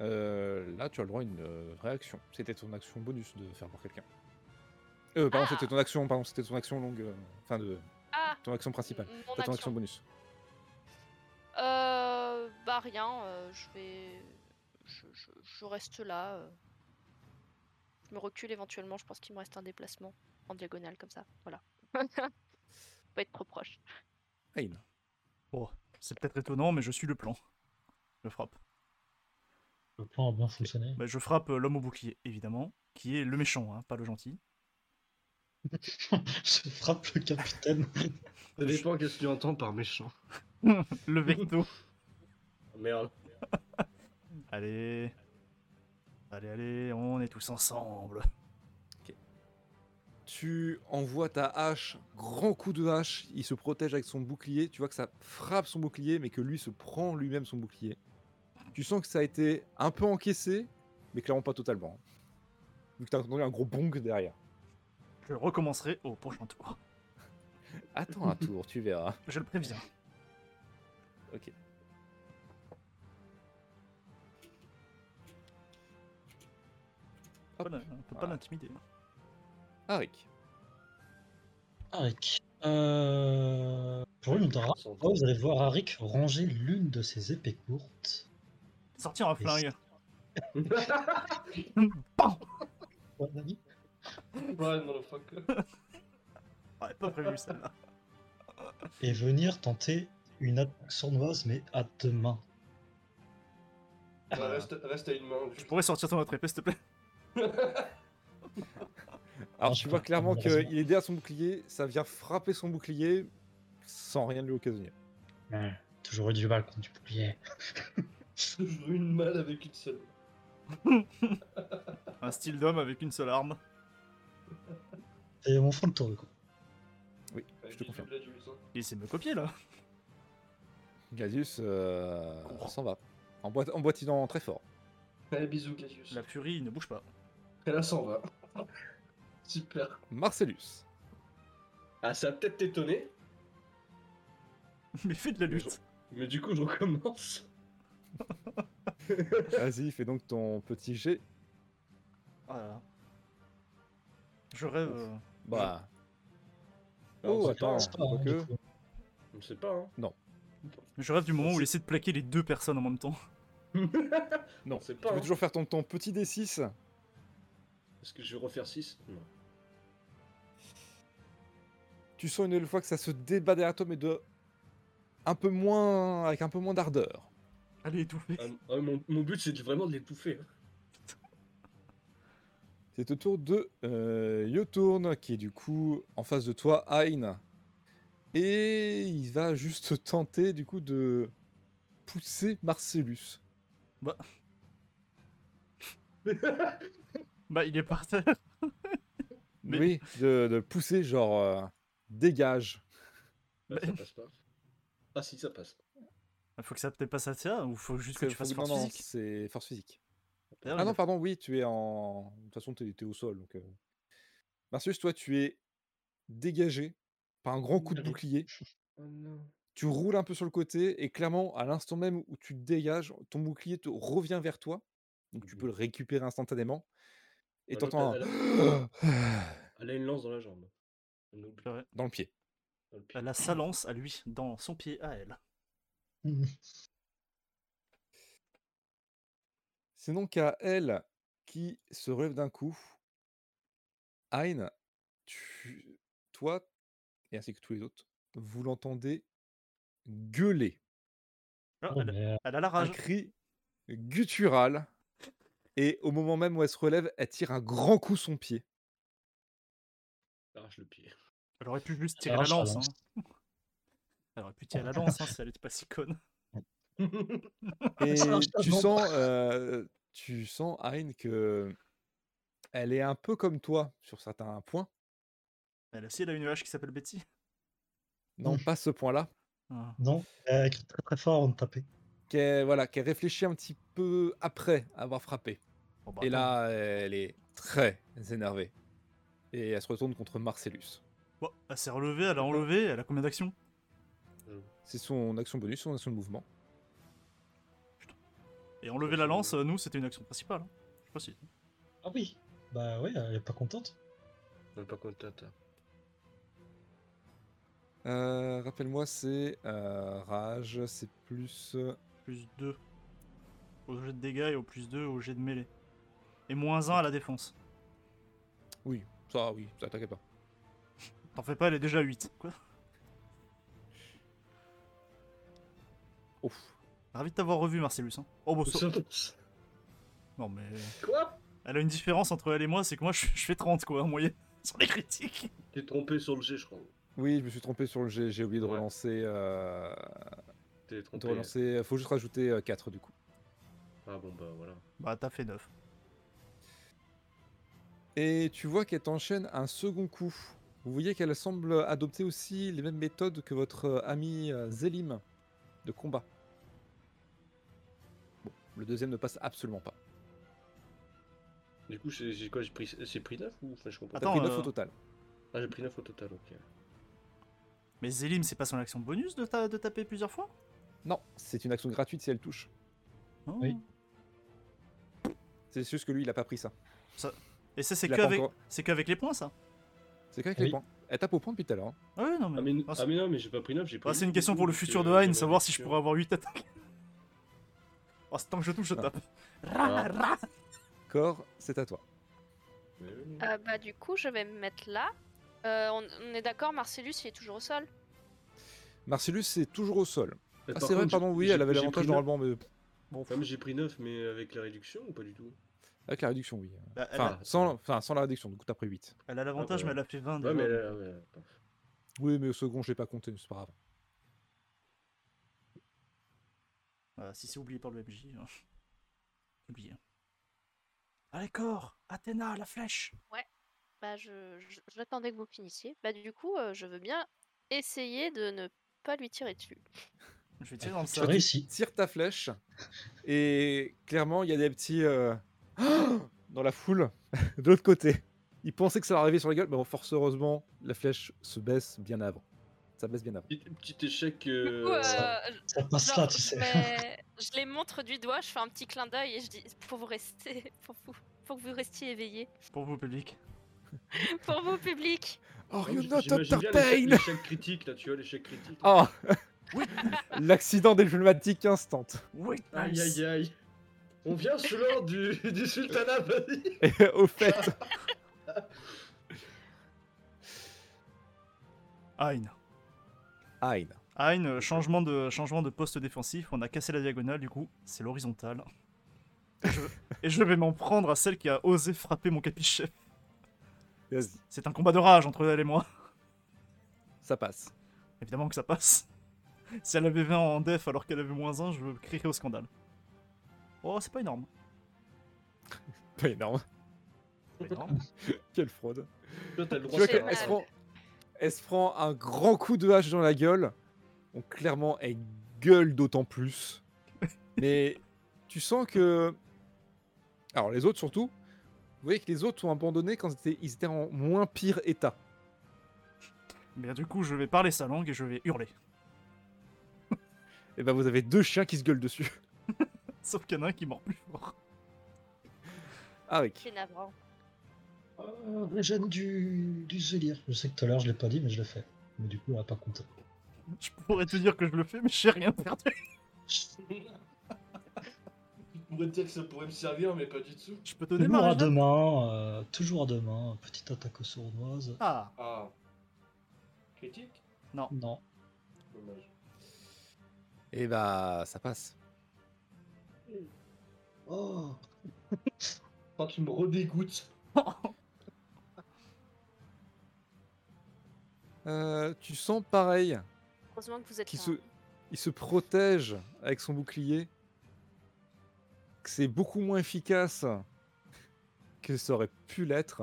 Euh, Là, tu as le droit à une euh, réaction. C'était ton action bonus de faire boire quelqu'un. Euh, pardon, Ah. c'était ton action, pardon, c'était ton action longue, euh, enfin de Ah ton action principale. m- Mon Pas ton action. action bonus. Euh, bah rien, euh, je vais. Je, je- je reste là. euh. Je me recule éventuellement, je pense qu'il me reste un déplacement en diagonale comme ça. Voilà. Faut pas être trop proche. Aïn. C'est peut-être étonnant, mais je suis le plan. Je frappe. Le plan a bien fonctionné. Bah, je frappe euh, l'homme au bouclier, évidemment, qui est le méchant, hein, pas le gentil. je frappe le capitaine. Ça dépend qu'est-ce que tu entends par méchant. Le vecto. Merde. allez. Allez, allez, on est tous ensemble. Tu envoies ta hache, grand coup de hache, il se protège avec son bouclier, tu vois que ça frappe son bouclier, mais que lui se prend lui-même son bouclier. Tu sens que ça a été un peu encaissé, mais clairement pas totalement. Vu que t'as entendu un gros bong derrière. Je recommencerai au prochain tour. Attends un tour, tu verras. Je le préviens. Ok. On Hop, peut pas, on peut pas voilà. l'intimider. Arik. Arik. Euh... Pour une dra- Oh, vous allez voir Arik ranger l'une de ses épées courtes. Sortir un Et flingue. Ouais, Dani Ouais, motherfucker. Ouais, pas prévu celle-là. Et venir tenter une attaque sournoise, mais à deux mains. Ouais, Bah, reste, reste à une main. Tu pourrais sortir ton autre épée, s'il te plaît Alors Non, tu je vois peux- clairement malheureusement. qu'il est derrière son bouclier, ça vient frapper son bouclier sans rien lui occasionner. Ouais, Toujours eu du mal contre du bouclier. Toujours une mal avec une seule. Un style d'homme avec une seule arme. Et on fond le tour du coup. Oui, je te confirme. Il essaie de me copier là. Gazius euh, Comprends. s'en va, en, boit- en boitinant très fort. Allez, bisous, Cassius. La furie ne bouge pas. Et là, s'en va. Super. Marcellus. Ah, ça a peut-être t'étonné, Mais fais de la lutte. mais du coup, je recommence. Vas-y, fais donc ton petit jet. Voilà. Je rêve. Ouf. euh, Bah. Alors, Oh, c'est pas- attends, c'est pas, hein, donc, du euh, coup. On ne sait pas, hein. Je rêve du moment où C'est- il essaie de plaquer les deux personnes en même temps. non. C'est Tu pas, hein. peux toujours faire ton, ton petit D6. Est-ce que je vais refaire 6 Non. Tu sens une nouvelle fois que ça se débat derrière toi, mais de. Un peu moins. Avec un peu moins d'ardeur. Allez, étouffer. Ah, ah, mon, mon but, c'est de- vraiment de l'étouffer. hein. C'est au tour de euh, Yoturn, qui est du coup en face de toi, Ayn. Et il va juste tenter du coup de pousser Marcellus. hein. Bah, il est par terre. Mais- Oui, de, de pousser genre euh, dégage. Ah, Ben. ça passe pas. Ah, si, ça passe. Faut que ça te passe à ça ou faut juste que C'est- tu fasses faut- non, force non, physique c'est force physique. D'ailleurs, Ah il non, a- pardon, oui, tu es en. De toute façon, tu es, au sol. Donc, euh, Marcius, toi, tu es dégagé par un grand coup de Allez. bouclier. Oh non. Tu roules un peu sur le côté et clairement, à l'instant même où tu te dégages, ton bouclier te revient vers toi. Donc tu peux le récupérer instantanément. Et Bah, t'entends donc, un Elle a une lance dans la jambe. Elle nous le pique dans le pied. dans le pied. Elle a sa lance à lui, dans son pied à elle. C'est donc à elle qui se relève d'un coup. Hein, tu- toi, et ainsi que tous les autres, vous l'entendez gueuler. Ah, Oh, elle, merde. elle a la Un rage. cri guttural. Et au moment même où elle se relève, elle tire un grand coup son pied. Elle arrache le pied. Elle aurait pu juste Elle tirer la arrache la lance. lance. hein. Elle aurait pu tirer la lance hein, si elle était pas si conne. Et Ça marche tu tellement sens, euh, tu sens, Hein, que elle est un peu comme toi sur certains points. Elle aussi, elle a une hache qui s'appelle Betty. Non, Mm. pas ce point-là. Ah. Non, elle crie très très fort avant de taper. Qu'elle voilà, qu'elle réfléchit un petit peu après avoir frappé. Bon, bah, Et attends. là, elle est très énervée. Et elle se retourne contre Marcellus. Bon, elle s'est relevée, elle a enlevé, elle a combien d'actions C'est son action bonus, son action de mouvement. Et enlever la lance, euh, nous, c'était une action principale. hein. Je sais pas si. Ah oui Bah ouais, elle est pas contente. Elle est pas contente. hein. Euh, Rappelle-moi, c'est euh, rage, c'est plus. euh, Plus 2 au jet de dégâts et au plus 2 au jet de mêlée. Et moins 1 à la défense. Oui, ça, oui, ça t'inquiète pas. T'en fais pas, elle est déjà 8. Quoi Ouf. Ravi de t'avoir revu, Marcellus. hein. Oh, bon, ça- Non, mais. euh, Quoi Elle a une différence entre elle et moi, c'est que moi, je, je fais 30, quoi, en moyenne, sur les critiques. T'es trompé sur le G, je crois. Oui, je me suis trompé sur le G, j'ai oublié de Ouais. relancer. euh, T'es de trompé. relancer. euh, Faut juste rajouter 4 du coup. Ah bon, bah voilà. Bah, t'as fait 9. Et tu vois qu'elle t'enchaîne un second coup. Vous voyez qu'elle semble adopter aussi les mêmes méthodes que votre euh, ami euh, Zélim de combat. Bon, le deuxième ne passe absolument pas. Du coup, c'est c'est quoi J'ai pris, j'ai pris 9 ou enfin, je comprends T'as Attends, pris 9 euh, au total. pas. Ah, j'ai pris 9 au total, ok. Mais Zélim, c'est pas son action bonus de, ta- de taper plusieurs fois Non, c'est une action gratuite si elle touche. Non. Oui. C'est juste que lui, il a pas pris ça. Et ça, c'est Il a que pas avec- encore- c'est qu'avec les points, ça C'est qu'avec Oui. les points. Elle tape au point depuis tout à l'heure. hein. Ah oui, non, mais. Ah mais, Ah, ah, c'est- mais non, mais j'ai pas pris 9, j'ai pris Ah, c'est une huit, question du pour coup, le parce futur que de Hein, j'avais savoir si je vécu, pourrais avoir 8 attaques. Oh, c'est tant que je touche, je Ah. tape. Ra, ra. Corps, c'est à toi. Ah, mais oui. Euh, bah, du coup, je vais me mettre là. Euh, on, on est d'accord, Marcellus, il est toujours au sol. Marcellus, c'est toujours au sol. Mais Ah, par c'est vrai, contre, pardon, j'ai- oui, j'ai- elle avait j'ai l'avantage pris neuf. normalement, mais bon, Bah, Ouais, mais j'ai pris 9, mais avec la réduction ou pas du tout avec la réduction, oui. Bah, elle, a- Enfin, sans, enfin, sans la réduction, du coup, t'as pris 8. elle a l'avantage, Ah, mais bah. elle a fait 20. Ouais, déjà, mais donc, là, ouais, attends. Oui, mais au second, je l'ai pas compté, mais c'est pas grave. euh, si c'est oublié par le MJ. hein. Oublié. Allez, corps Athéna, la flèche Bah, je, je- j'attendais que vous finissiez. Bah, du coup, euh, je veux bien essayer de ne pas lui tirer dessus. Je vais tirer dans le Tu sac. réussis. tire ta flèche et clairement il y a des petits euh, dans la foule de l'autre côté. Ils pensaient que ça leur arrivait sur la gueule, mais bon, fort heureusement la flèche se baisse bien avant. Ça baisse bien avant. Petit, petit échec. Du euh, coup, ça- euh, Ça passe Genre, là, tu je sais. mets- je les montre du doigt, je fais un petit clin d'œil et je dis pour vous rester, pour vous, pour que vous restiez éveillés, Pour vous, public. pour vous public. Oh, ouais, you j- not j'imagine under bien l'échec- pain L'échec critique, là, tu vois, l'échec critique. Oh L'accident diplomatique instant. Oui, Aïe, nice. aïe, aïe. On vient sous l'ordre du, du sultanat, vas-y. Et au fait, Aïn. Hein. Aïn. Aïn, euh, changement de, changement de poste défensif, on a cassé la diagonale, du coup, c'est l'horizontale. Et je, et je vais m'en prendre à celle qui a osé frapper mon capichef. Vas-y, C'est un combat de rage entre elle et moi. ça passe. Évidemment que ça passe. Si elle avait 20 en def alors qu'elle avait moins 1, je crierais au scandale. Oh, c'est pas énorme. Pas énorme. C'est pas énorme. Quelle fraude. Toi, t'as le Tu droit vois C'est qu'elle de elle mal. se, faire prend, elle se prend un grand coup de hache dans la gueule. Donc clairement, elle gueule d'autant plus. Mais tu sens que... Alors les autres surtout, vous voyez que les autres sont abandonnés quand ils étaient, ils étaient en moins pire état. Bien, du coup, je vais parler sa langue et je vais hurler. et ben vous avez deux chiens qui se gueulent dessus. Sauf qu'il y en a un qui mord plus fort. Avec. C'est navrant. Euh, la gêne du, du zélire. Je sais que tout à l'heure je l'ai pas dit, mais je le fais. Mais du coup, on va pas compter. Je pourrais te dire que je le fais, mais je sais rien faire. On pourrait dire que ça pourrait me servir, mais pas du tout. Je peux te Toujours à démarrer. deux mains, euh, toujours à deux mains. Petite attaque aux sournoises. Ah, Ah. Critique Non. Dommage. Et bah ça passe. Oh Quand tu me redégoûtes. Euh, tu sens pareil Heureusement que vous êtes qu'il là. se, il se protège avec son bouclier. Que c'est beaucoup moins efficace que ça aurait pu l'être.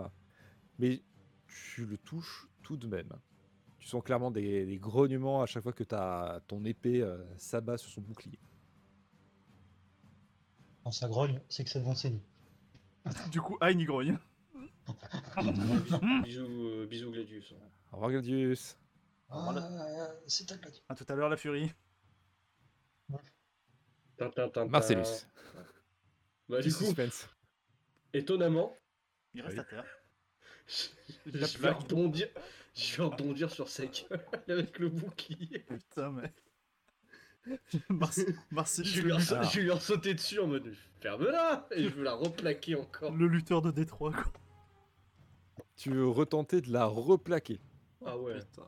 Mais tu le touches tout de même. Tu sens clairement des, des grognements à chaque fois que ta ton épée euh, s'abat sur son bouclier. Quand ça grogne, c'est que c'est de l'enseigne. du coup, Aïn y grogne. bisous, euh, bisous Gladius. Au revoir, Gladius. Ah, euh, c'est un gladius. À tout à l'heure, la furie. Tintin, tintin. Marcellus. Bah Du du coup, suspense. étonnamment, Il reste à terre. je La je vais plaque. rebondir, je vais rebondir sur sa gueule avec le bouclier. Putain, mais. Marcel, Marcellus, Je vais le, lui, lut- en- je vais lui en sauter dessus en mode ferme-la Et je veux la replaquer encore. le lutteur de Détroit, quoi. Tu veux retenter de la replaquer. Ah ouais. Putain.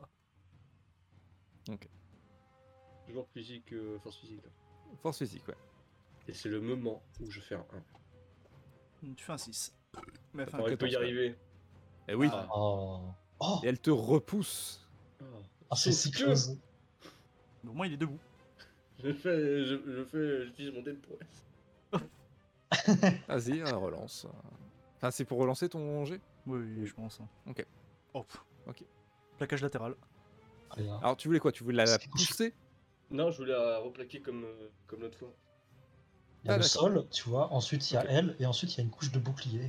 Toujours physique, euh, force physique. Force physique, ouais. Et c'est le moment où je fais un 1. Tu fais un 6. Mais enfin, Enfin, elle peut y 14, arriver. Et Eh oui. Ah. Oh, oh Et elle te repousse. ah, c'est Sauf si que- chose. au moins, il est debout. Je fais, je, je fais, j'utilise mon dé de prouesse. Vas-y, euh, relance. Enfin, c'est pour relancer ton jet Oui, oui, je pense. hein. Ok. Hop. Ok. Plaquage latéral. Allez, hein. Alors, tu voulais quoi Tu voulais la C'est- pousser Non, je voulais la replaquer comme, euh, comme l'autre fois. Il y a ah, le d'accord. sol, tu vois, ensuite il y a Ok. elle, et ensuite il y a une couche de bouclier.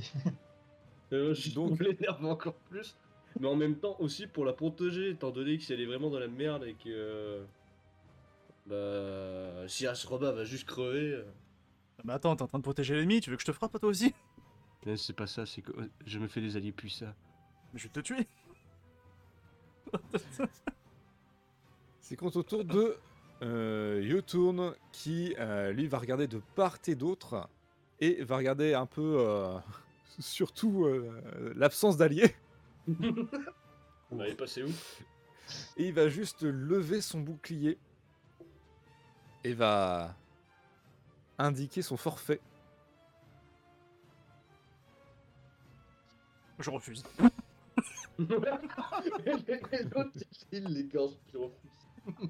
Euh, je Donc- je l'énerve encore plus. Mais en même temps aussi pour la protéger, étant donné que si elle est vraiment dans la merde et que. euh, Bah. Si elle se rebat, elle va juste crever. euh. Mais Bah, attends, t'es en train de protéger l'ennemi, tu veux que je te frappe, toi aussi Mais Eh, c'est pas ça, c'est que euh, je me fais des alliés puissants. Mais je vais te tuer. C'est quand au tour de euh, Yoturn qui, euh, lui, va regarder de part et d'autre et va regarder un peu, euh, surtout, euh, l'absence d'alliés. Bah, elle est passée où Et il va juste lever son bouclier et va indiquer son forfait. Je refuse. L'autre, il l'égorge plus en plus.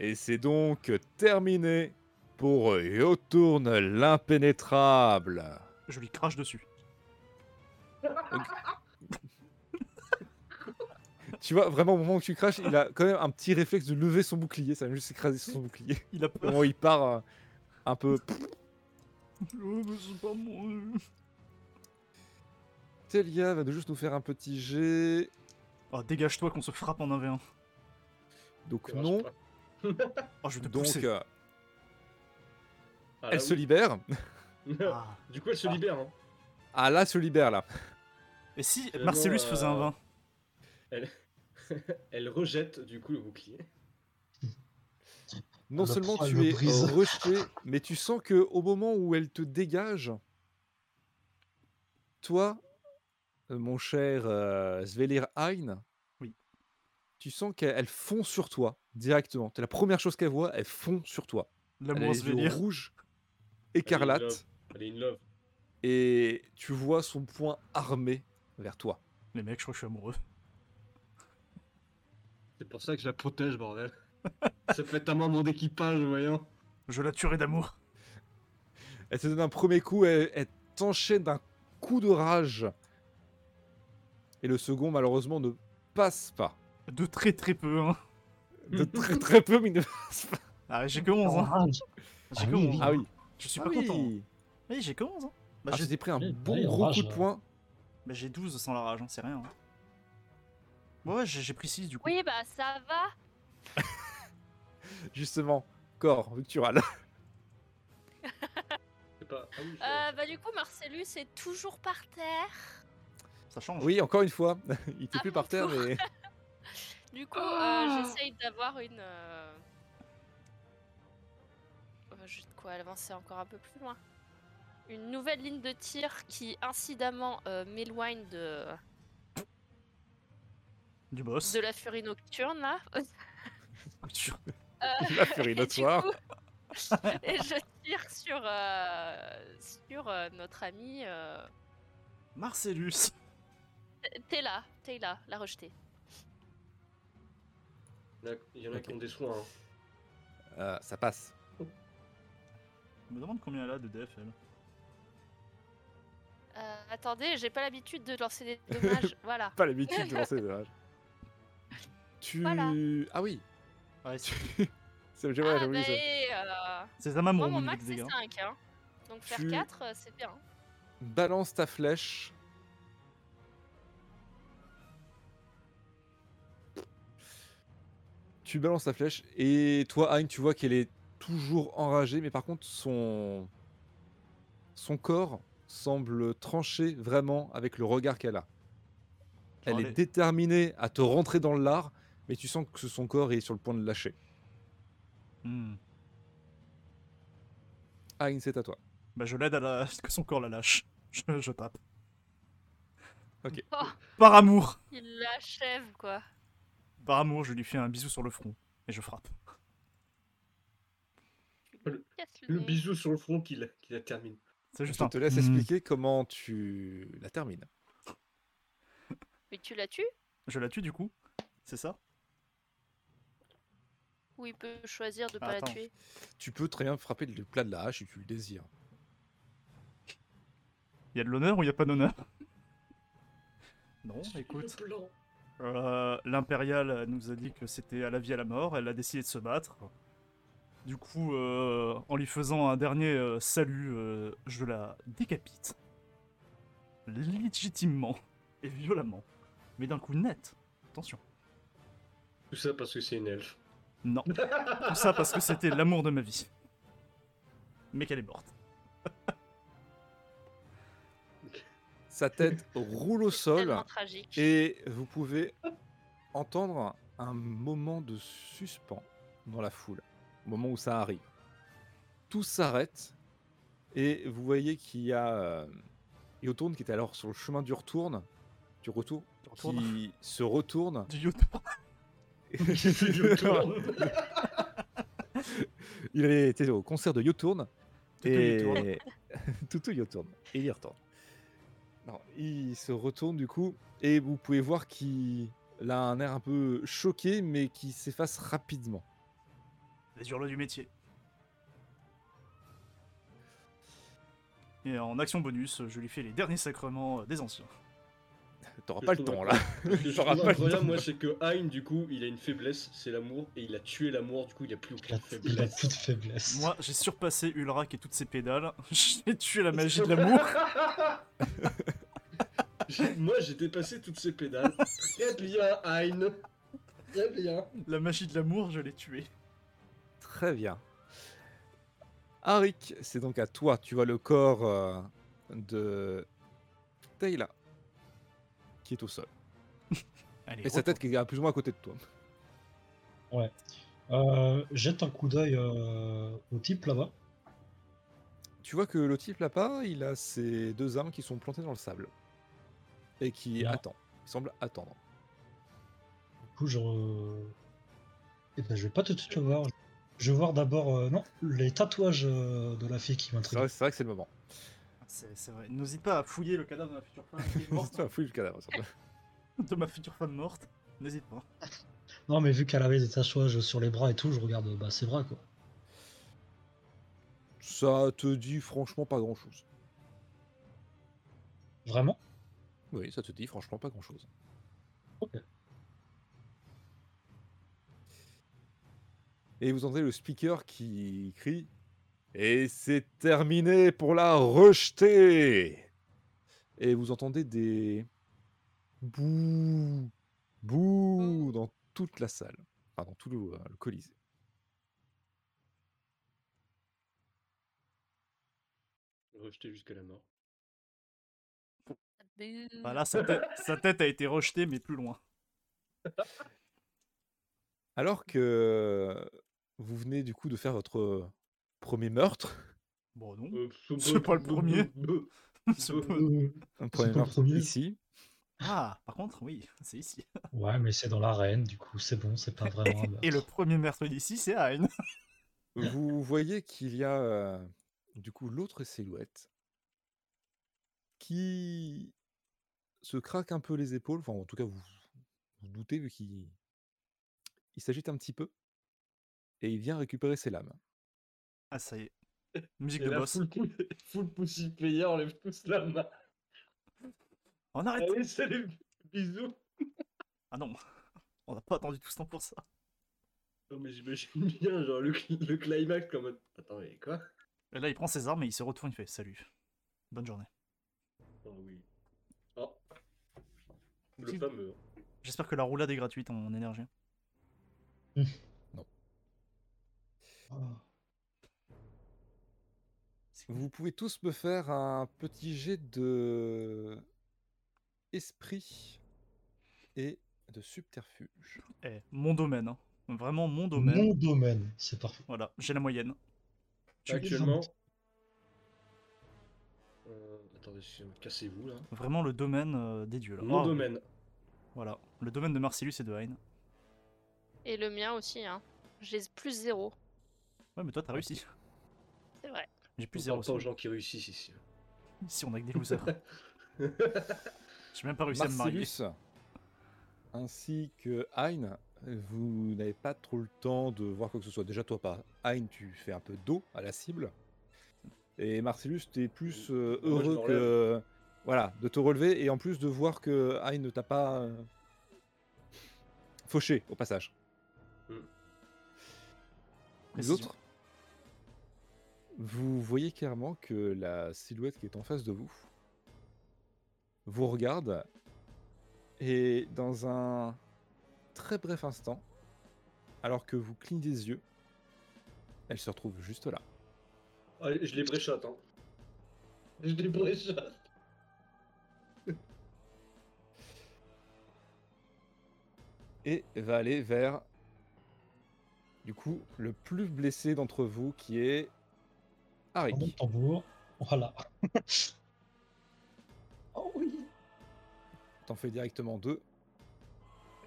Et c'est donc terminé pour Yoturn l'impénétrable. Je lui crache dessus. Tu vois, vraiment, au moment où tu craches, il a quand même un petit réflexe de lever son bouclier. Ça va juste s'écraser sur son bouclier. Il a Au peur. moment où il part euh, un peu. Oh, mais c'est pas moi. Telia va juste nous faire un petit jet. Oh, dégage-toi qu'on se frappe en 1v1. Donc, Ça marche non. pas. Oh, je vais te Donc, pousser. euh, Ah, là, elle se oui. libère. euh, Ah. Du coup, elle se libère. Hein. Ah, là, se libère, là. Et si Finalement, Marcellus faisait un euh, 20 Elle rejette du coup le bouclier. Non Ah, Le seulement pro- tu le es brise. rejeté, mais tu sens que au moment où elle te dégage, toi, euh, mon cher euh, Svelir Hein, Oui. tu sens qu'elle elle fond sur toi directement. C'est la première chose qu'elle voit, elle fond sur toi. Elle a L'amour les se yeux délire. rouges, écarlate, love. Elle est in love. et tu vois son poing armé vers toi. Les mecs, je crois que je suis amoureux. C'est pour ça que je la protège, bordel. Ça fait tellement mon équipage, voyons. Je la tuerai d'amour. Elle te donne un premier coup, elle, elle t'enchaîne d'un coup de rage. Et le second, malheureusement, ne passe pas. De très très peu, hein. De très très peu, mais il ne passe pas. Ah, j'ai que 11, hein. Orange. J'ai Ah que oui, 11. Ah oui. Je suis pas content. Oui, j'ai que 11, hein. Bah, Ah, j'ai- je t'ai pris un oui, bon oui, gros rage, coup de ouais. poing. bah, j'ai 12 sans la rage, hein, c'est rien. hein. bah, Ouais, ouais, j'ai j'ai pris 6 du coup. Oui, bah ça va. Justement, corps, vu que tu râles. C'est pas. Ah oui, Euh, bah du coup, Marcellus est toujours par terre. Ça change. Oui, encore une fois, il était À plus mon par terre, tour. mais Du coup, euh, Ah. j'essaye d'avoir une. euh, euh, J'ai de quoi avancer encore un peu plus loin. Une nouvelle ligne de tir qui incidemment euh, m'éloigne de, Du boss. de la furie nocturne là. la furie Et du notoire. coup, et je tire sur, euh, sur euh, notre amie euh, Marcellus. Tayla, Tayla, la rejetée. Il y en a- il y en a qui Ok. ont des soins. hein. Euh, ça passe. Je me demande combien elle a de DF, elle. Euh, attendez, j'ai pas l'habitude de lancer des dommages. voilà. Pas l'habitude de lancer des dommages. Tu. Voilà. Ah oui, Ouais, c'est- c'est j'ai- ouais, Ah, j'ai oublié bah, ça. et, euh, c'est ça, maman, moi, au mon niveau max, des c'est dégâts. 5. Hein. Donc faire Tu- 4, c'est bien. Balance ta flèche. Tu balances ta flèche et toi, Ayn, tu vois qu'elle est toujours enragée, mais par contre, son, son corps semble trancher vraiment avec le regard qu'elle a. Elle Genre, est elle est- déterminée à te rentrer dans le lard, mais tu sens que son corps est sur le point de lâcher. Hmm. Ayn, c'est à toi. Bah, je l'aide à la... que son corps la lâche. Je, je tape. Ok. Oh. Par amour. Il l'achève, quoi. Par amour, je lui fais un bisou sur le front. Et je frappe. Casse le Le nez. bisou sur le front qui la, qui la termine. C'est juste Je un... te laisse hmm. expliquer comment tu la termines. Mais tu la tues hmm. Je la tue, du coup. C'est ça Ou il peut choisir de Ah, pas attends. la tuer Tu peux très bien frapper le plat de la hache si tu le désires. Il y a de l'honneur ou il y a pas d'honneur Non, écoute. Le plan. Euh, L'impériale nous a dit que c'était à la vie à la mort, elle a décidé de se battre. Du coup, euh, en lui faisant un dernier euh, salut, euh, je la décapite. Légitimement et violemment. Mais d'un coup net. Attention. Tout ça parce que c'est une elfe. Non. Tout ça parce que c'était l'amour de ma vie. Mais qu'elle est morte. Sa tête roule au sol Tellement tragique. et vous pouvez entendre un moment de suspens dans la foule, au moment où ça arrive. Tout s'arrête et vous voyez qu'il y a euh, Yotourne qui était alors sur le chemin du retourne, du retour, Tu retournes qui se retourne. Du yacht. C'est du retour. Il avait été au concert de Yotourne Toutou et Yotourne. Toutou Yotourne et il y retourne. Non, il se retourne du coup et vous pouvez voir qu'il a un air un peu choqué mais qui s'efface rapidement. Les hurlots du métier. Et en action bonus, je lui fais les derniers sacrements euh, des anciens. T'auras Je pas le trouve temps là. incroyable. Ce que je T'auras trouve pas le temps. incroyable, moi, c'est que Hein, du coup, il a une faiblesse, c'est l'amour, et il a tué l'amour, du coup, il a plus Il aucune a, il a plus de faiblesse. faiblesse. Moi, j'ai surpassé Ulrak et toutes ses pédales. J'ai tué la magie de l'amour. J'ai- moi, j'ai dépassé toutes ces pédales. Très bien, Hein. Très bien. La magie de l'amour, je l'ai tuée. Très bien. Arik, c'est donc à toi. Tu vois le corps euh, de Taylor qui est au sol. Allez, Et sa retourne. tête qui est à plus ou moins à côté de toi. Euh, jette un coup d'œil euh, au type là-bas. Tu vois que le type là-bas, il a ses deux armes qui sont plantées dans le sable. Et qui Bien. attend. Il semble attendre. Du coup, je. re- Eh ben, je vais pas tout de suite le voir. Je vais voir d'abord. euh, non, les tatouages euh, de la fille qui C'est m'intrigue. vrai, c'est vrai que c'est le moment. C'est c'est vrai. N'hésite pas à fouiller le cadavre de ma future femme qui est morte. Tu as fouillé le cadavre. surtout. de ma future femme morte. N'hésite pas. Non, mais vu qu'elle avait des tatouages sur les bras et tout, je regarde euh, bah, ses bras quoi. Ça te dit franchement pas grand chose. Vraiment Oui, ça te dit franchement pas grand chose. Ok. Et vous entendez le speaker qui crie Et c'est terminé pour la rejetée Et vous entendez des bouh, bouh dans toute la salle, enfin dans tout le, euh, le Colisée. rejeté jusqu'à la mort. Bah là, sa tête, sa tête a été rejetée, mais plus loin. Alors que vous venez du coup de faire votre premier meurtre, Bon, non. Euh, Mmh. C'est pas le premier. C'est pas- un premier pas le meurtre premier. ici, Ah, par contre, oui, c'est ici. Ouais, mais c'est dans l'arène, du coup, c'est bon, c'est pas vraiment. un Et le meurtre. premier mercredi ici, c'est Ayn. vous voyez qu'il y a euh, du coup l'autre silhouette qui se craque un peu les épaules, enfin en tout cas vous vous doutez vu qu'il il s'agite un petit peu et il vient récupérer ses lames. Ah, ça y est. Musique Et de là, boss. full, pou- full pussy player, on lève tous la main. On arrête Allez, salut, bisous. Ah non, on n'a pas attendu tout ce temps pour ça. Non, mais j'imagine bien, genre, le, cl- le climax, comme. en mode, Attends, mais quoi Et là, il prend ses armes et il se retourne, il fait salut. Bonne journée. Ah oui. Oh. Le Si- fameux. J'espère que la roulade est gratuite en énergie. C'est cool. Vous pouvez tous me faire un petit jet de esprit et de subterfuge. Eh, mon domaine, hein. Vraiment mon domaine. Mon domaine, c'est parfait. Voilà, j'ai la moyenne. Tu Actuellement. plaisantes. Euh, attendez, excusez-moi, cassez-vous là. Vraiment le domaine euh, des dieux. Là. Mon Ah, domaine. Voilà, le domaine de Marcellus et de Haine. Et le mien aussi, hein. J'ai plus zéro. Ouais, mais toi, t'as réussi. C'est vrai. J'ai plus On zéro. parle pas aux aussi. gens qui réussissent ici. Si on a que des losers. J'ai même pas réussi à me marier. Marcellus ainsi que Hein, vous n'avez pas trop le temps de voir quoi que ce soit. Déjà, toi, pas. Hein, tu fais un peu d'eau à la cible. Et Marcellus, t'es plus euh, Moi, je heureux m'enlève. que. Voilà, de te relever et en plus de voir que Hein ne t'a pas. euh, fauché, au passage. Hmm. Les Précision. autres vous voyez clairement que la silhouette qui est en face de vous vous regarde et dans un très bref instant, alors que vous clignez des yeux, elle se retrouve juste là. Ah, je les bréchote, hein. Je les bréchote. et va aller vers du coup le plus blessé d'entre vous qui est Arik. Pendant le tambour, voilà. oh oui, T'en fais directement deux.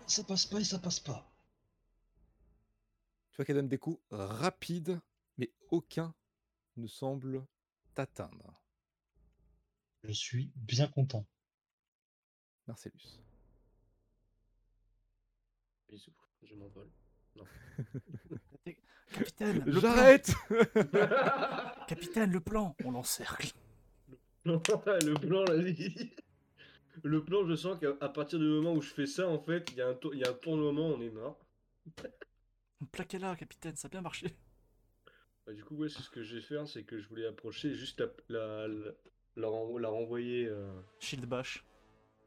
ça passe pas et ça passe pas. Tu vois qu'elle donne des coups rapides, mais aucun ne semble t'atteindre. Je suis bien content. Marcellus. Bisous, je m'envole. Capitaine, le plan. J'arrête Capitaine, le plan On l'encercle. le plan, la vie. Le plan, je sens qu'à à partir du moment où je fais ça, en fait, il y, a un tour- il y a un tournement, on est mort. Plaquez-la, capitaine, ça a bien marché. Bah, du coup, ouais, c'est ce que j'ai fait, hein, c'est que je voulais approcher, juste la, la, la, la ren- la renvoyer. euh, Shield bash.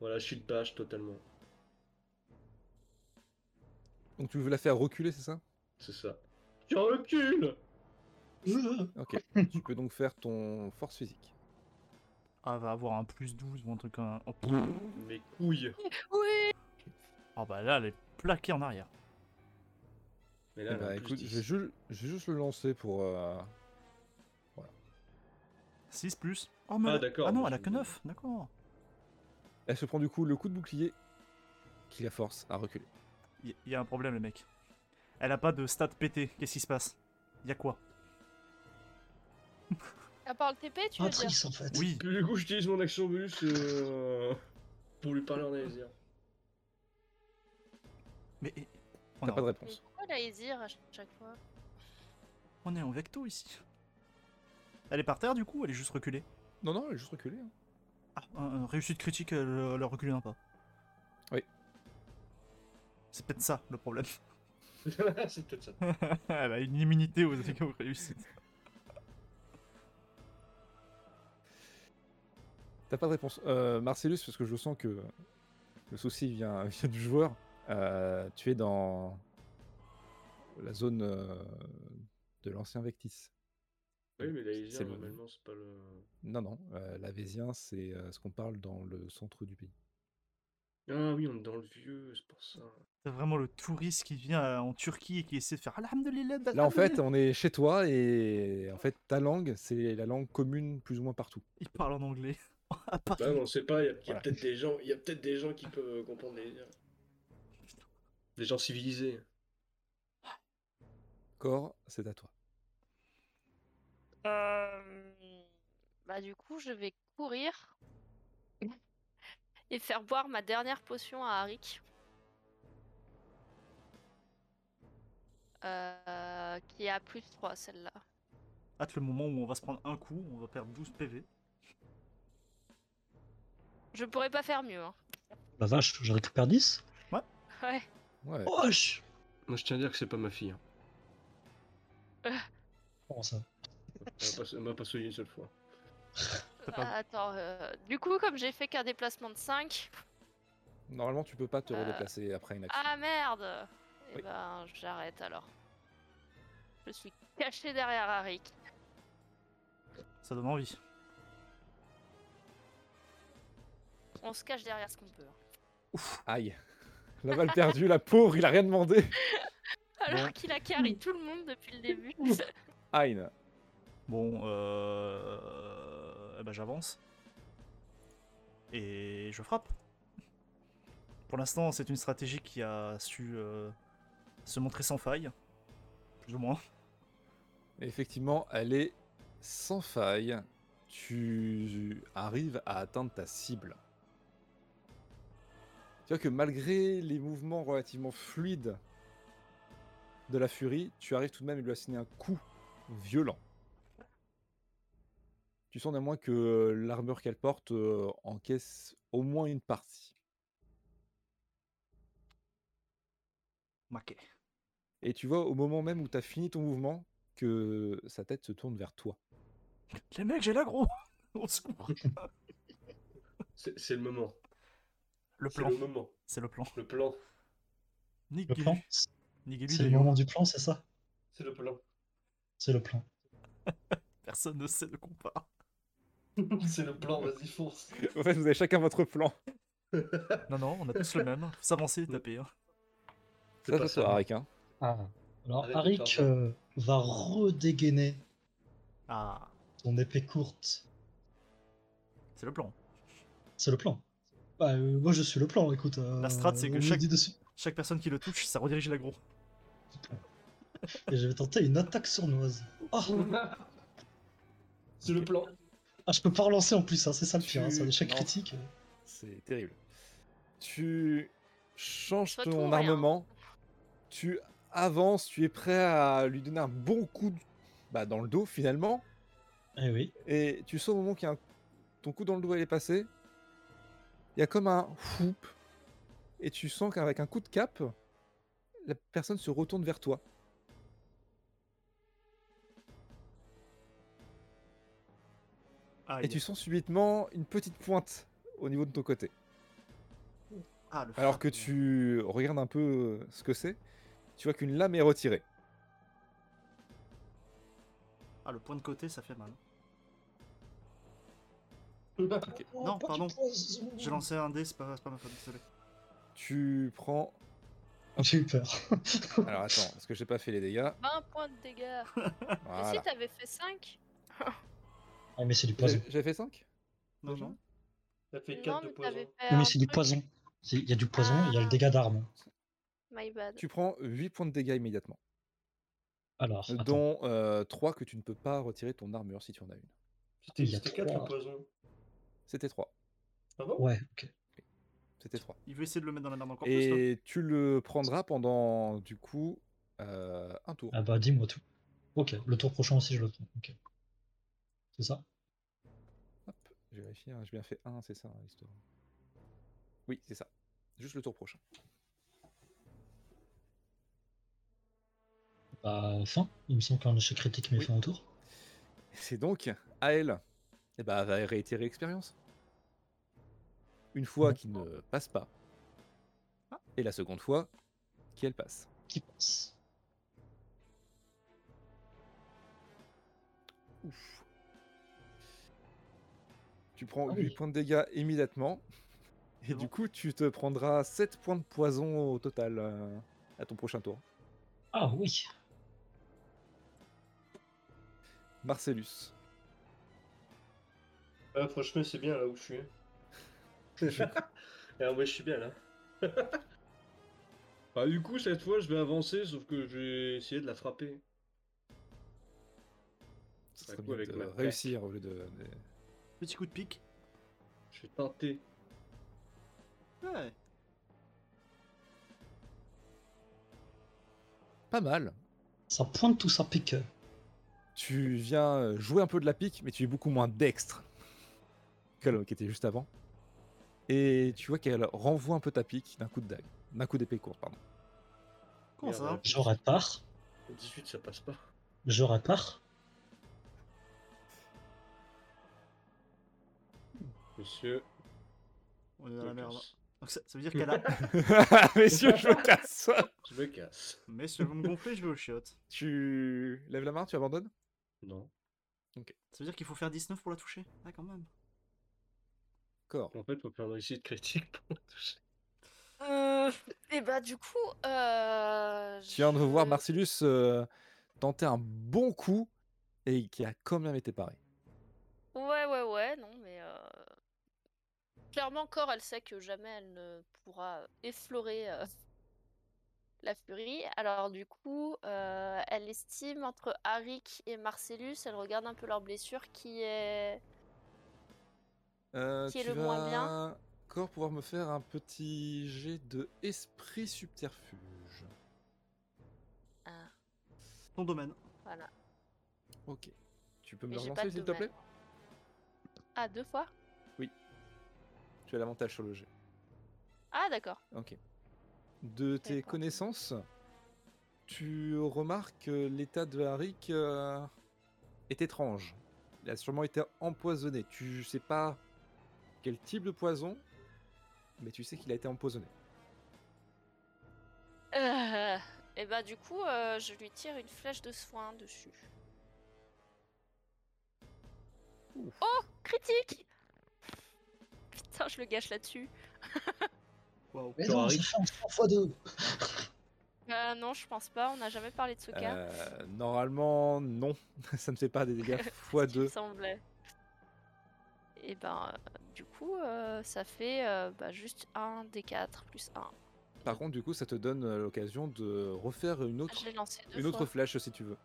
voilà, shield bash totalement. Donc tu veux la faire reculer, c'est ça C'est ça. Tu recules Ok. tu peux donc faire ton force physique. Ah, va avoir un plus 12 ou un truc. Un... Oh, Mmh. Mes couilles. Oui Ah bah là, elle est plaquée en arrière. Mais Eh là, elle a bah, un plus écoute, 10. je vais, ju- je vais juste le lancer pour. euh, 6 plus. Oh, mais Ah, elle a- d'accord, Ah non, bah, elle a je- que 9, d'accord. Elle se prend du coup le coup de bouclier qui la force à reculer. Il y, a un problème, le mec. Elle a pas de stats pété. Qu'est-ce qui se passe Y a quoi À part le TP, tu Un veux dire trice en fait. Oui, Puis, du coup, j'utilise mon action bonus euh, pour lui parler en aésir. mais eh, on, T'as pas est de en... Mais réponse. pourquoi la Aesir à ch- chaque fois on est en vecto ici. Elle est par terre du coup, elle est juste reculée. Non, non, elle est juste reculée. hein. Ah, un- un réussite critique, elle, elle a reculé d'un pas. Oui. C'est peut-être ça le problème. c'est peut-être ça. elle a une immunité aux dégâts aux réussites. T'as pas de réponse. Euh, Marcellus, parce que je sens que le souci vient, vient du joueur, euh, tu es dans la zone euh, de l'ancien Vectis. Oui, mais C'est l'Aésien, le- normalement, c'est pas le. Non, non, euh, l'Avésien, c'est euh, ce qu'on parle dans le centre du pays. Ah oui, on est dans le vieux, c'est pour ça. C'est vraiment le touriste qui vient euh, en Turquie et qui essaie de faire Alhamdulillah. Là, en fait, Alhamdulillah. on est chez toi et en fait, ta langue, c'est la langue commune plus ou moins partout. Il parle en anglais. à Paris. Bah, on sait pas, il y a, y a Voilà. peut-être des gens, il y a peut-être des gens qui peuvent comprendre les. Des gens civilisés. Corps, c'est à toi. Euh, Bah du coup, je vais courir et faire boire ma dernière potion à Arik. Euh, qui a plus 3 celle-là. Hâte le moment où on va se prendre un coup, on va perdre 12 PV. Je pourrais pas faire mieux. hein. La vache, j'en récupère 10 Ouais. Ouais. Oh, Wesh Moi, je tiens à dire que c'est pas ma fille. hein. Comment ça Elle m'a pas- Elle m'a pas soigné une seule fois. pardon. attends, euh, du coup, comme j'ai fait qu'un déplacement de 5, Normalement, tu peux pas te Euh, redéplacer après une action. ah merde Et Oui. ben, j'arrête alors. Je suis caché derrière Arik. Ça donne envie. On se cache derrière ce qu'on peut. hein. Aïe. La balle perdue, la pauvre, il a rien demandé. Alors Bon. qu'il a carré tout le monde depuis le début. Aïe. Bon, euh... eh ben, j'avance. Et je frappe. Pour l'instant, c'est une stratégie qui a su euh, se montrer sans faille. Plus ou moins. Effectivement, elle est sans faille. Tu arrives à atteindre ta cible. Tu vois que malgré les mouvements relativement fluides de la furie, tu arrives tout de même à lui assigner un coup violent. Tu sens néanmoins que euh, l'armure qu'elle porte euh, encaisse au moins une partie. Maquet. Et tu vois au moment même où tu as fini ton mouvement que sa tête se tourne vers toi. Les mecs, j'ai l'aggro Au secours. C'est c'est le moment. Le C'est plan. le moment. C'est le plan. Le plan. Nick Le plan Guélu. Nick Guélu, C'est le d'ailleurs. moment du plan, c'est ça C'est le plan. C'est le plan. Personne ne sait de quoi on parle. c'est le plan, vas-y, fonce. En fait, vous avez chacun votre plan. Non, non, on a tous le même. Faut s'avancer et taper. hein. C'est Ça, pas ça, ça. c'est Arik, hein. Alors, Arrête de Arik faire ça. euh, va redégainer Ah, son épée courte. c'est le plan. C'est le plan. Bah, euh, moi, je suis le plan, écoute. euh, strat, c'est que on me chaque- dit dessus. Chaque personne qui le touche, ça redirige l'aggro. Et je vais tenter une attaque sournoise. Ah, Oh, C'est le plan. ah, je peux pas relancer en plus, hein, c'est ça le Tu- pire. hein, sur les échecs non. critiques. C'est terrible. Tu changes Soit tout ou ton rien. armement, tu avances, tu es prêt à lui donner un bon coup de- bah, dans le dos finalement, Eh oui. et tu sens au moment qu'il y a un- ton coup dans le dos elle est passé, il y a comme un foup, et tu sens qu'avec un coup de cap, la personne se retourne vers toi. Ah, Et tu sens subitement une petite pointe au niveau de ton côté. ah, le Alors frappe. que tu regardes un peu euh, ce que c'est, tu vois qu'une lame est retirée. Ah, le point de côté, ça fait mal. T'as Non, Oh, pas du pardon. poison. J'ai lancé un dé, c'est pas, c'est pas ma faute, désolé. Tu prends. J'ai eu peur. Alors attends, parce que j'ai pas fait les dégâts. 20 points de dégâts. Ah, Mais Voilà. si t'avais fait 5 Ah, mais c'est du poison. Euh, J'ai j'ai fait 5 Non, Déjà non. fait Non, 4 de mais poison. t'avais fait. Non, un mais c'est du truc. poison. C'est- Il y a du poison, il y a le dégât d'armes. My bad. Tu prends 8 points de dégâts immédiatement, Alors, attends. dont 3 que tu ne peux pas retirer de ton armure si tu en as une. C'était Il y a c'était 4 trois. le poison. C'était 3. Ah bon Ouais, ok. C'était 3. Il veut essayer de le mettre dans la merde encore plus. là. hein. Et tu le prendras pendant, du coup, euh, un tour. Ah bah, dis-moi tout. Ok, le tour prochain aussi, je le prends. Ok. C'est ça Hop, je vérifie, hein, j'ai bien fait 1, c'est ça hein, l'histoire. Oui, c'est ça. Juste le tour prochain. Bah, fin. Il me semble qu'un échec critique met Oui. fin au tour. C'est donc à elle. Et bah, va réitérer l'expérience. Une fois qu'il ne passe pas. Et la seconde fois qu'elle passe. Qui passe Ouf. Tu prends Ah 8 oui. points de dégâts immédiatement. Et C'est du bon. coup, tu te prendras 7 points de poison au total euh, à ton prochain tour. Ah oui. Marcellus. Ah, franchement, c'est bien là où je suis. hein. ah ouais, je suis bien là. bah, du coup, cette fois, je vais avancer, sauf que je vais essayer de la frapper. Ce Bah, serait coup, bien avec de ma claque. réussir au lieu de. de- Petit coup de pique. Je vais tenter. Ouais. Pas mal. Ça pointe ou ça pique Tu viens euh, jouer un peu de la pique, mais tu es beaucoup moins dextre que le- qui était juste avant. Et tu vois qu'elle renvoie un peu ta pique d'un coup de dague, d'un coup d'épée courte, pardon. Comment ça Merde. va Je répare. Le 18, ça passe pas. Je répare. Monsieur. On est Je dans la me Ah, merde. casse. Donc ça, ça veut dire qu'elle a. Messieurs, je me casse. Je me casse. Mais si vous me gonflez, je vais au chiottes. Tu lèves la main, tu abandonnes Non. Ça veut dire qu'il faut faire 19 pour la toucher Ah, quand même. Corps. En fait, faut faire une réussite critique pour la toucher. et bah du coup, euh, Tu viens de voir je- Marcellus euh, tenter un bon coup et qui a quand même été paré. Ouais, ouais, ouais, non, mais euh, clairement, Cor, elle sait que jamais elle ne pourra effleurer euh, la furie. Alors, du coup, euh, elle estime entre Arik et Marcellus, elle regarde un peu leur blessure qui est. Euh, Qui est tu le moins bien vas encore pouvoir me faire un petit jet de esprit subterfuge. Ah, Ton domaine. voilà. Ok. Tu peux me Mais le j'ai pas relancer s'il de te domaine. plaît Ah, deux fois Tu as l'avantage sur le jet. Ah, d'accord. Ok. De tes pas. connaissances, tu remarques que l'état de Harik euh, est étrange. Il a sûrement été empoisonné. Tu sais pas quel type de poison, mais tu sais qu'il a été empoisonné. et bah, du coup, euh, je lui tire une flèche de soin dessus. Ouf. Oh, critique Putain, je le gâche là-dessus. Waouh. Mais Tu non, ça arrives. fait un cent fois deux. Euh, non, je pense pas, on n'a jamais parlé de ce cas. Euh, normalement, non. Ça ne fait pas des dégâts ce qui me x2. semblait. Et ben, euh, du coup, euh, ça fait euh, bah, juste 1 des 4 plus 1. Par contre, du coup, ça te donne euh, l'occasion de refaire une autre, Ah, Je l'ai lancé deux une autre fois. flèche si tu veux.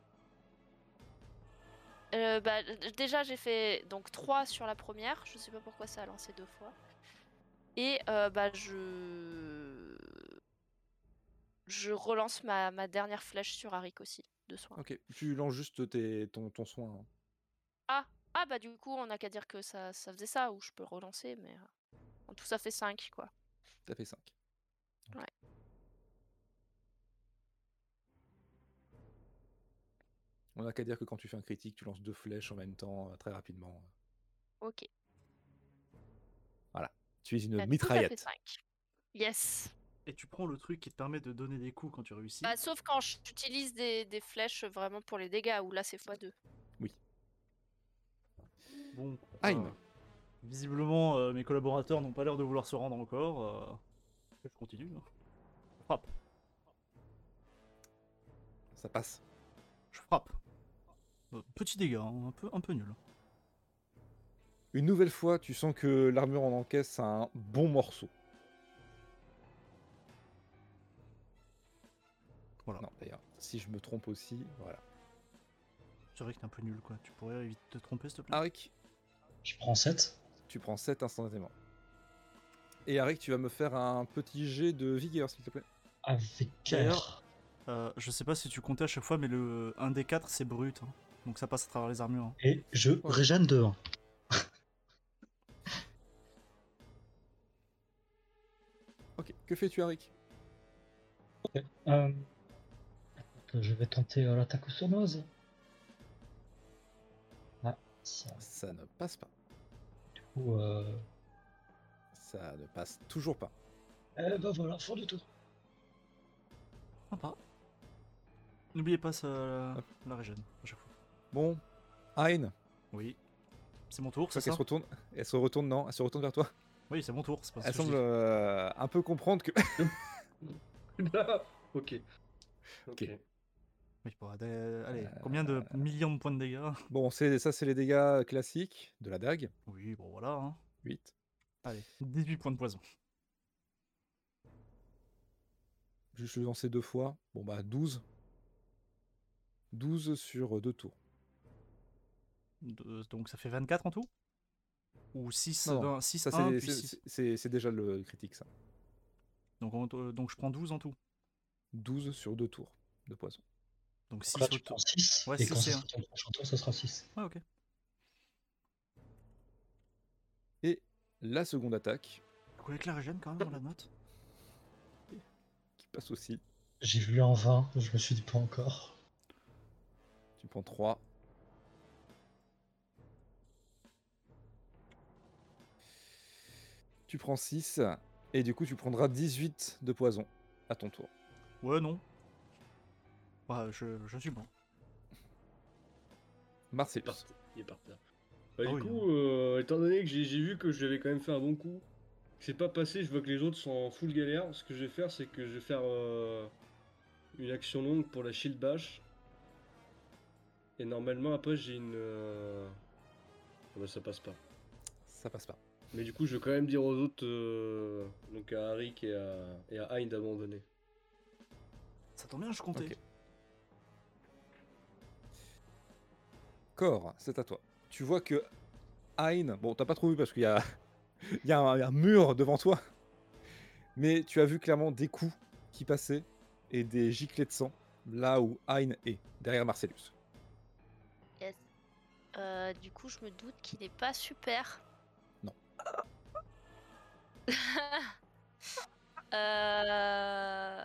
Euh, bah, d- déjà, j'ai fait donc 3 sur la première. Je sais pas pourquoi ça a lancé deux fois. Et euh, bah, je. Je relance ma, ma dernière flèche sur Arik aussi, de soin. Ok. Tu lances juste tes- ton, ton soin. hein. Ah, bah, du coup, on n'a qu'à dire que ça, ça faisait ça, ou je peux le relancer, mais. euh, En tout, ça fait 5, quoi. Ça fait 5. Ouais. On n'a qu'à dire que quand tu fais un critique, tu lances deux flèches en même temps, euh, très rapidement. Ok. Tu es une Bah, du coup, ça fait mitraillette. cinq. Yes. Et tu prends le truc qui te permet de donner des coups quand tu réussis. Bah, sauf quand j- j'utilise des, des flèches euh, vraiment pour les dégâts, où là c'est x2. Bon. Aïn. euh, visiblement, euh, mes collaborateurs n'ont pas l'air de vouloir se rendre encore. euh, Je continue. hein. Je frappe. Ça passe. Je frappe. Euh, Petit dégât, hein, un peu, un peu nul. Une nouvelle fois, tu sens que l'armure en encaisse un bon morceau. Voilà. Non, d'ailleurs, si je me trompe aussi, voilà. C'est vrai que t'es un peu nul, quoi. Tu pourrais éviter de te tromper, s'il te plaît. Arik, Je prends 7. tu prends 7 instantanément. Et Arik, tu vas me faire un petit jet de vigueur, s'il te plaît. Avec D'ailleurs- quatre. Euh, je sais pas si tu comptais à chaque fois, mais le 1 des 4, c'est brut. hein. Donc ça passe à travers les armures. hein. Et je régène de 1. Ok, que fais-tu, Arik Euh, écoute, je vais tenter euh, l'attaque aux sournoises. Ah, ça, Ça ne passe pas. du coup, euh, Ça ne passe toujours pas. eh ben voilà, fin du tour. Sympa. N'oubliez pas ça, la, la régène, à chaque fois. Bon, Hein, Oui. C'est mon tour, c'est elle se ça retourne, elle se retourne, non, elle se retourne vers toi. Oui, c'est mon tour. c'est pas ce Elle que je semble dis. euh, un peu comprendre que. ok. Ok. Oui, bon, allez, allez, combien de millions de points de dégâts bon, c'est ça, c'est les dégâts classiques de la dague. Oui, bon voilà. hein. 8. Allez, 18 points de poison. Juste le lancer deux fois. Bon, bah 12. 12 sur deux tours. De- donc ça fait 24 en tout Ou 6 Non, non, d'un 6 Ça, c'est- un, puis c'est- 6. c'est c'est- c'est déjà le critique, ça. Donc, en- euh, donc je prends 12 en tout. 12 sur deux tours de poison. Donc 6 Ah, Donc là, au tu prends tour. 6. Ouais, et six, quand c'est ça un. sera ton prochain tour, ça sera 6. Ouais, ok. Et la seconde attaque, Donc avec la régène quand même dans la note. qui passe aussi. J'ai vu en vain, je me suis dit pas encore. Tu prends 3. Tu prends 6. Et du coup, tu prendras 18 de poison à ton tour. Ouais, non. Ouais, je, je suis bon. Il est par, Marcellus. il est par terre. Bah, Ah du oui, coup, euh, étant donné que j'ai j'ai vu que je lui avais quand même fait un bon coup, que c'est pas passé, je vois que les autres sont en full galère, ce que je vais faire, c'est que je vais faire euh, une action longue pour la shield bash. Et normalement, après, j'ai une... euh, ah bah, ça passe pas. Ça passe pas. Mais du coup, je vais quand même dire aux autres, euh, donc à Harik et à, et à Hein d'abandonner. Ça tombe bien, je comptais. Ok. Corps, c'est à toi. Tu vois que Hein, bon, t'as pas trop vu parce qu'il y a, il y a un, un mur devant toi, mais tu as vu clairement des coups qui passaient et des giclées de sang là où Hein est, derrière Marcellus. Yes. Euh, du coup, je me doute qu'il n'est pas super. Non. Euh,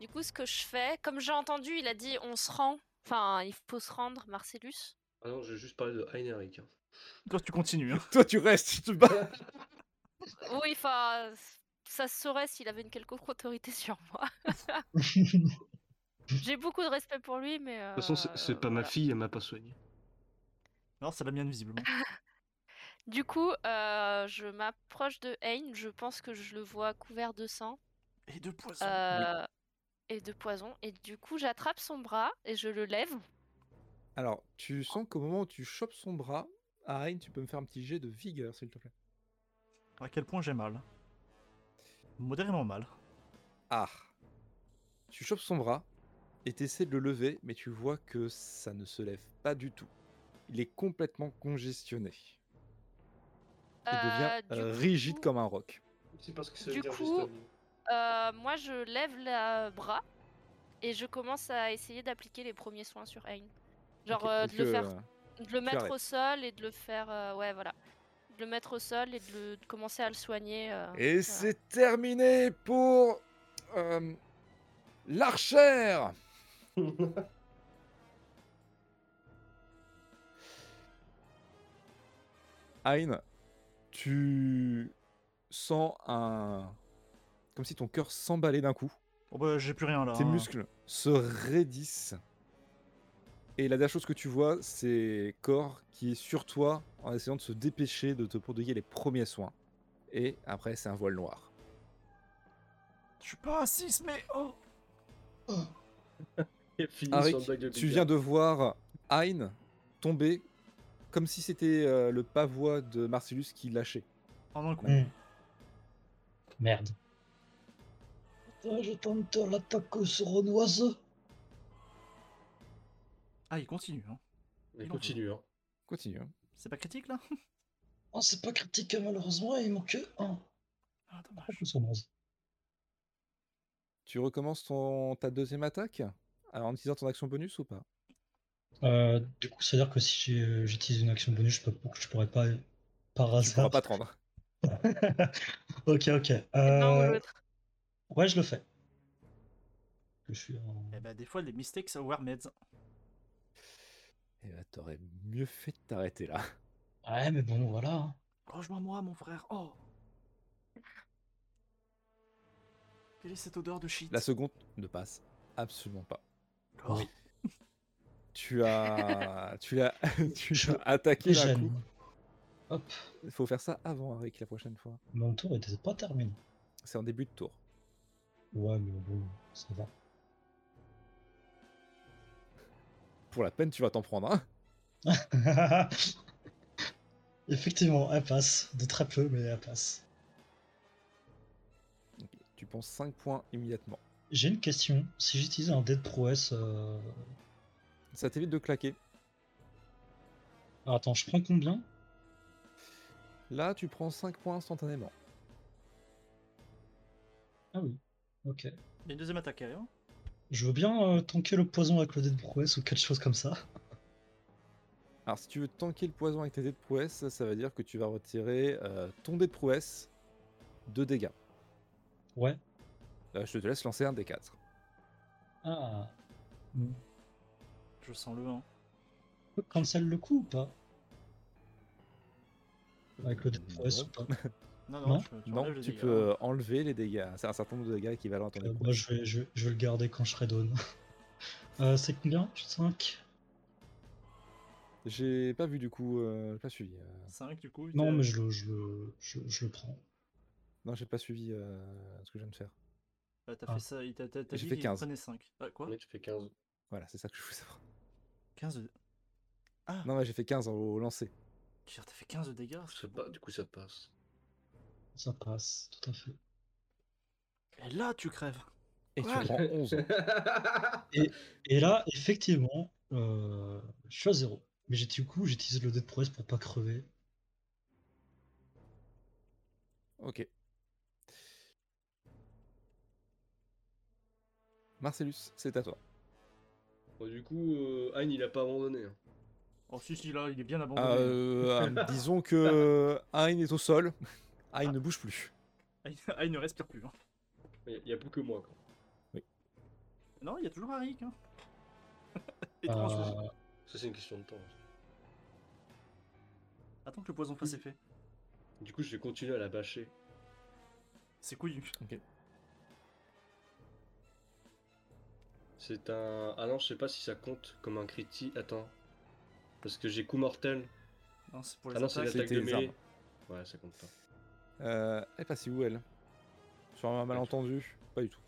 Du coup, ce que je fais, comme j'ai entendu, il a dit on se rend. Enfin, il faut se rendre, Marcellus. Ah non, j'ai juste parlé de Hein et Harik. hein. Toi, tu continues. hein. Toi, tu restes, tu te bats. Oui, enfin, ça se saurait s'il avait une quelconque autorité sur moi. J'ai J'ai beaucoup de respect pour lui, mais. euh, De toute façon, c'est- c'est pas ma fille, elle m'a pas soigné. Non, c'est la mienne, visiblement. Du coup, euh, je m'approche de Hein, je pense que je le vois couvert de sang Et de poison. euh, et de poison, et du coup j'attrape son bras et je le lève. Alors, tu sens qu'au moment où tu chopes son bras, Hein, tu peux me faire un petit jet de vigueur, s'il te plaît. À quel point j'ai mal Modérément mal. Ah. Tu chopes son bras et t'essaies de le lever, mais tu vois que ça ne se lève pas du tout. Il est complètement congestionné. Il Euh, devient du euh, rigide coup- comme un roc. C'est parce que ça veut Du dire, coup, Justin. Euh, moi je lève le bras et je commence à essayer d'appliquer les premiers soins sur Hein. Genre Ok, euh, donc, de le, faire, euh, de le mettre au arrêtes. sol et de le faire. euh, ouais, voilà. De le mettre au sol et de, le- de commencer à le soigner. euh, Et voilà. Ah, c'est terminé pour euh, l'archère. Hein, tu sens un comme si ton cœur s'emballait d'un coup. Bon bah, j'ai plus rien là. Tes hein. muscles se raidissent. Et la dernière chose que tu vois, c'est Cor qui est sur toi en essayant de se dépêcher de te prodiguer les premiers soins. Et après, c'est un voile noir. Je suis pas raciste, mais oh Arik, tu viens de voir Hein tomber comme si c'était euh, le pavois de Marcellus qui lâchait. En un coup. Hmm. Merde. je tente l'attaque sournoise. Ah, il continue. Hein. Mais continue, hein. Continue. C'est pas critique là Oh, c'est pas critique, malheureusement, il manque que un. Ah, dommage. Attaque sournoise. Tu recommences ton, ta deuxième attaque Alors, en utilisant ton action bonus ou pas Euh, du coup, c'est-à-dire que si j'ai- euh, j'utilise une action bonus, je, peux, je pourrais pas, par Tu pourras hasard. pas te rendre. ok, ok. L'un Euh, ou l'autre. ouais, je le fais. Je suis en... Eh bah, des fois, les mistakes hein. are meds. Eh ben, t'aurais mieux fait de t'arrêter là. Ouais, mais bon, voilà. hein. Rejoins moi, mon frère. Oh Quelle est cette odeur de shit La seconde ne passe absolument pas. Oh. Oui. tu as, tu l'as, tu Je- l'as attaqué d'un J'aime. coup. Hop, Il faut faire ça avant Rick la prochaine fois. mon tour était pas terminé. C'est en début de tour. Ouais, mais bon, ça va. Pour la peine, tu vas t'en prendre. un. Effectivement, elle passe. De très peu, mais elle passe. Tu penses 5 points immédiatement. J'ai une question. Si j'utilise un dé de prouesse. euh, Ça t'évite de claquer. alors Ah, attends, je prends combien Là, tu prends 5 points instantanément. Ah oui. Ok. Il y a une deuxième attaque hein. aérienne. Je veux bien euh, tanker le poison avec le dé de prouesse ou quelque chose comme ça. Alors, si tu veux tanker le poison avec tes dés de prouesse, ça, ça veut dire que tu vas retirer euh, ton dé de prouesse de dégâts. Ouais. Là, je te laisse lancer un des 4. Ah. Je sens le 1. On peut cancel le coup ou pas Avec le dé de prouesse Non. ou pas Non, Non. non, tu- tu, enlèves hein. Non, les tu dégâts. peux enlever les dégâts. C'est un certain nombre de dégâts équivalents à ton dé Euh, de Moi, prouesse. je vais, je, vais- je vais le garder quand je redonne. Euh, c'est combien 5 J'ai pas vu du coup, euh, j'ai pas suivi. euh. 5 du coup. il Non, était- mais je le, je, le, je, je le prends. Non, j'ai pas suivi euh, ce que je viens de faire. Ah, t'as Ah. fait ça, il t'a t'a- t'as J'ai dit fait qu'il 15. prenait 5. Ah, quoi Mais tu fais 15. Voilà, c'est ça que je voulais savoir. 15 de... Ah, Non, mais j'ai fait 15 au au lancer. tu- t'as fait 15 de dégâts Je sais pas, du coup ça passe. Ça passe, tout à fait. Et là, tu crèves. Et tu Quoi prends hein. 11. Et là, effectivement, euh, je suis à 0. Mais j'ai- du coup, j'utilise le dé de prouesse pour pas crever. Ok. Marcellus, c'est à toi. Bon, du coup, euh, Hein, il a pas abandonné. hein. Oh, si, si, là, il est bien abandonné. Euh, euh, disons que Hein est au sol. Hein ne bouge plus. Ah, il- ah, il ne respire plus. hein. Il y a- il y, a plus que moi. quoi. Non, il y a toujours Arik. Hein. Étrange. Euh, Ça, c'est une question de temps. hein. Attends que le poison fasse effet. Du coup, je vais continuer à la bâcher. C'est couillu. C'est un. Ah non, je sais pas si ça compte comme un critique. Attends. Parce que j'ai coup mortel. Non, c'est pour les Ah non, c'est attaques. l'attaque C'était de les mêlée. Ouais, ça compte pas. Euh, elle passe où elle Sur un malentendu Pas du tout.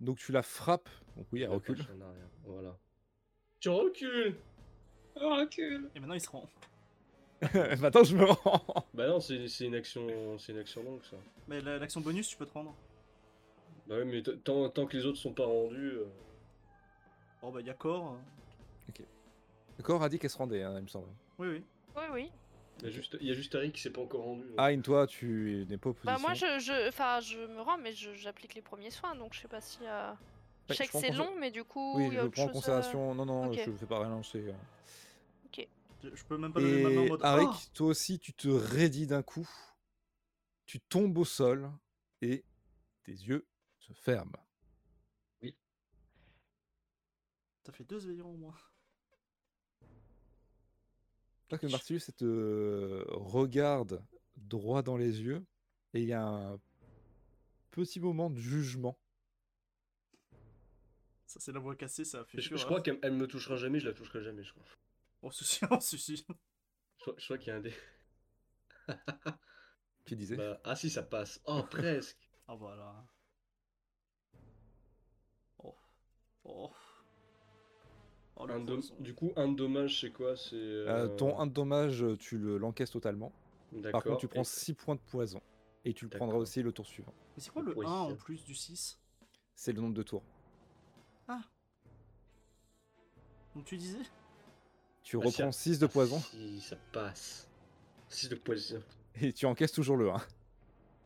Donc tu la frappes. Donc oui, elle Ouais, recule. je suis en arrière. Voilà. Tu recules Euh, oh, Et maintenant, il se rend. Maintenant je me rends. Bah non, c'est c'est une action. C'est une action longue ça. Mais la- l'action bonus, tu peux te rendre. Bah oui, mais t- tant, tant que les autres sont pas rendus. euh, Oh, bah, il y a corps. euh. Le corps a dit qu'elle se rendait, hein, il me semble. Oui, oui. Oui, oui. Il y a juste- il y a juste Harry qui s'est pas encore rendu. donc. Hein, toi, tu n'es pas au Bah, moi, je, je, enfin, je me rends, mais je- j'applique les premiers soins, donc je sais pas si. euh, je sais que c'est long, mais du coup. Oui, il y je a le autre prends en chose, euh, considération. Non, non, ok. je ne fais pas relancer. euh. Je Bah, je peux même pas lever ma main en Et mode. Arik, Oh toi aussi, tu te raidis d'un coup, tu tombes au sol et tes yeux se ferment. T'as fait deux veillants au moins. Toi que Marcellus elle te regarde droit dans les yeux et il y a un petit moment de jugement. Ça, c'est la voix cassée, ça a fait Je, chier. je hein. crois qu'elle elle me touchera jamais, je la toucherai jamais, je crois. Oh, ceci, oh, ceci. Je, crois- je crois qu'il y a un dé. Tu disais Bah, ah si, ça passe. Oh, presque. Ah, voilà. Oh. Oh. Oh, le Un dom- poison. Du coup, un de dommage, c'est quoi C'est Euh, euh, ton 1 de dommage, tu le- l'encaisses totalement. Par D'accord. contre, tu Et- prends 6 points de poison et tu le prendras D'accord. aussi le tour suivant. Mais c'est quoi le Oui, 1 en c'est- plus du 6 C'est le nombre de tours. Donc tu disais Tu Ah, si, reprends ah, 6 de ah, poison Si, ça passe. 6 de poison, et tu encaisses toujours le 1.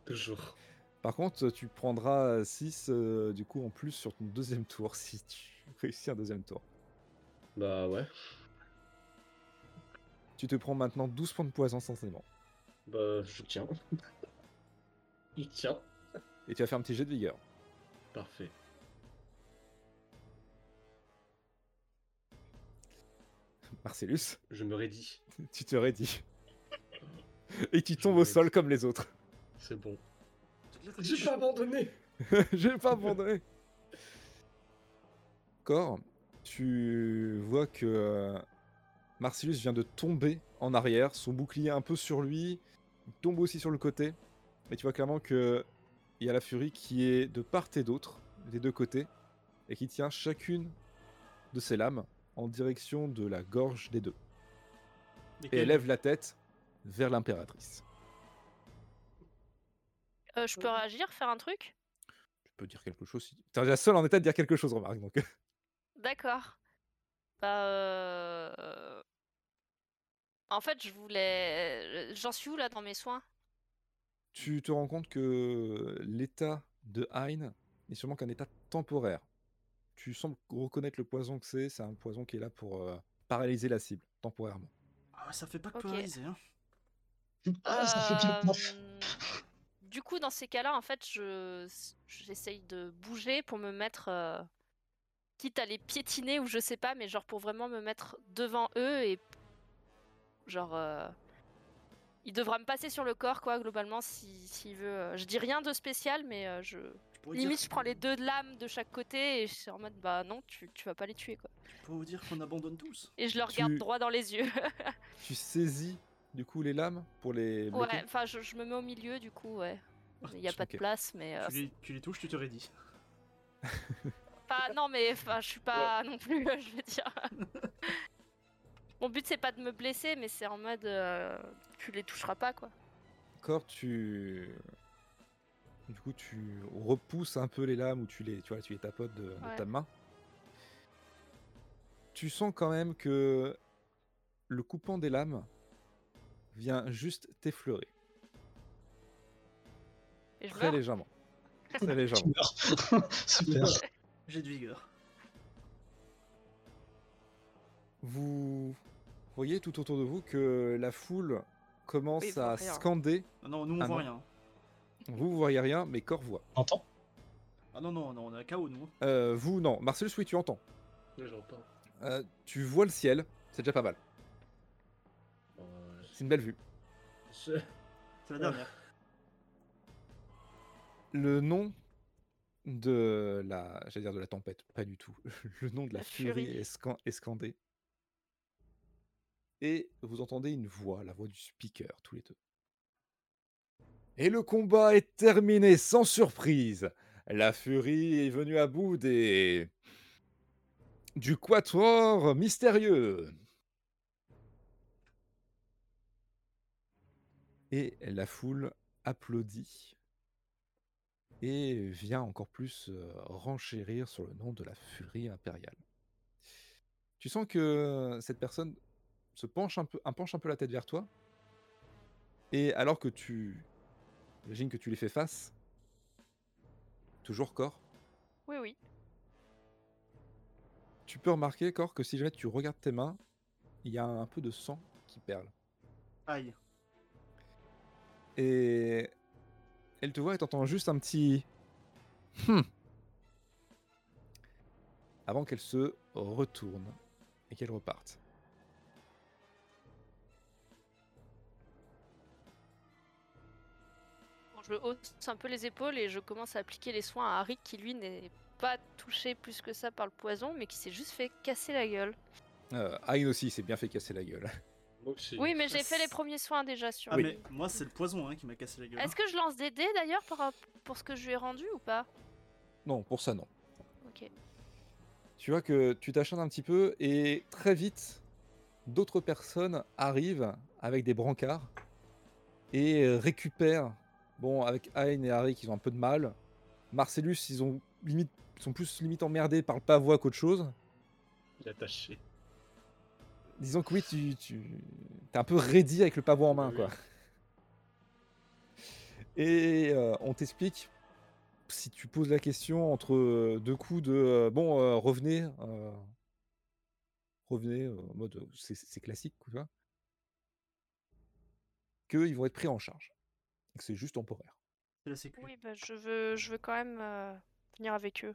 toujours. Par contre, tu prendras 6 du coup en plus sur ton deuxième tour si tu réussis un deuxième tour. Bah ouais. Tu te prends maintenant 12 points de poison instantanément. Bah, je tiens. je tiens. Et tu vas faire un petit jet de vigueur. Parfait. Marcellus, Je me raidis. tu te raidis. Et tu Je tombes me au raidis. sol comme les autres. C'est bon. Je- J'ai pas abandonné. J'ai pas abandonné. Corps, Tu vois que euh, Marcellus vient de tomber en arrière, son bouclier un peu sur lui, il tombe aussi sur le côté. Et tu vois clairement que il y a la furie qui est de part et d'autre, des deux côtés, et qui tient chacune de ses lames en direction de la gorge des deux. Et Lesquels lève la tête vers l'impératrice. Euh, je peux réagir, faire un truc Tu peux dire quelque chose si... T'es la seule en état de dire quelque chose, remarque. Donc... D'accord. Bah, euh, En fait, je voulais. J'en suis où là dans mes soins tu te rends compte que l'état de Hein n'est sûrement qu'un état temporaire. Tu sembles reconnaître le poison que c'est, c'est un poison qui est là pour euh, paralyser la cible, temporairement. Ah ouais, ça fait pas que Ok. polariser, hein. Ah, ça fait pile paf. Euh, Du coup, dans ces cas-là, en fait, je j'essaye de bouger pour me mettre, euh, quitte à les piétiner ou je sais pas, mais genre pour vraiment me mettre devant eux et genre euh, il devra me passer sur le corps quoi globalement si s'il veut. euh, Je dis rien de spécial, mais euh, je Je pourrais limite dire- je prends les deux lames de chaque côté et je suis en mode bah non tu tu vas pas les tuer quoi. Je pourrais vous dire qu'on abandonne tous. Et je le Tu- regarde droit dans les yeux. Tu saisis du coup les lames pour les bloquer. ouais, enfin je, je me mets au milieu du coup ouais. Il y a pas Ok. de place mais. euh, Tu les, tu les touches, tu te raidis. Pas, non, mais enfin, je suis pas non plus, euh, je veux dire. Mon but, c'est pas de me blesser, mais c'est en mode. euh, tu les toucheras pas, quoi. Encore, tu du coup tu repousses un peu les lames ou tu les tu vois, tu les tapotes de, de Ouais. ta main. Tu sens quand même que le coupant des lames vient juste t'effleurer Et je très meurs. légèrement. Très légèrement. Tu meurs. Super. J'ai de vigueur. Vous voyez tout autour de vous que la foule commence Oui, ils voient à rien. scander. Ah non, nous on Ah voit non. rien. Vous, vous voyez rien, mais Cor voit. T'entends Ah non, non, non, on est à KO nous. Euh, vous, non. Marcellus, oui, tu entends. Ouais, j'entends. Euh, tu vois le ciel, c'est déjà pas mal. Euh, C'est une belle vue. c'est- Ah. C'est la dernière. Le nom de la... J'allais dire de la tempête, pas du tout. Le nom de la, La furie, furie. est, scan- est scandé. Et vous entendez une voix, la voix du speaker, tous les deux. Et le combat est terminé, sans surprise. La furie est venue à bout des... du quatuor mystérieux. Et la foule applaudit et vient encore plus euh, renchérir sur le nom de la furie impériale. Tu sens que cette personne se penche un peu, un- penche un peu la tête vers toi, et alors que tu, j'imagine que tu lui fais face, toujours corps, Oui, oui. tu peux remarquer corps que si jamais tu regardes tes mains, il y a un peu de sang qui perle. Aïe. Et elle te voit et t'entends juste un petit. Hmm. Avant qu'elle se retourne et qu'elle reparte. Bon, je hausse un peu les épaules et je commence à appliquer les soins à Harry, qui lui n'est pas touché plus que ça par le poison, mais qui s'est juste fait casser la gueule. Euh, Ayn aussi s'est bien fait casser la gueule. moi aussi. Oui, mais j'ai fait les c'est- premiers soins déjà sur Ah lui. mais moi c'est le poison hein, qui m'a cassé la gueule. Est-ce que je lance des dés d'ailleurs par rap- pour ce que je lui ai rendu ou pas Non, pour ça, non. Ok. Tu vois que tu t'acharnes un petit peu et très vite, d'autres personnes arrivent avec des brancards et euh, récupèrent. Bon, avec Ayn et Harry qui ont un peu de mal. Marcellus, ils ont limite, sont plus limite emmerdés par le pavois qu'autre chose. Il est attaché. Disons que oui, tu, tu t'es un peu ready avec le pavot en main, Oui. quoi. Et euh, on t'explique, si tu poses la question entre euh, deux coups de euh, bon, euh, revenez, euh, revenez, euh, en mode euh, c'est, c'est classique, quoi, tu vois, qu'ils vont être pris en charge. Et que c'est juste temporaire. C'est la sécu. Oui, bah, je, veux, je veux quand même euh, venir avec eux.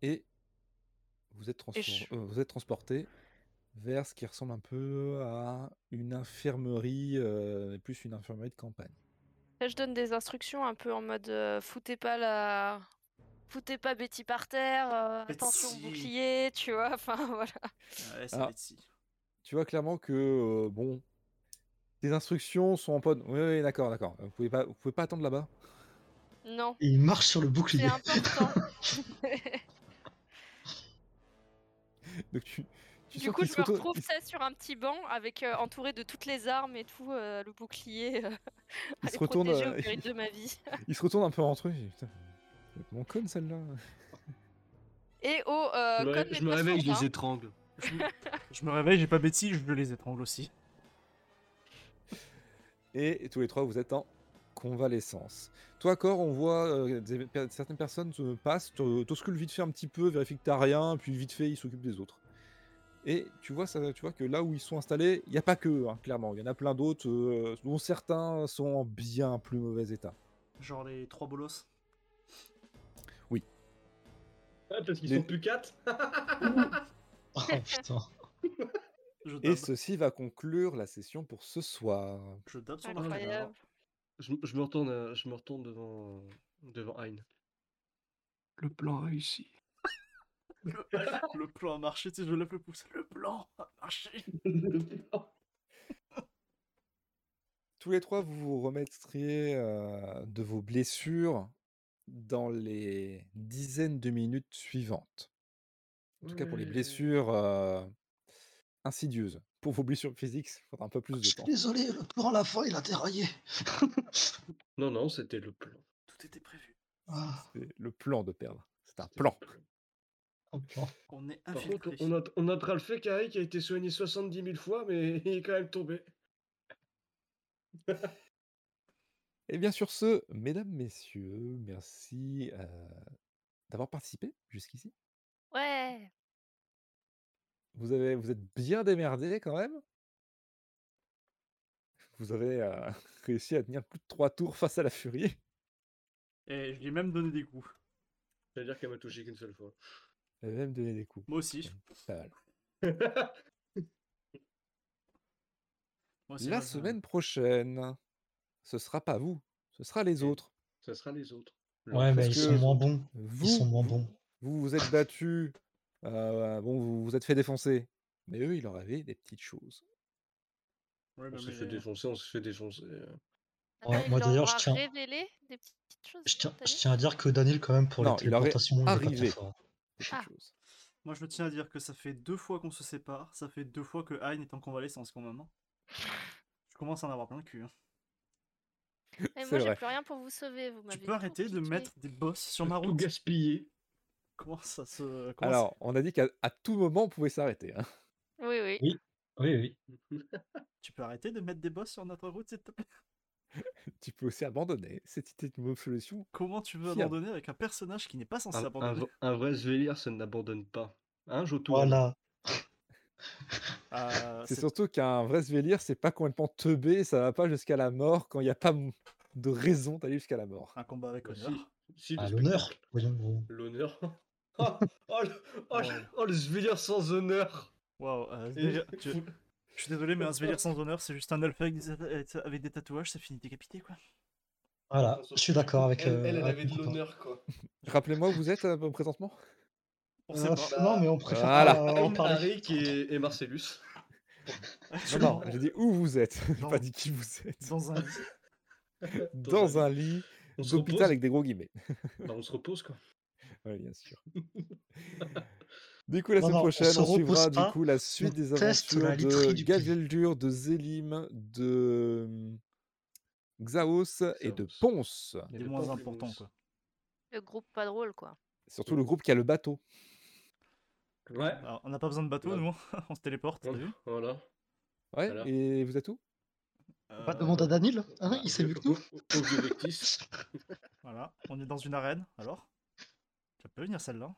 Et vous êtes, transfor- Et je- euh, vous êtes transporté vers ce qui ressemble un peu à une infirmerie, euh, plus une infirmerie de campagne. Là, je donne des instructions un peu en mode euh, foutez pas la foutez pas Betty par terre, euh, Betty. attention au bouclier, tu vois, enfin voilà. Ouais, c'est Ah. Betsy. tu vois clairement que euh, bon, tes instructions sont en pod. Oui, oui, d'accord, d'accord. Vous pouvez pas, vous pouvez pas attendre là-bas. Non, Et il marche sur le c'est bouclier. important. Donc tu, tu du sens coup, qu'il je se me retourne- retrouve il- ça sur un petit banc avec euh, entouré de toutes les armes et tout, euh, le bouclier. euh, à il les se retourne, protéger euh, au péril de ma vie. il se retourne un peu entre eux. il dit, Putain, mon con celle-là. Et au euh, je me, code ré- je me réveille, je hein. les étrangle. Je me réveille, j'ai pas Betsy, je les étrangle aussi. Et tous les trois, vous êtes en convalescence. Toi, Cor, on voit euh, des per- certaines personnes euh, passent, te- t'ausculent vite fait un petit peu, vérifie que t'as rien, puis vite fait, ils s'occupent des autres. Et tu vois, ça, tu vois que là où ils sont installés, il n'y a pas que, eux, hein, clairement. Il y en a plein d'autres, euh, dont certains sont en bien plus mauvais état. Genre les trois bolos. Ah, parce qu'ils Les- sont plus 4 Oh putain. Je dab, Et ceci va conclure la session pour ce soir. je dab sur leur cadavre. Incroyable. je, je me retourne, euh, je me retourne devant, devant Hein. Le plan réussi. Le, le plan a marché, tu sais, je le fais pousser. Le plan a marché. Tous les trois, vous vous remettriez euh, de vos blessures dans les dizaines de minutes suivantes. En tout cas, pour les Mmh. Ouais. blessures euh, insidieuses. Pour vos blessures physiques, il faudra un peu plus Je de suis temps. désolé, le plan à la fin, il a déraillé. non, non, c'était le plan. Tout était prévu. Ah, C'est le plan de perdre. C'est un C'était le plan. plan. le plan. On est Par contre, infiltrés. on, a, on apprend le fait qu'Aïe a été soigné 70 000 fois, mais il est quand même tombé. Et Eh bien sur ce, mesdames, messieurs, merci euh, d'avoir participé jusqu'ici. Ouais, Vous, avez, vous êtes bien démerdés quand même. Vous avez euh, réussi à tenir plus de trois tours face à la furie. Et je lui ai même donné des coups. C'est-à-dire qu'elle m'a touché qu'une seule fois. Elle va même donner des coups. Moi aussi. Pas mal. Moi aussi, La moi, je- semaine prochaine, ce sera pas vous, ce sera les Ok. autres. Ça sera les autres. Ouais, mais ils que- sont moins bons. Vous, Ils sont moins vous- bons. Vous vous êtes battus, euh, bon, vous vous êtes fait défoncer. Mais eux, il leur avait des petites choses. Ouais, On bah, s'est mais- Ah, fait défoncer, on s'est fait défoncer. euh, Ouais, Attends, il moi, leur d'ailleurs, je aura tiens- révélé des petites choses. Je tiens, t'as je dit tiens à dire que Daniel, quand même, pour Non, les il aurait téléportations, il est pas très arrivé. fort. des petites Ah. choses. Moi, je tiens à dire que ça fait deux fois qu'on se sépare, ça fait deux fois que Hein est en convalescence quand même. hein. Je commence à en avoir plein le cul. hein. Mais C'est moi, j'ai vrai. plus rien pour vous sauver. Vous m'avez Tu tout peux arrêter de piqué. mettre des boss sur ma Tout route gaspillé. Comment ça se. Comment ça- Alors, on a dit qu'à à tout moment, on pouvait s'arrêter. hein. Oui, oui. Oui, oui. Tu peux arrêter de mettre des boss sur notre route, s'il te plaît Tu peux aussi abandonner. C'était une mauvaise solution. Comment tu veux Qui a- abandonner avec un personnage qui n'est pas censé Un, un abandonner v- un vrai Svelir, ça n'abandonne pas. Hein, Jotun Voilà. Euh, C'est c'est- surtout qu'un vrai Svelir, c'est pas complètement teubé, ça va pas jusqu'à la mort quand il n'y a pas m- de raison d'aller jusqu'à la mort. un combat avec Aussi. honneur. Si, Ah, le À l'honneur. spectacle. voyons, vous. L'honneur. Ah, oh, le, oh, le- Ouais. oh, le Svelir sans honneur. Waouh, euh, Et- déjà, tu- je suis désolé, mais un Svelir sans honneur, c'est juste un elfe avec des, atta- avec des tatouages, ça finit décapité quoi. Voilà, je suis d'accord avec. Elle, euh, elle, elle avec avait de mon copain. l'honneur, quoi. Rappelez-moi où vous êtes euh, présentement On sait Euh, pas. bah, Non, mais Euh, on préfère voilà. pas en Comme parler. Arik et, et Marcellus. Non, non, j'ai dit où vous êtes. J'ai Dans- pas dit qui vous êtes. Dans un lit. Dans, un lit on se repose. d'hôpital avec des gros guillemets. Bah, on se repose, quoi. Ouais, bien sûr. du coup, la Non, semaine non, on prochaine, se on, repousse suivra du pas, coup la suite des teste la aventures literie de du Gaveldur, de Zélim, de hum, Xaos et de Xaos. Ponce. Il y Des avait moins pas importants Antimus. quoi. Le groupe pas drôle, quoi. Surtout le groupe qui a le bateau. Ouais. Alors, on n'a pas besoin de bateau, Ouais. nous, hein. on se téléporte. t'as vu Voilà. Ouais, Alors et vous êtes où Euh, Pas demande à Daniel, hein, il sait mieux que nous. Au- au- au vieux Vectis. Voilà, on est dans une arène, alors Ça peut venir celle-là.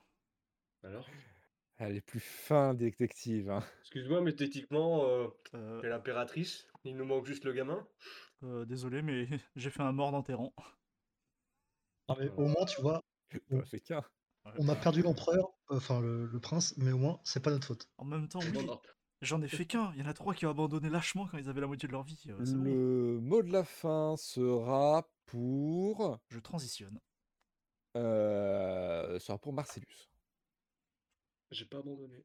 Alors, Elle est Ah, plus fin, détective. hein. excuse-moi, mais techniquement, euh, Euh, t'es l'impératrice. Il nous manque juste le gamin. euh, désolé, mais j'ai fait un mort d'enterrant. Non, mais au moins, tu vois, T'en as fait qu'un. Ouais, on a bah, perdu l'empereur, euh, enfin le, le prince, mais au moins, c'est pas notre faute. En même temps, Non, oui, non. j'en ai fait qu'un. Il y en a trois qui ont abandonné lâchement quand ils avaient la moitié de leur vie. euh, c'est bon, Le mot de la fin sera pour. Je transitionne. euh, sera pour Marcellus. J'ai pas abandonné.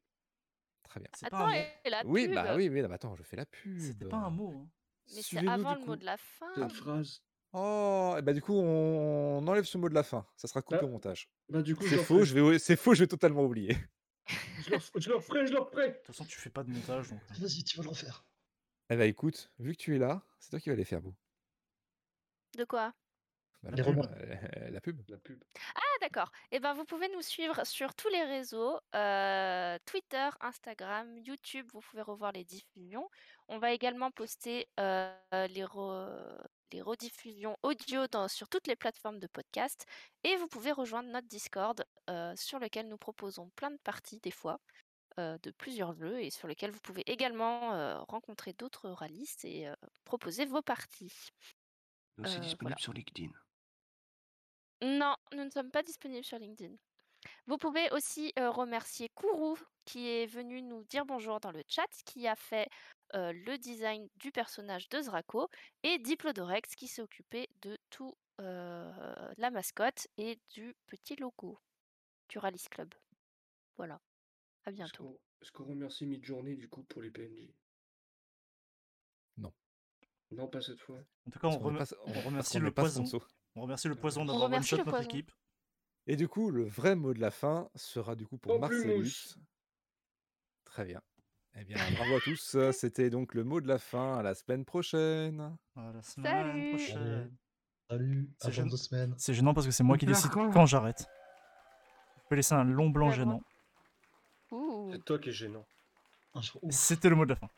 Très bien. C'est pas Attends, un mot. et la Oui, pub bah oui, mais non, mais attends, je fais la pub. C'était pas un mot. hein. Mais c'est Suivez-nous, avant du le mot coup. de la fin. Quelle phrase Oh, et bah du coup, on enlève ce mot de la fin. Ça sera coupé Ah. au montage. Bah, du coup, je C'est leur faux, ferai- je vais, c'est faux, je vais totalement oublier. je leur f- je leur ferai, je leur ferai. De toute façon, tu fais pas de montage, donc. euh, Vas-y, tu vas le refaire. Eh bah écoute, vu que tu es là, c'est toi qui vas les faire, Bou. De quoi Bah, la, Les pub, romans. euh, la pub. La pub. Ah, d'accord. Eh ben, vous pouvez nous suivre sur tous les réseaux, euh, Twitter, Instagram, YouTube. Vous pouvez revoir les diffusions. On va également poster euh, les, re- les rediffusions audio dans- sur toutes les plateformes de podcast. Et vous pouvez rejoindre notre Discord euh, sur lequel nous proposons plein de parties des fois euh, de plusieurs jeux et sur lequel vous pouvez également euh, rencontrer d'autres rallistes et euh, proposer vos parties. C'est aussi Euh, disponible voilà. sur LinkedIn. Non, nous ne sommes pas disponibles sur LinkedIn. Vous pouvez aussi euh, remercier Kourou qui est venu nous dire bonjour dans le chat, qui a fait euh, le design du personnage de Zraco, et Diplodorex qui s'est occupé de tout euh, la mascotte et du petit logo du Rallye Club. Voilà. À Est-ce bientôt. qu'on- est-ce qu'on remercie Midjourney du coup pour les PNJ Non. Non, pas cette fois. En tout cas, on, Parce qu'on remer- n'est pas- on parce remercie qu'on le n'est pas poison. sponsor. On remercie le poison On d'avoir one remercie shot le notre poison. équipe. Et du coup, le vrai mot de la fin sera du coup pour Pamplemousse. Marcellus. Très bien. Eh bien, bravo à tous. C'était donc le mot de la fin. À la semaine prochaine. À la semaine Salut. prochaine. Salut, C'est à dans gênant. deux semaines. C'est gênant parce que c'est moi qui Hyper décide con. quand j'arrête. Je peux laisser un long blanc Ouais, moi- gênant. Ouh. C'est toi qui est gênant. Un jour, ouf. C'était le mot de la fin.